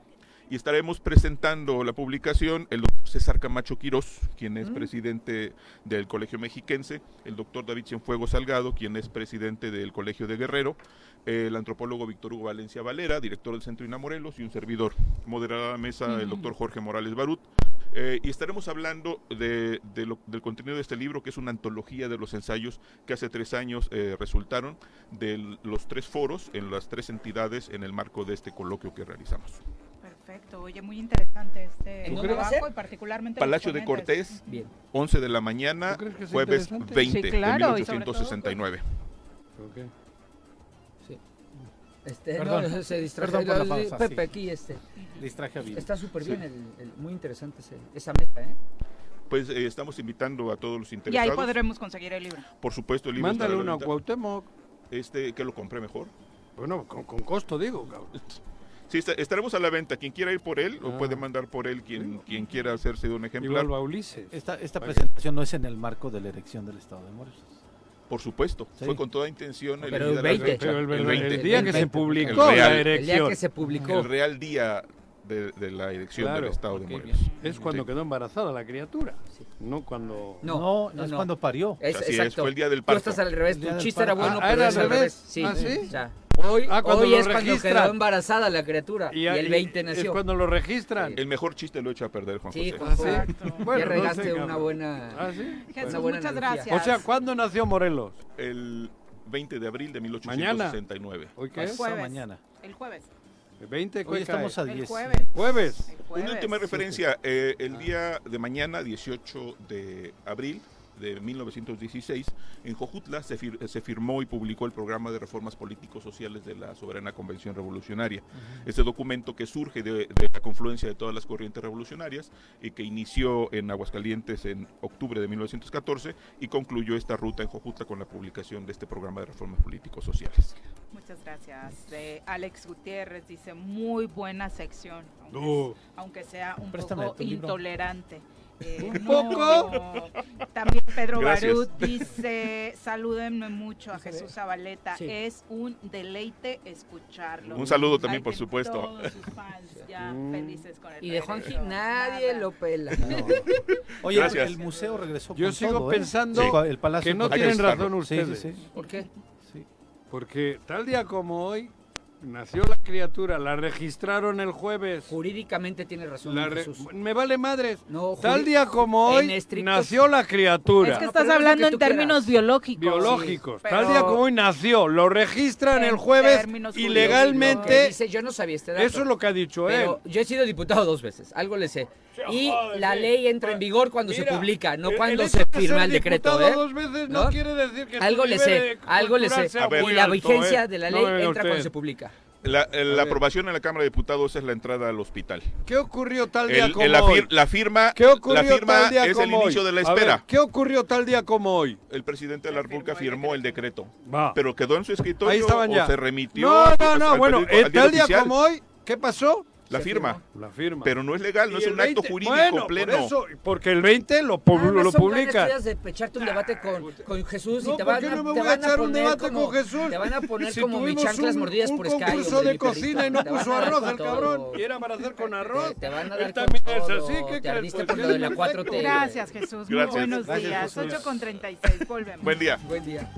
Y estaremos presentando la publicación el doctor César Camacho Quirós, quien es presidente del Colegio Mexiquense, el doctor David Cienfuegos Salgado, quien es presidente del Colegio de Guerrero, el antropólogo Víctor Hugo Valencia Valera, director del Centro INA Morelos, y un servidor. Moderará la mesa el doctor Jorge Morales Barut. Eh, y estaremos hablando de, de lo- del contenido de este libro, que es una antología de los ensayos que hace tres años eh, resultaron de los tres foros en las tres entidades en el marco de este coloquio que realizamos.
Perfecto, oye, muy interesante este
¿Tú crees?
trabajo y particularmente los
Palacio de
ponentes.
Cortés, 11 de la mañana,
que sea
jueves
interesante?
20
Sí, claro,
de
y sobre todo,
1869.
Sí. Este,
Perdón.
no, se distrajo.
Perdón por la pausa,
Pepe,
sí.
aquí este.
Distraje a Bill.
Está súper
Sí.
bien, el- el- muy interesante ese- esa meta, ¿eh?
Pues eh, estamos invitando a todos los
Y ahí
interesados.
podremos conseguir el libro.
Por supuesto, el libro
Mándale uno a
Cuauhtémoc. Este, que lo compré mejor.
Bueno, con, con costo, digo. cabrón.
Sí, está- estaremos a la venta. Quien quiera ir por él, lo
Ah.
puede mandar por él quien, quien quiera hacerse de un ejemplar.
Esta, esta
Para que-
presentación no es en el marco de la elección del Estado de Morelos.
Por supuesto,
Sí.
fue con toda intención
Pero
elegida
el
la
20.
fecha.
Pero el verdad- el
20.
día que se publicó
el
la
real-
elección. El día que
se publicó.
El real día de, de la elección
Claro,
del Estado de
porque
Morelos.
Es cuando
Sí.
quedó embarazada la criatura. No cuando.
No, No, no es no. cuando parió.
Es-
Así es,
exacto.
fue el día del
Tú
parto.
estás al
El
revés, tu
día del
chiste era
parto.
bueno,
Ah,
pero
era
es
al
al
revés.
revés. Sí,
Ah, ¿sí?
o sea, hoy
Ah, cuando
hoy
lo
es cuando
registran.
quedó embarazada la criatura y, el 20 nació.
lo registran.
El mejor chiste lo echa a perder Juan
Sí,
José.
Juan José.
Bueno,
ya
no
regaste
sé,
una
cabrón.
buena.
Ah, ¿sí?
una buena analogía.
O sea, ¿cuándo nació Morelos?
El 20 de abril de
Mañana.
1869.
¿Hoy qué
El
es?
jueves. El jueves.
El 20
Hoy estamos a
El
10.
jueves.
Jueves.
El jueves.
Una última referencia, eh, el día de mañana, 18 de abril de 1916, en Jojutla se, fir- se firmó y publicó el programa de reformas políticos sociales de la Soberana Convención Revolucionaria. Este documento que surge de, de la confluencia de todas las corrientes revolucionarias y que inició en Aguascalientes en octubre de 1914 y concluyó esta ruta en Jojutla con la publicación de este programa de reformas políticos sociales.
Muchas gracias. Eh, Alex Gutiérrez dice, muy buena sección, aunque,
No.
aunque sea un
Préstame
poco
tu libro.
[LAUGHS]
intolerante. Eh,
¿Un
no.
poco?
También Pedro
Gracias.
[LAUGHS]
Barut dice, salúdenme mucho a Jesús
"Eh,
Zabaleta,
Sí.
es un deleite escucharlo.
Un saludo también,
Ay,
por
que
supuesto.
Todos sus fans
Ah,
ya
Mm.
felices con el
Y de
regreso.
Juanji nadie lo pela.
Oye, el-
Gracias.
el museo regresó
Yo
con
sigo
todo, ¿eh?
pensando
El pa- el Palacio
que no
Cortés.
tienen razón
Sí, sí,
ustedes.
sí.
¿Por qué?
Porque tal día como hoy nació la criatura, la registraron el jueves.
Jurídicamente tiene razón.
La re-
Jesús.
Me vale madres.
No,
Tal
juri-
día como
en
hoy
estricto-
nació la criatura.
Es que estás hablando en términos biológicos.
biológicos.
Sí,
Tal
pero-
día como hoy nació, lo registran el jueves
términos
y
jurídicos.
legalmente.
Que dice, yo no sabía este dato.
Eso es lo que ha dicho
Pero
él.
yo he sido diputado dos veces, algo le sé. Y
joder,
la
Eh. sí.
ley entra en vigor cuando se
Mira,
publica, no
el-
cuando
el
se
hecho de
firma
ser
el decreto.
diputado
¿eh?
dos veces no quiere decir que
Algo
tu
le
nivel
sé,
de
algo le
cultural
sé.
sea
Y
muy
la
alto,
vigencia
¿eh?
de la
No
ley
me venga
entra cuando
usted.
se publica.
La, eh, la aprobación en la Cámara de Diputados es la entrada al hospital.
¿Qué ocurrió tal día
El- el-
como
la,
hoy?
fir- la firma,
¿Qué ocurrió
la firma
tal día
es el
como hoy?
inicio de la
A ver,
espera.
¿Qué ocurrió tal día como hoy?
El presidente de la República firmó el decreto.
Va.
Pero quedó en su escritorio
Ahí estaban
o
ya.
se remitió.
No,
a-
no,
al-
no,
al
bueno,
periódico-
eh, tal
al diario
día
oficial.
como hoy, ¿qué pasó?
La
Se
firma.
La firma.
Pero no es legal, no
Y
es
el
un acto
20
jurídico
bueno,
pleno.
Por eso, porque el 20 lo, pu-
Ah,
Nada más
lo
son planes
publica.
tuyas de echarte un debate con, con Jesús
No,
y te
¿por
van
qué
a,
no me voy
te
a
van a
echar un
poner
debate
como,
con Jesús?
Te van a poner
Si
como mis
tuvimos
chanclas
un-
mordidas
un
por escayo.
concurso
hombre,
de
mi perrito.
cocina y no
Te van a
puso
dar
arroz
con
el
todo.
cabrón. Y era para hacer con arroz.
Te van a
Él
dar con
también es
todo.
así, ¿qué
Te
crees?
ardiste
Pues
por
yo
lo de
no
la
me
4T.
Gracias, Jesús. Muy
Gracias.
buenos
Gracias,
días.
Jesús.
[LAUGHS]
8.36. Volvemos.
Buen día.
Buen día.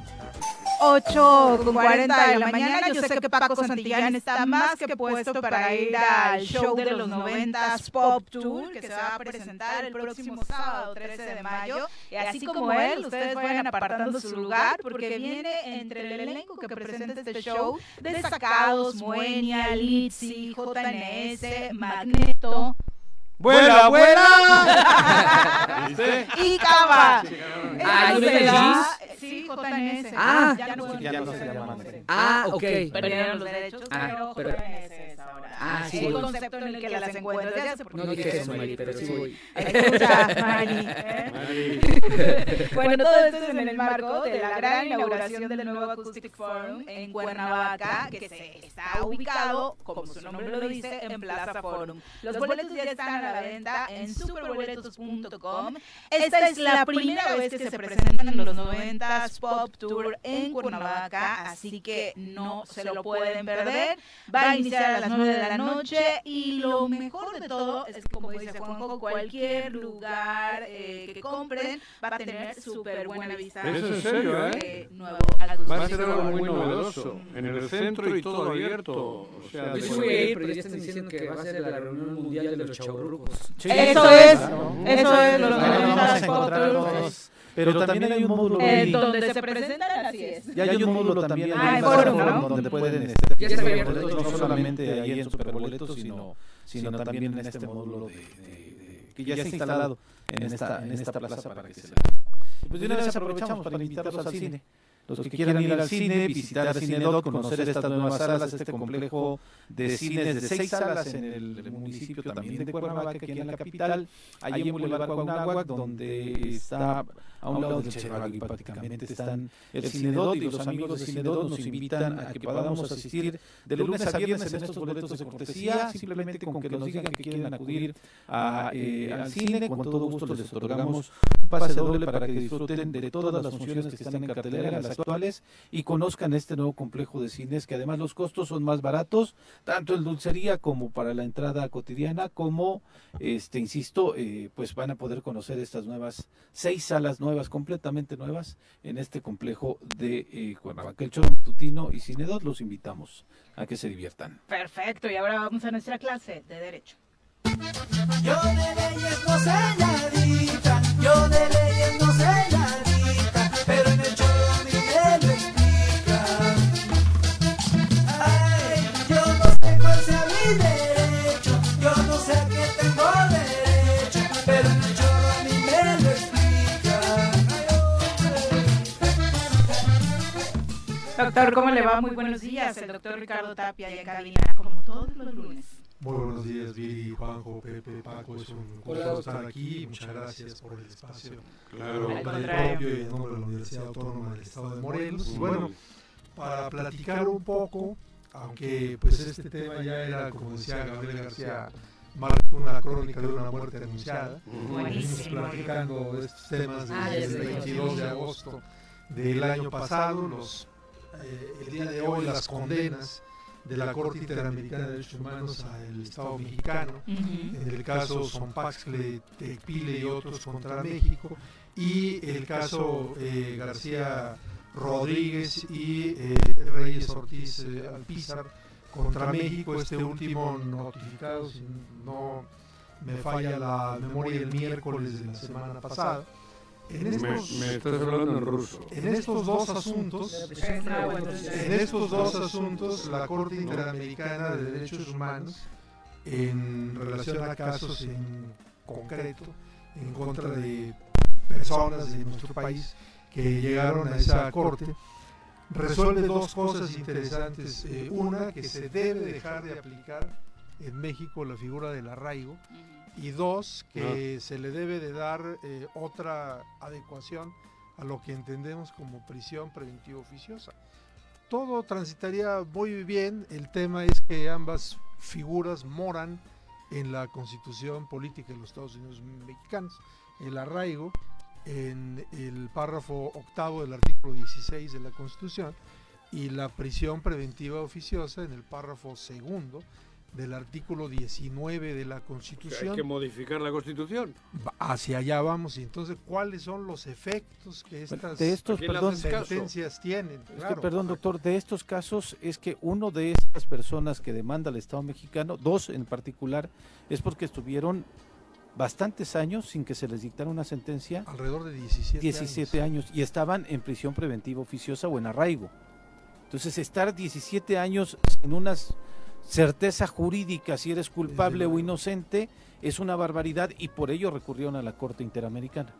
8 con 40 de la mañana. Yo sé que Paco Santillán está más que puesto para ir al show de los 90 Pop Tour que se va a presentar el próximo sábado 13 de mayo. Y así como él, ustedes vayan apartando su lugar porque viene entre el elenco que presenta este show destacados Moenia, Litsi, JNS, Magneto.
¡Vuela,
[LAUGHS]
vuela!
¿Viste?
[LAUGHS] y Cava.
Ah,
Eso
¿yo
se
vi
da-
Gis?
Sí, JNS.
Ah.
ya no
Ya no
se
se
llama.
llaman.
Ah, ok.
Perdieron los derechos,
Ah,
pero
pero-
JNS es ahora.
Ah, sí.
El concepto en el que las encuentras. Ya sé por
No
qué
dije
quedé
eso, Mari,
solita,
pero sí.
Escucha, Mari, ¿eh? [LAUGHS] bueno, todo esto es en el marco de la gran inauguración del nuevo Acoustic Forum en Cuernavaca, que se está ubicado, como su nombre lo dice, en Plaza Forum. Los boletos ya están a la venta en superboletos.com. Esta es la primera vez que se presentan los 90 Pop Tour en Cuernavaca, así que no se lo pueden perder. Va a iniciar a las 9 de la noche y lo mejor de todo es que, como dice Juanjo, cualquier lugar eh, que compren va a tener súper buena vista.
Eso es serio, ¿eh?
Eh, nuevo
Va a
acústico.
ser algo muy novedoso. En el centro y todo abierto. O sea,
Yo
de-
sí voy a ir, pero ya están diciendo que va a ser la reunión mundial de los chavorrucos.
Eso es, eso es, los 90 Pop Tour.
Pero, también hay un módulo.
Eh,
ahí.
donde se presentan, así es.
Ya hay un módulo también
Ah,
ahí
en
en Plaza
Forum,
Forum,
¿no?
donde pueden este,
Ya está
comprar
abierto
boletos,
todo.
no solamente ahí en Superboletos, sino, este, sino también en este módulo de, de- de- que ya está instalado en esta, en esta plaza para que se la... Y Pues de una vez aprovechamos para invitarlos al cine. Los que quieran ir al cine, visitar Cinedoc, conocer estas nuevas salas, este complejo de cines de seis salas en el municipio también de Cuernavaca, aquí en la capital, ahí en Boulevard Cuauhnáhuac, donde está a un lado del Chedragui prácticamente están el Cinedot y los amigos de Cinedot nos invitan a que podamos asistir de lunes a viernes en estos boletos de cortesía, simplemente con que nos digan que quieren acudir a, eh, al cine, con todo gusto les otorgamos un pase doble para que disfruten de todas las funciones que están en cartelera, las actuales, y conozcan este nuevo complejo de cines, que además los costos son más baratos, tanto en dulcería como para la entrada cotidiana, como, este, insisto, eh, pues van a poder conocer estas nuevas, seis salas nuevas, completamente nuevas, en este complejo de eh, Cuernavaca. El Choro Matutino y Cinedot los invitamos a que se diviertan.
Perfecto, y ahora vamos a nuestra clase de Derecho.
Yo de leyes no sé nadita, yo de leyes no sé nadita, pero en el choro a mí me lo explican. Ay, yo no sé cuál sea mi derecho, yo no sé a qué tengo derecho, pero en el choro a mí me lo explican.
Doctor, ¿cómo le va? Muy buenos días. El doctor Ricardo Tapia ya en cabina, como todos los lunes.
Muy buenos días, Viri, Juanjo, Pepe, Paco. Es un
Hola,
gusto estar
doctor.
aquí. Muchas gracias por el espacio. En
Claro. Al
nombre
contrario.
propio y en nombre de la Universidad Autónoma del Estado de Morelos. Y bueno, para platicar un poco, aunque pues este tema ya era, como decía Gabriel García Márquez, una crónica de una muerte anunciada.
Ujú.
Venimos
Buenísimo.
platicando de estos temas
Ah,
desde
desde
el
el
22 de
22.
agosto del año pasado. Los, eh, el día de hoy las condenas de la Corte Interamericana de Derechos Humanos al Estado mexicano, en el caso Sompaxle, Tecpile y otros contra México, y el caso eh, García Rodríguez y eh, Reyes Ortiz eh, Alpizar contra México, este último notificado, si no me falla la memoria el miércoles de la semana pasada. En
Me-
estos,
me estás hablando en ruso.
En estos dos asuntos, en estos dos asuntos, la Corte Interamericana de Derechos Humanos, en relación a casos en concreto, en contra de personas de nuestro país que llegaron a esa Corte, resuelve dos cosas interesantes. Eh, una, que se debe dejar de aplicar en México la figura del arraigo. Y dos, que se le debe de dar eh, otra adecuación a lo que entendemos como prisión preventiva oficiosa. Todo transitaría muy bien. El tema es que ambas figuras moran en la constitución política de los Estados Unidos mexicanos. El arraigo en el párrafo octavo del artículo 16 de la Constitución y la prisión preventiva oficiosa en el párrafo segundo del artículo 19 de la
Hay
Constitución.
que modificar la constitución.
Hacia allá vamos. Y entonces, ¿cuáles son los efectos que estas
de estos, perdón,
sentencias tienen?
Es que,
Claro.
perdón, doctor, de estos casos es que uno de estas personas que demanda al Estado mexicano, dos en particular, es porque estuvieron bastantes años sin que se les dictara una sentencia.
Alrededor de 17
17 años. Y estaban en prisión preventiva oficiosa o en arraigo. Entonces, estar 17 años sin una certeza jurídica si eres culpable o inocente es una barbaridad y por ello recurrieron a la Corte Interamericana.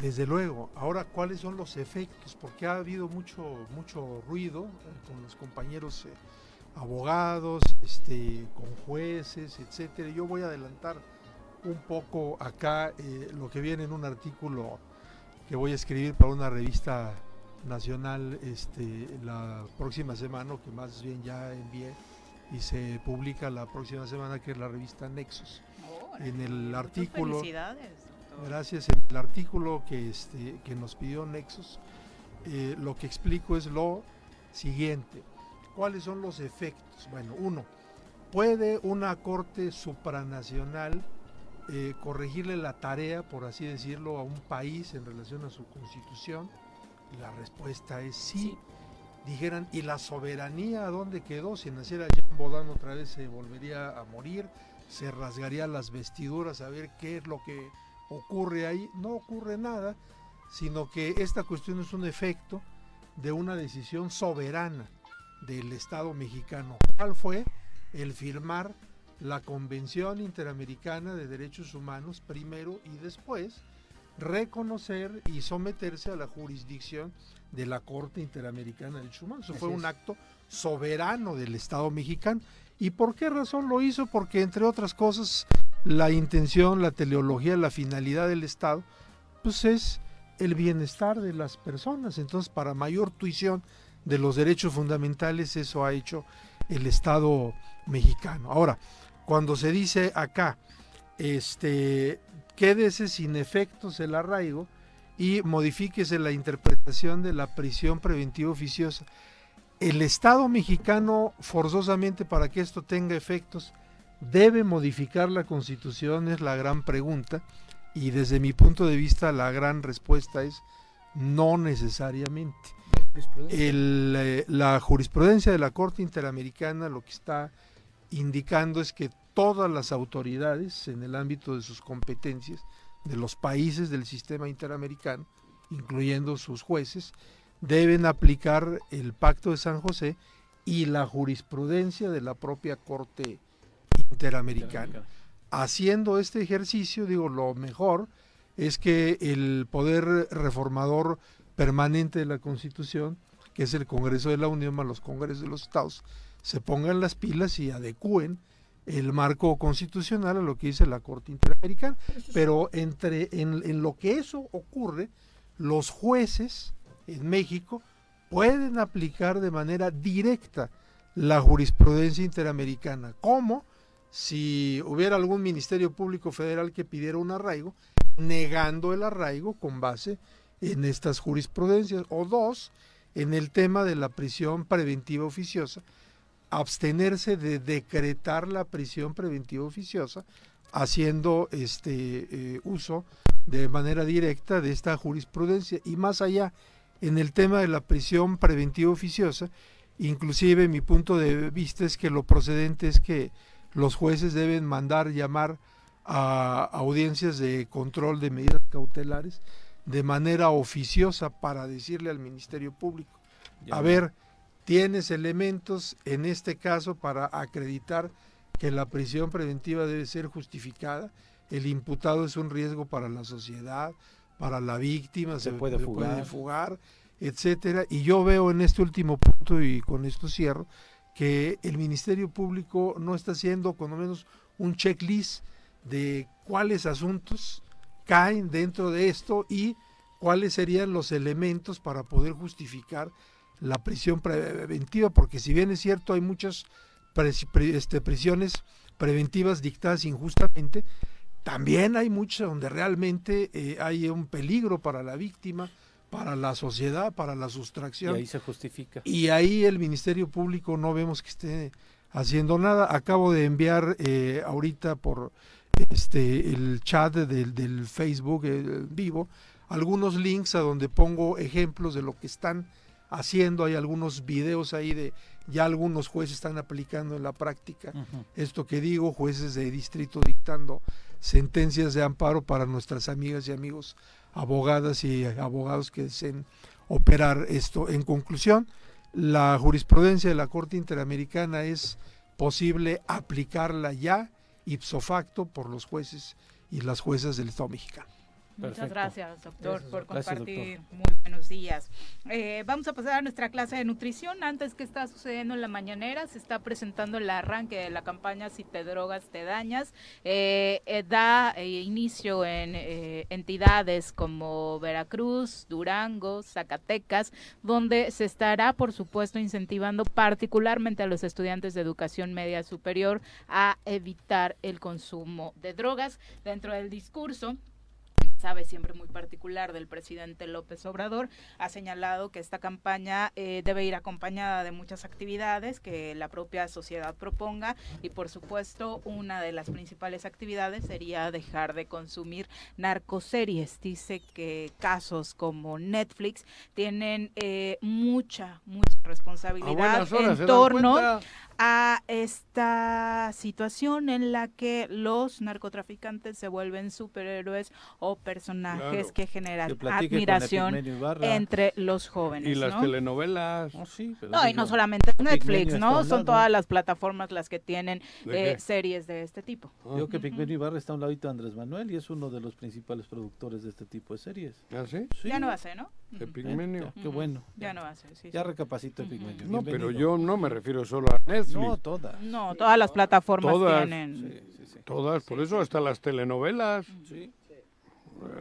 Desde luego. Ahora, ¿cuáles son los efectos? Porque ha habido mucho, mucho ruido eh, con los compañeros eh, abogados, este, con jueces, etcétera. Yo voy a adelantar un poco acá eh, lo que viene en un artículo que voy a escribir para una revista nacional este, la próxima semana, o que más bien ya envié y se publica la próxima semana, que es la revista Nexus. en el artículo.
felicidades,
Gracias. En el artículo que, este, que nos pidió Nexus, eh, lo que explico es lo siguiente. ¿Cuáles son los efectos? Bueno, uno, ¿puede una corte supranacional eh, corregirle la tarea, por así decirlo, a un país en relación a su constitución? La respuesta es sí. Dijeran, ¿y la soberanía a dónde quedó? Si naciera Jean Bodán otra vez se volvería a morir, se rasgaría las vestiduras a ver qué es lo que ocurre ahí. No ocurre nada, sino que esta cuestión es un efecto de una decisión soberana del Estado mexicano. ¿Cuál fue? El firmar la Convención Interamericana de Derechos Humanos primero y después reconocer y someterse a la jurisdicción de la Corte Interamericana de Derechos Humanos. Eso
Así
fue
es.
un acto soberano del Estado mexicano. ¿Y por qué razón lo hizo? Porque entre otras cosas la intención, la teleología, la finalidad del Estado, pues es el bienestar de las personas. Entonces, para mayor tuición de los derechos fundamentales, eso ha hecho el Estado mexicano. Ahora, cuando se dice acá, este, quédese sin efectos el arraigo y modifíquese la interpretación de la prisión preventiva oficiosa. El Estado mexicano, forzosamente, para que esto tenga efectos, debe modificar la Constitución, es la gran pregunta. Y desde mi punto de vista, la gran respuesta es no necesariamente. El, eh, la jurisprudencia de la Corte Interamericana lo que está indicando es que todas las autoridades en el ámbito de sus competencias de los países del sistema interamericano, incluyendo sus jueces, deben aplicar el Pacto de San José y la jurisprudencia de la propia Corte Interamericana. Haciendo este ejercicio, digo, lo mejor es que el poder reformador permanente de la Constitución, que es el Congreso de la Unión más los Congresos de los Estados, se pongan las pilas y adecúen el marco constitucional a lo que dice la Corte Interamericana. Pero entre en, en lo que eso ocurre, los jueces en México pueden aplicar de manera directa la jurisprudencia interamericana. como Si hubiera algún ministerio público federal que pidiera un arraigo, negando el arraigo con base en estas jurisprudencias. O dos, en el tema de la prisión preventiva oficiosa, abstenerse de decretar la prisión preventiva oficiosa haciendo este eh, uso de manera directa de esta jurisprudencia y más allá en el tema de la prisión preventiva oficiosa. Inclusive mi punto de vista es que lo procedente es que los jueces deben mandar llamar a audiencias de control de medidas cautelares de manera oficiosa para decirle al Ministerio Público,
Ya.
a ver, tienes elementos en este caso para acreditar que la prisión preventiva debe ser justificada, el imputado es un riesgo para la sociedad, para la víctima, se,
puede
se
fugar.
fugar, etcétera. Y yo veo en este último punto, y con esto cierro, que el Ministerio Público no está haciendo, cuando menos, un checklist de cuáles asuntos caen dentro de esto y cuáles serían los elementos para poder justificar la prisión preventiva, porque si bien es cierto hay muchas pres- pre- este, prisiones preventivas dictadas injustamente, también hay muchas donde realmente eh, hay un peligro para la víctima, para la sociedad, para la
Y
sustracción.
ahí se justifica.
Y ahí el Ministerio Público no vemos que esté haciendo nada. Acabo de enviar eh, ahorita por este el chat del, del Facebook eh, vivo algunos links a donde pongo ejemplos de lo que están haciendo. Hay algunos videos ahí de ya algunos jueces están aplicando en la práctica
Ujú.
esto que digo, jueces de distrito dictando sentencias de amparo para nuestras amigas y amigos abogadas y abogados que deseen operar esto. En conclusión, la jurisprudencia de la Corte Interamericana es posible aplicarla ya ipso facto por los jueces y las juezas del Estado mexicano.
Muchas
Perfecto.
gracias, doctor,
Gracias,
por
doctor. Gracias, doctor.
compartir. Muy buenos días. Eh, vamos a pasar a nuestra clase de nutrición. Antes, ¿qué está sucediendo en la mañanera? Se está presentando el arranque de la campaña Si te drogas, te dañas. Eh, eh, da eh, inicio en eh, entidades como Veracruz, Durango, Zacatecas, donde se estará, por supuesto, incentivando particularmente a los estudiantes de educación media superior a evitar el consumo de drogas. Dentro del discurso, sabe siempre muy particular del presidente López Obrador, ha señalado que esta campaña eh, debe ir acompañada de muchas actividades que la propia sociedad proponga y por supuesto una de las principales actividades sería dejar de consumir narcoseries. Dice que casos como Netflix tienen eh, mucha, mucha responsabilidad
buenas horas, ¿se
en
dan
torno
cuenta?
a esta situación en la que los narcotraficantes se vuelven superhéroes o personajes
Claro.
que generan
Que platique con
admiración
Epigmenio Ibarra.
entre los jóvenes.
Y las
¿no?
telenovelas.
No, y no solamente Netflix,
está
¿no? Son
hablando.
todas las plataformas las que tienen
¿De
eh,
qué?
series de este tipo.
Yo que Pigmenio Ibarra está a un ladito de Andrés Manuel y es uno de los principales productores de este tipo de series.
¿Ah, sí?
Ya no hace, ¿no?
De
Ujú.
Pigmenio.
Qué bueno.
Ya no hace, sí.
Ya
sí.
recapacito Pigmenio.
No, pero
bienvenido.
yo no me refiero solo a Netflix.
No, todas.
No, todas las plataformas
Todas.
tienen
Todas, por eso hasta las telenovelas. Eh,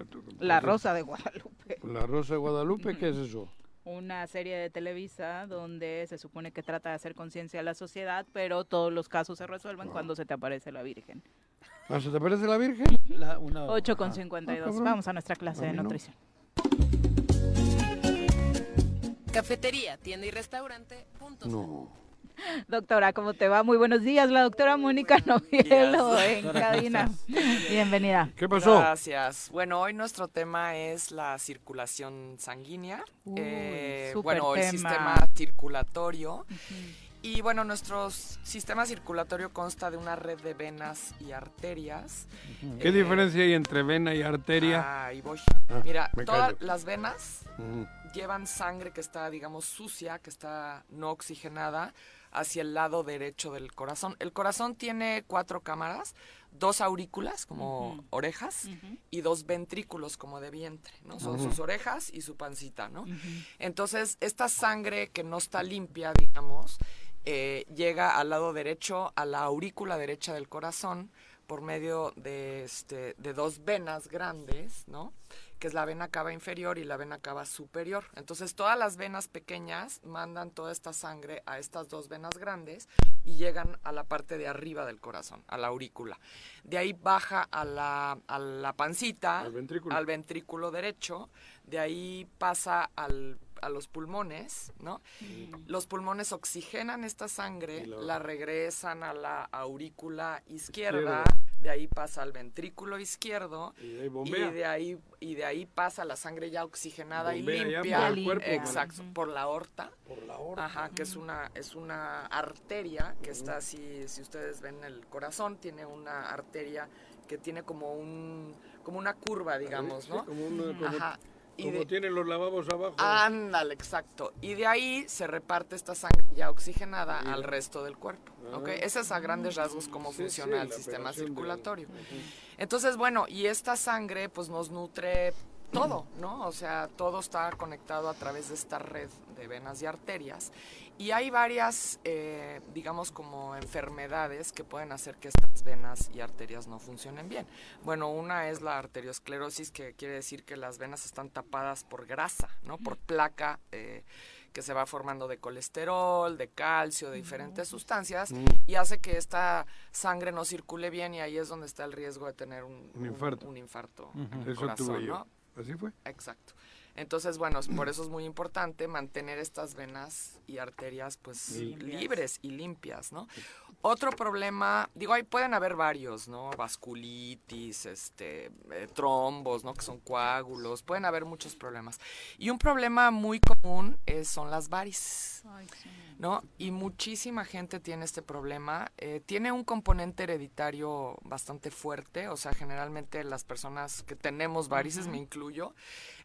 tú-
La
tú-
Rosa de Guadalupe.
La Rosa de Guadalupe, ¿qué es eso?
una serie de Televisa donde se supone que trata de hacer conciencia a la sociedad, pero todos los casos se resuelven cuando se te aparece la Virgen.
¿Ah, ¿Se te parece la Virgen? Ah,
una-
8 con 52.
cabrón.
Vamos a nuestra clase
A
de
mí no.
nutrición.
Cafetería, tienda y restaurante.
No.
Doctora, ¿cómo te va? Muy buenos días. La doctora Mónica Novielo
días.
en
Doctora, ¿cómo
cabina. Bienvenida.
Gracias. Bueno, hoy nuestro tema es la circulación sanguínea.
Uy,
Eh,
súper
bueno, el
tema.
sistema circulatorio. Y bueno, nuestro s- sistema circulatorio consta de una red de venas y arterias.
¿Qué
Eh,
diferencia hay entre vena y arteria?
Ah, ahí voy.
Ah,
Mira,
me
todas
callo.
las venas
Ujú.
llevan sangre que está, digamos, sucia, que está no oxigenada, hacia el lado derecho del corazón. El corazón tiene cuatro cámaras, dos aurículas, como
Ujú.
orejas, y dos ventrículos, como de vientre, ¿no? Son
Ujú.
sus orejas y su pancita, ¿no?
Ujú.
Entonces, esta sangre que no está limpia, digamos, eh, llega al lado derecho, a la aurícula derecha del corazón, por medio de, este, de dos venas grandes, ¿no? Que es la vena cava inferior y la vena cava superior. Entonces, todas las venas pequeñas mandan toda esta sangre a estas dos venas grandes y llegan a la parte de arriba del corazón, a la aurícula. De ahí baja a la, a la pancita, al ventrículo. derecho, de ahí pasa al- a los pulmones, ¿no? Los pulmones oxigenan esta sangre, la regresan a la aurícula izquierda,
Izquierda.
de ahí pasa al ventrículo izquierdo
Y de ahí
y
bombea.
de ahí y de ahí pasa la sangre ya oxigenada
Bombea
y
ya
limpia
por el cuerpo, ¿verdad?
exacto
Ujú.
por la aorta
Por la aorta.
ajá que es una es una arteria que está así si ustedes ven el corazón tiene una arteria que tiene como un como una curva digamos
Sí,
no
como una- como-
ajá y
Como
de-
tienen los lavabos abajo.
Ándale, exacto. Y de ahí se reparte esta sangre ya oxigenada
Sí.
al resto del cuerpo.
Ah.
¿ok? Ese es a grandes rasgos cómo
Sí,
funciona
sí,
el
la
sistema
operación del-
circulatorio. Entonces, bueno, y esta sangre pues nos nutre todo, ¿no? O sea, todo está conectado a través de esta red de venas y arterias. Y hay varias, eh, digamos, como enfermedades que pueden hacer que estas venas y arterias no funcionen bien. Bueno, una es la arteriosclerosis, que quiere decir que las venas están tapadas por grasa, ¿no? Por placa eh, que se va formando de colesterol, de calcio, de diferentes sustancias,
Mm.
y hace que esta sangre no circule bien y ahí es donde está el riesgo de tener un,
Un infarto.
Un, infarto
Ujú.
en el
Eso tuve
corazón,
yo.
¿no?
Así fue.
Exacto. Entonces, bueno, por eso es muy importante mantener estas venas y arterias pues
Limpias.
libres y limpias, ¿no? Otro problema, digo, ahí pueden haber varios, ¿no? Vasculitis, este, eh, trombos, ¿no? Que son coágulos, pueden haber muchos problemas. Y un problema muy común eh, son las varices. ¿no? Y muchísima gente tiene este problema. Eh, tiene un componente hereditario bastante fuerte, o sea, generalmente las personas que tenemos varices,
Ujú.
me incluyo,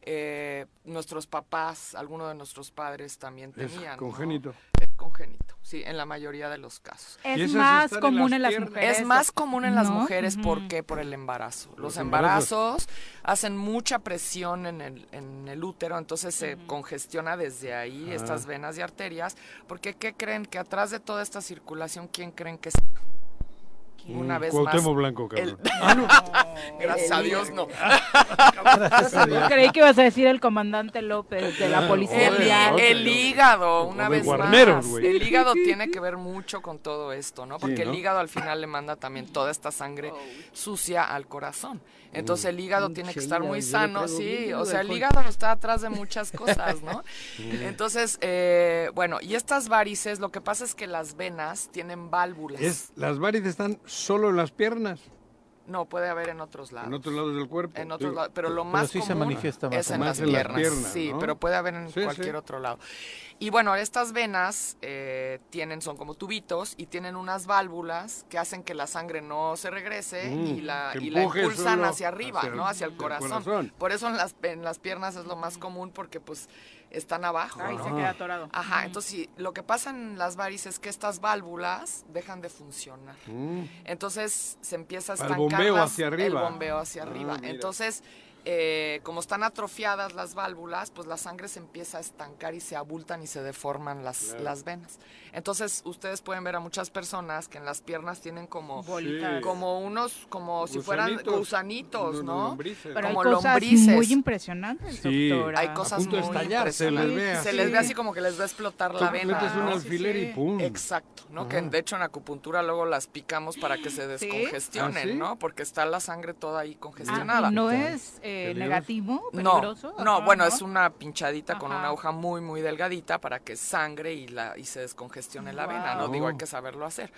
eh, nuestros papás, algunos de nuestros padres también
Es
tenían. ¿no?
congénito.
Eh, congénito, sí, en la mayoría de los casos.
Es ¿Y esas más están en común las en las piernas? mujeres,
Es más común en las
¿no?
mujeres,
Ujú.
¿por qué? Por el embarazo. Los,
Los embarazos.
embarazos. hacen mucha presión en el, en el útero, entonces se congestiona desde ahí
Ah.
estas venas y arterias, porque ¿qué creen? Que atrás de toda esta circulación, ¿quién creen que está? Una
Mm,
vez
Cuauhtémoc
más,
Blanco,
el- [LAUGHS]
cabrón. Ah,
Gracias a Dios, no.
[LAUGHS] Gracias a Dios.
Creí que ibas a decir el comandante López de la policía.
El,
vial.
el hígado,
O
una
de
vez
guarneros,
más.
güey.
El hígado tiene que ver mucho con todo esto, ¿no?
Sí,
Porque
¿no?
el hígado al final le manda también toda esta sangre
Oh.
sucia al corazón. Entonces el hígado tiene
Oh,
que
Pinche
estar
hígado,
muy
yo le
sano,
traigo bien
sí.
hígado
O sea, el
alcohol.
hígado está atrás de
[LAUGHS]
muchas cosas, ¿no? Entonces, eh, bueno, y estas varices, lo que pasa es que las venas tienen válvulas.
Es, las varices están solo en las piernas,
No, puede haber en otros lados.
en otros lados del cuerpo.
En otros
Digo,
lados, pero lo más común es en las piernas. sí,
¿no?
pero puede haber en
Sí,
cualquier
sí.
otro lado. Y bueno, estas venas eh, tienen, son como tubitos y tienen unas válvulas que hacen que la sangre no se regrese
Mm,
y, la,
que
y la
empuje
impulsan
solo
hacia arriba,
hacia el-
¿no? Hacia el
el
corazón.
corazón.
Por eso en las, en las piernas es lo más común porque pues están abajo.
Ahí se
¿no?
queda
atorado.
Ajá, entonces sí, lo que pasa en las varices es que estas válvulas dejan de funcionar.
Mm.
Entonces se empieza a
Al
estancar
bombeo
las-
hacia arriba.
El bombeo hacia
Ah,
arriba.
mira.
Entonces, eh, como están atrofiadas las válvulas, pues la sangre se empieza a estancar y se abultan y se deforman las,
Claro.
las venas. Entonces, ustedes pueden ver a muchas personas que en las piernas tienen como,
Bolitas.
como unos, como si fueran
Gusanitos.
gusanitos,
Unos
¿no?
lombrices.
Pero hay
como
cosas
lombrices.
muy impresionantes,
Sí.
doctora.
Hay cosas
A punto de
muy
estallar, se les
impresionantes.
ve así.
Se les ve así como que les va a explotar la
Tú
vena.
metes un
¿no?
alfiler y pum.
Exacto, ¿no? Que
Ajá.
de hecho en acupuntura luego las picamos para que se
¿Sí?
descongestionen,
¿Ah, sí?
¿no? Porque está la sangre toda ahí congestionada.
Ah, ¿y ¿No es eh,
Peligroso.
negativo?
No,
¿Peligroso?
no,
Ajá,
bueno,
¿no?
es una pinchadita con
Ajá.
una aguja muy, muy delgadita para que sangre y la y se descongestione la vena, ¿no?
Wow.
Digo, hay que saberlo hacer.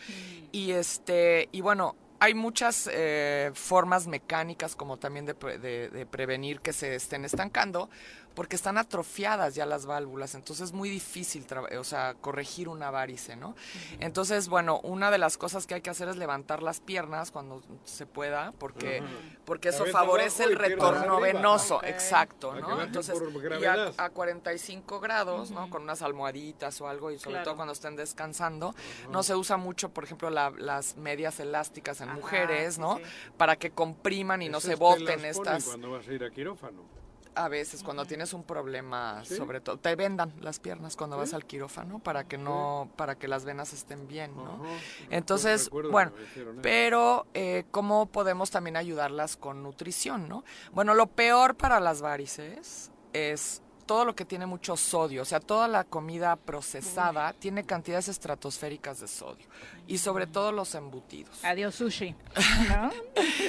Y este, y bueno, hay muchas eh, formas mecánicas como también de, pre- de- de prevenir que se estén estancando, porque están atrofiadas ya las válvulas, entonces es muy difícil, traba- o sea, corregir una varice, ¿no? Entonces, bueno, una de las cosas que hay que hacer es levantar las piernas cuando se pueda, porque,
Ajá.
porque eso
Cabeza
favorece
abajo
el
y piernas
retorno
arriba.
venoso,
Ok.
exacto,
Para que
¿no?
baje
Entonces,
por
y a,
gravedad.
a 45 grados, ¿no? Con unas almohaditas o algo, y sobre
Claro.
todo cuando estén descansando. No se usa mucho, por ejemplo, la- las medias elásticas en mujeres,
sí,
¿no?
sí.
Para que compriman y no
Esas
se
te las
boten
ponen
estas
cuando vas a ir a quirófano.
a veces cuando tienes un problema,
Sí.
sobre todo te vendan las piernas cuando
Sí.
vas al quirófano para que no para que las venas estén bien, ¿no?
Ajá. pues
Entonces,
Recuerdo ¿eh? que
bueno,
me dijeron eso.
pero eh, cómo podemos también ayudarlas con nutrición, ¿no? Bueno, lo peor para las varices es todo lo que tiene mucho sodio, o sea, toda la comida procesada tiene cantidades estratosféricas de sodio y sobre todo los embutidos.
Adiós, sushi.
[LAUGHS]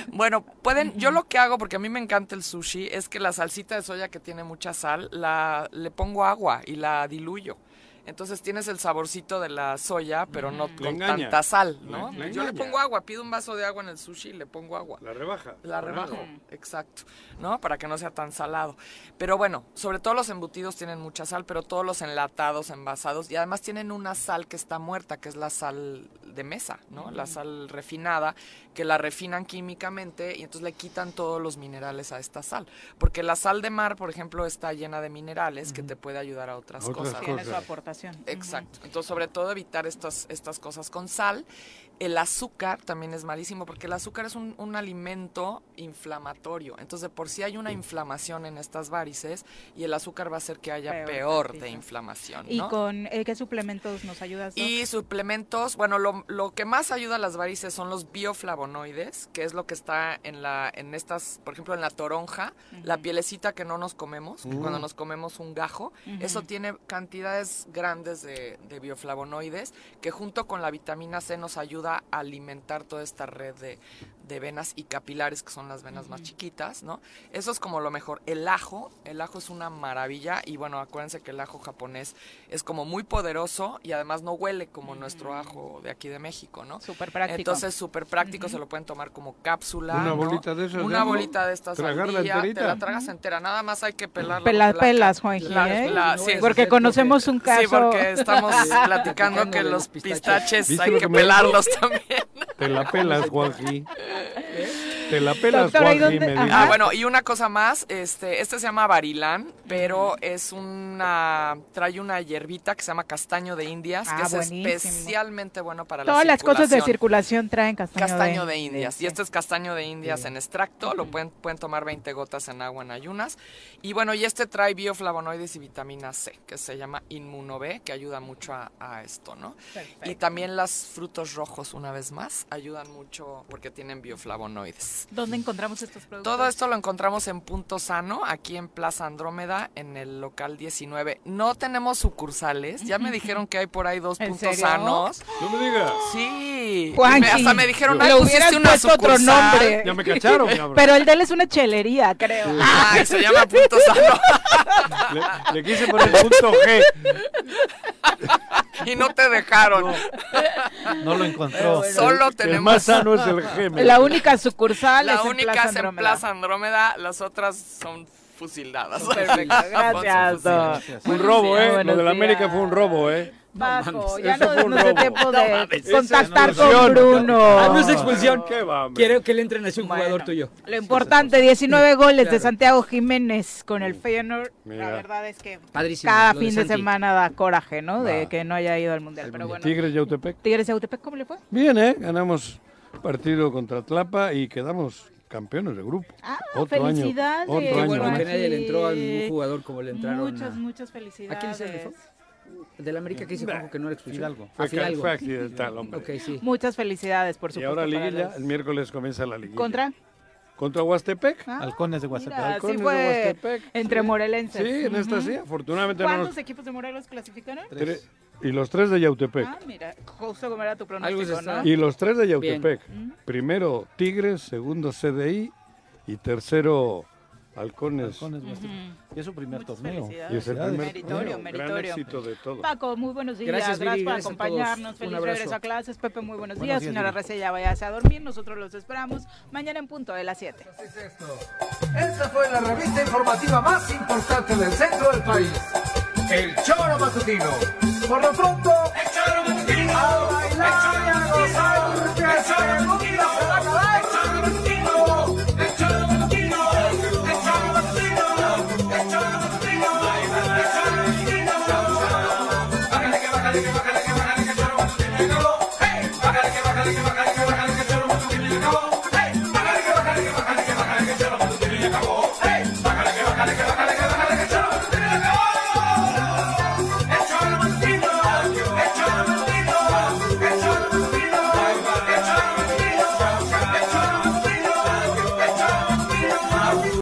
Bueno, pueden, yo lo que hago, porque a mí me encanta el sushi, es que la salsita de soya que tiene mucha sal, la, le pongo agua y la diluyo. Entonces tienes el saborcito de la soya, pero no
Mm. Le
con
engaña.
tanta sal,
Le-
¿no?
le
Yo le
engaña.
pongo agua, pido un vaso de agua en el sushi y le pongo agua.
La rebaja.
La rebajo,
Ujú.
exacto, ¿no? Para que no sea tan salado. Pero bueno, sobre todo los embutidos tienen mucha sal, pero todos los enlatados, envasados, y además tienen una sal que está muerta, que es la sal de mesa, ¿no? La
Ujú.
sal refinada, que la refinan químicamente y entonces le quitan todos los minerales a esta sal. Porque la sal de mar, por ejemplo, está llena de minerales que te puede ayudar a otras,
Otras
cosas.
Tiene su cosas. aportación.
Exacto. Entonces, sobre todo evitar estas, estas cosas con sal. El azúcar también es malísimo porque el azúcar es un, un alimento inflamatorio. Entonces, de por sí hay una inflamación en estas varices y el azúcar va a hacer que haya
Peor
peor,
tantito.
de inflamación.
¿Y
¿no?
con eh, qué suplementos nos ayudas? Doc?
Y suplementos, bueno, lo, lo que más ayuda a las varices son los bioflavonoides, que es lo que está en la en estas, por ejemplo, en la toronja, la pielecita que no nos comemos, que
Mm.
cuando nos comemos un gajo,
Ujú.
eso tiene cantidades grandes de, de bioflavonoides, que junto con la vitamina C nos ayuda a alimentar toda esta red de, de venas y capilares, que son las venas más chiquitas, ¿no? Eso es como lo mejor. El ajo, el ajo es una maravilla y bueno, acuérdense que el ajo japonés es como muy poderoso y además no huele como nuestro
Mm.
ajo de aquí de México, ¿no?
Súper práctico.
Entonces, súper práctico, se lo pueden tomar como cápsula.
Una
¿no?
bolita de esas de
Una
ajo,
bolita de estas. al
tragarla
día, Te
enterita.
la tragas entera, nada más hay que pelarla.
Pelas,
la-
pelas, Juanji,
la-
¿eh?
la- sí.
Porque conocemos un caso.
Sí, porque
[LAUGHS]
estamos platicando que
de
los
los
pistaches
¿Viste
hay
lo
que
que me dijo?
pelarlos también.
Te la pelas, Juanji.
¿Eh?
Te la pelas,
Doctora, ¿y
Juanji,
dónde-
me dijo.
Ah, bueno, y una cosa más, este, este se llama Barilán, pero es una, trae una hierbita que se llama castaño de indias, que
Ah,
es
buenísimo.
especialmente bueno para la
Todas las cosas de
circulación.
circulación traen castaño,
Castaño
de,
de indias. Y este es castaño de indias en extracto. Lo pueden, pueden tomar 20 gotas en agua en ayunas. Y bueno, y este trae bioflavonoides y vitamina C, que se llama Inmuno B, que ayuda mucho a, a esto, ¿no? Y también los frutos rojos, una vez más, ayudan mucho porque tienen bioflavonoides.
¿Dónde encontramos estos productos?
Todo esto lo encontramos en Punto Sano, aquí en Plaza Andrómeda, en el local 19. No tenemos sucursales. Ya
[LAUGHS]
me dijeron que hay por ahí dos
¿En
puntos
serio?
sanos.
No me digas.
Sí.
Juanji,
Me- hasta me dijeron,
le
"Ay, pusiste
hubieras
una
puesto otro
sucursal".
nombre.
Ya me cacharon, cabrón.
Pero el de él es una chelería, creo.
Ay, se llama
[LAUGHS]
Punto Sano.
Le, le quise poner punto G.
[LAUGHS]
[LAUGHS] y no te dejaron.
No lo encontró.
Solo tenemos.
El más sano es el G.
La única sucursal
La
es en
única
Plaza
es en
Andrómeda.
Plaza Andrómeda, las otras son fusiladas. [LAUGHS]
Perfecto, gracias, Doc.
Ah, Fue un robo,
Buenos
¿eh? Lo
días, Ah, buenos
de la
días.
América fue un robo, ¿eh?
Paco,
mames,
ya
eso
no
fue un
nos dé
robo.
tiempo
No
de
mames,
contactar
esa es
con
expulsión.
Bruno.
Ah, no es expulsión. ¿Qué va, hombre?
Quiero que le entren así un jugador tuyo.
Lo importante, 19 goles de
Claro.
Santiago Jiménez con el Feyenoord.
Mira.
La verdad es que
Padrísimo,
cada
lo de
fin de,
Santi.
semana da coraje, ¿no? De
Va.
que no haya ido al Mundial. Pero bueno,
Tigres y Autepec.
Tigres de Autepec, ¿cómo le fue?
Bien, ¿eh? Ganamos partido contra Tlapa y quedamos campeones de grupo.
Ah,
Otro año,
felicidades.
otro
Qué bueno
año,
que
¿eh?
nadie le entró a un jugador como le entraron
Muchas,
a-
muchas
¿A
felicidades.
quién se le fue? El del América que dice Juanjo que no le expulsó.
Fidalgo.
A
Fue,
Fidalgo.
fue accidental, hombre.
Ok, sí.
Muchas felicidades, por
Y
supuesto.
ahora
para
liguilla,
los-
el miércoles comienza la liguilla.
¿Contra?
¿Contra Huastepec?
Ah,
Halcones de Huastepec.
Mira, sí
Halcones de
fue
Huastepec,
entre morelenses.
Sí, en esta sí, afortunadamente no
¿Cuántos
nos-
equipos de Morelos clasificaron?
Tres- Y los tres de Yautepec.
Ah, mira, justo como era tu pronóstico, ¿no?
Y los tres de Yautepec.
Bien.
Primero Tigres, segundo CDI y tercero Halcones.
Y es su primer torneo.
Y es el primer torneo. Gran
meritorio.
éxito de todo.
Paco, muy buenos días.
Gracias,
Gracias,
Viri,
por
gracias a
acompañarnos.
todos. Un
Feliz
abrazo.
regreso a clases. Pepe, muy buenos,
Buenos
días.
días,
Señora
Viri.
Rece, ya váyase a dormir. Nosotros los esperamos mañana en punto de las 7.
Esta fue la revista informativa más importante del centro del país. El Choro Matutino. Por lo pronto, el Choro Matutino. A bailar y a gozar, que el Choro Matutino se va a acabar. El Choro Matutino. El Choro Matutino. El Choro Matutino. El Choro Matutino. Bájale que bájale que bájale que bájale que el Choro Matutino llegó. ¡Hey! Bájale que bájale que bájale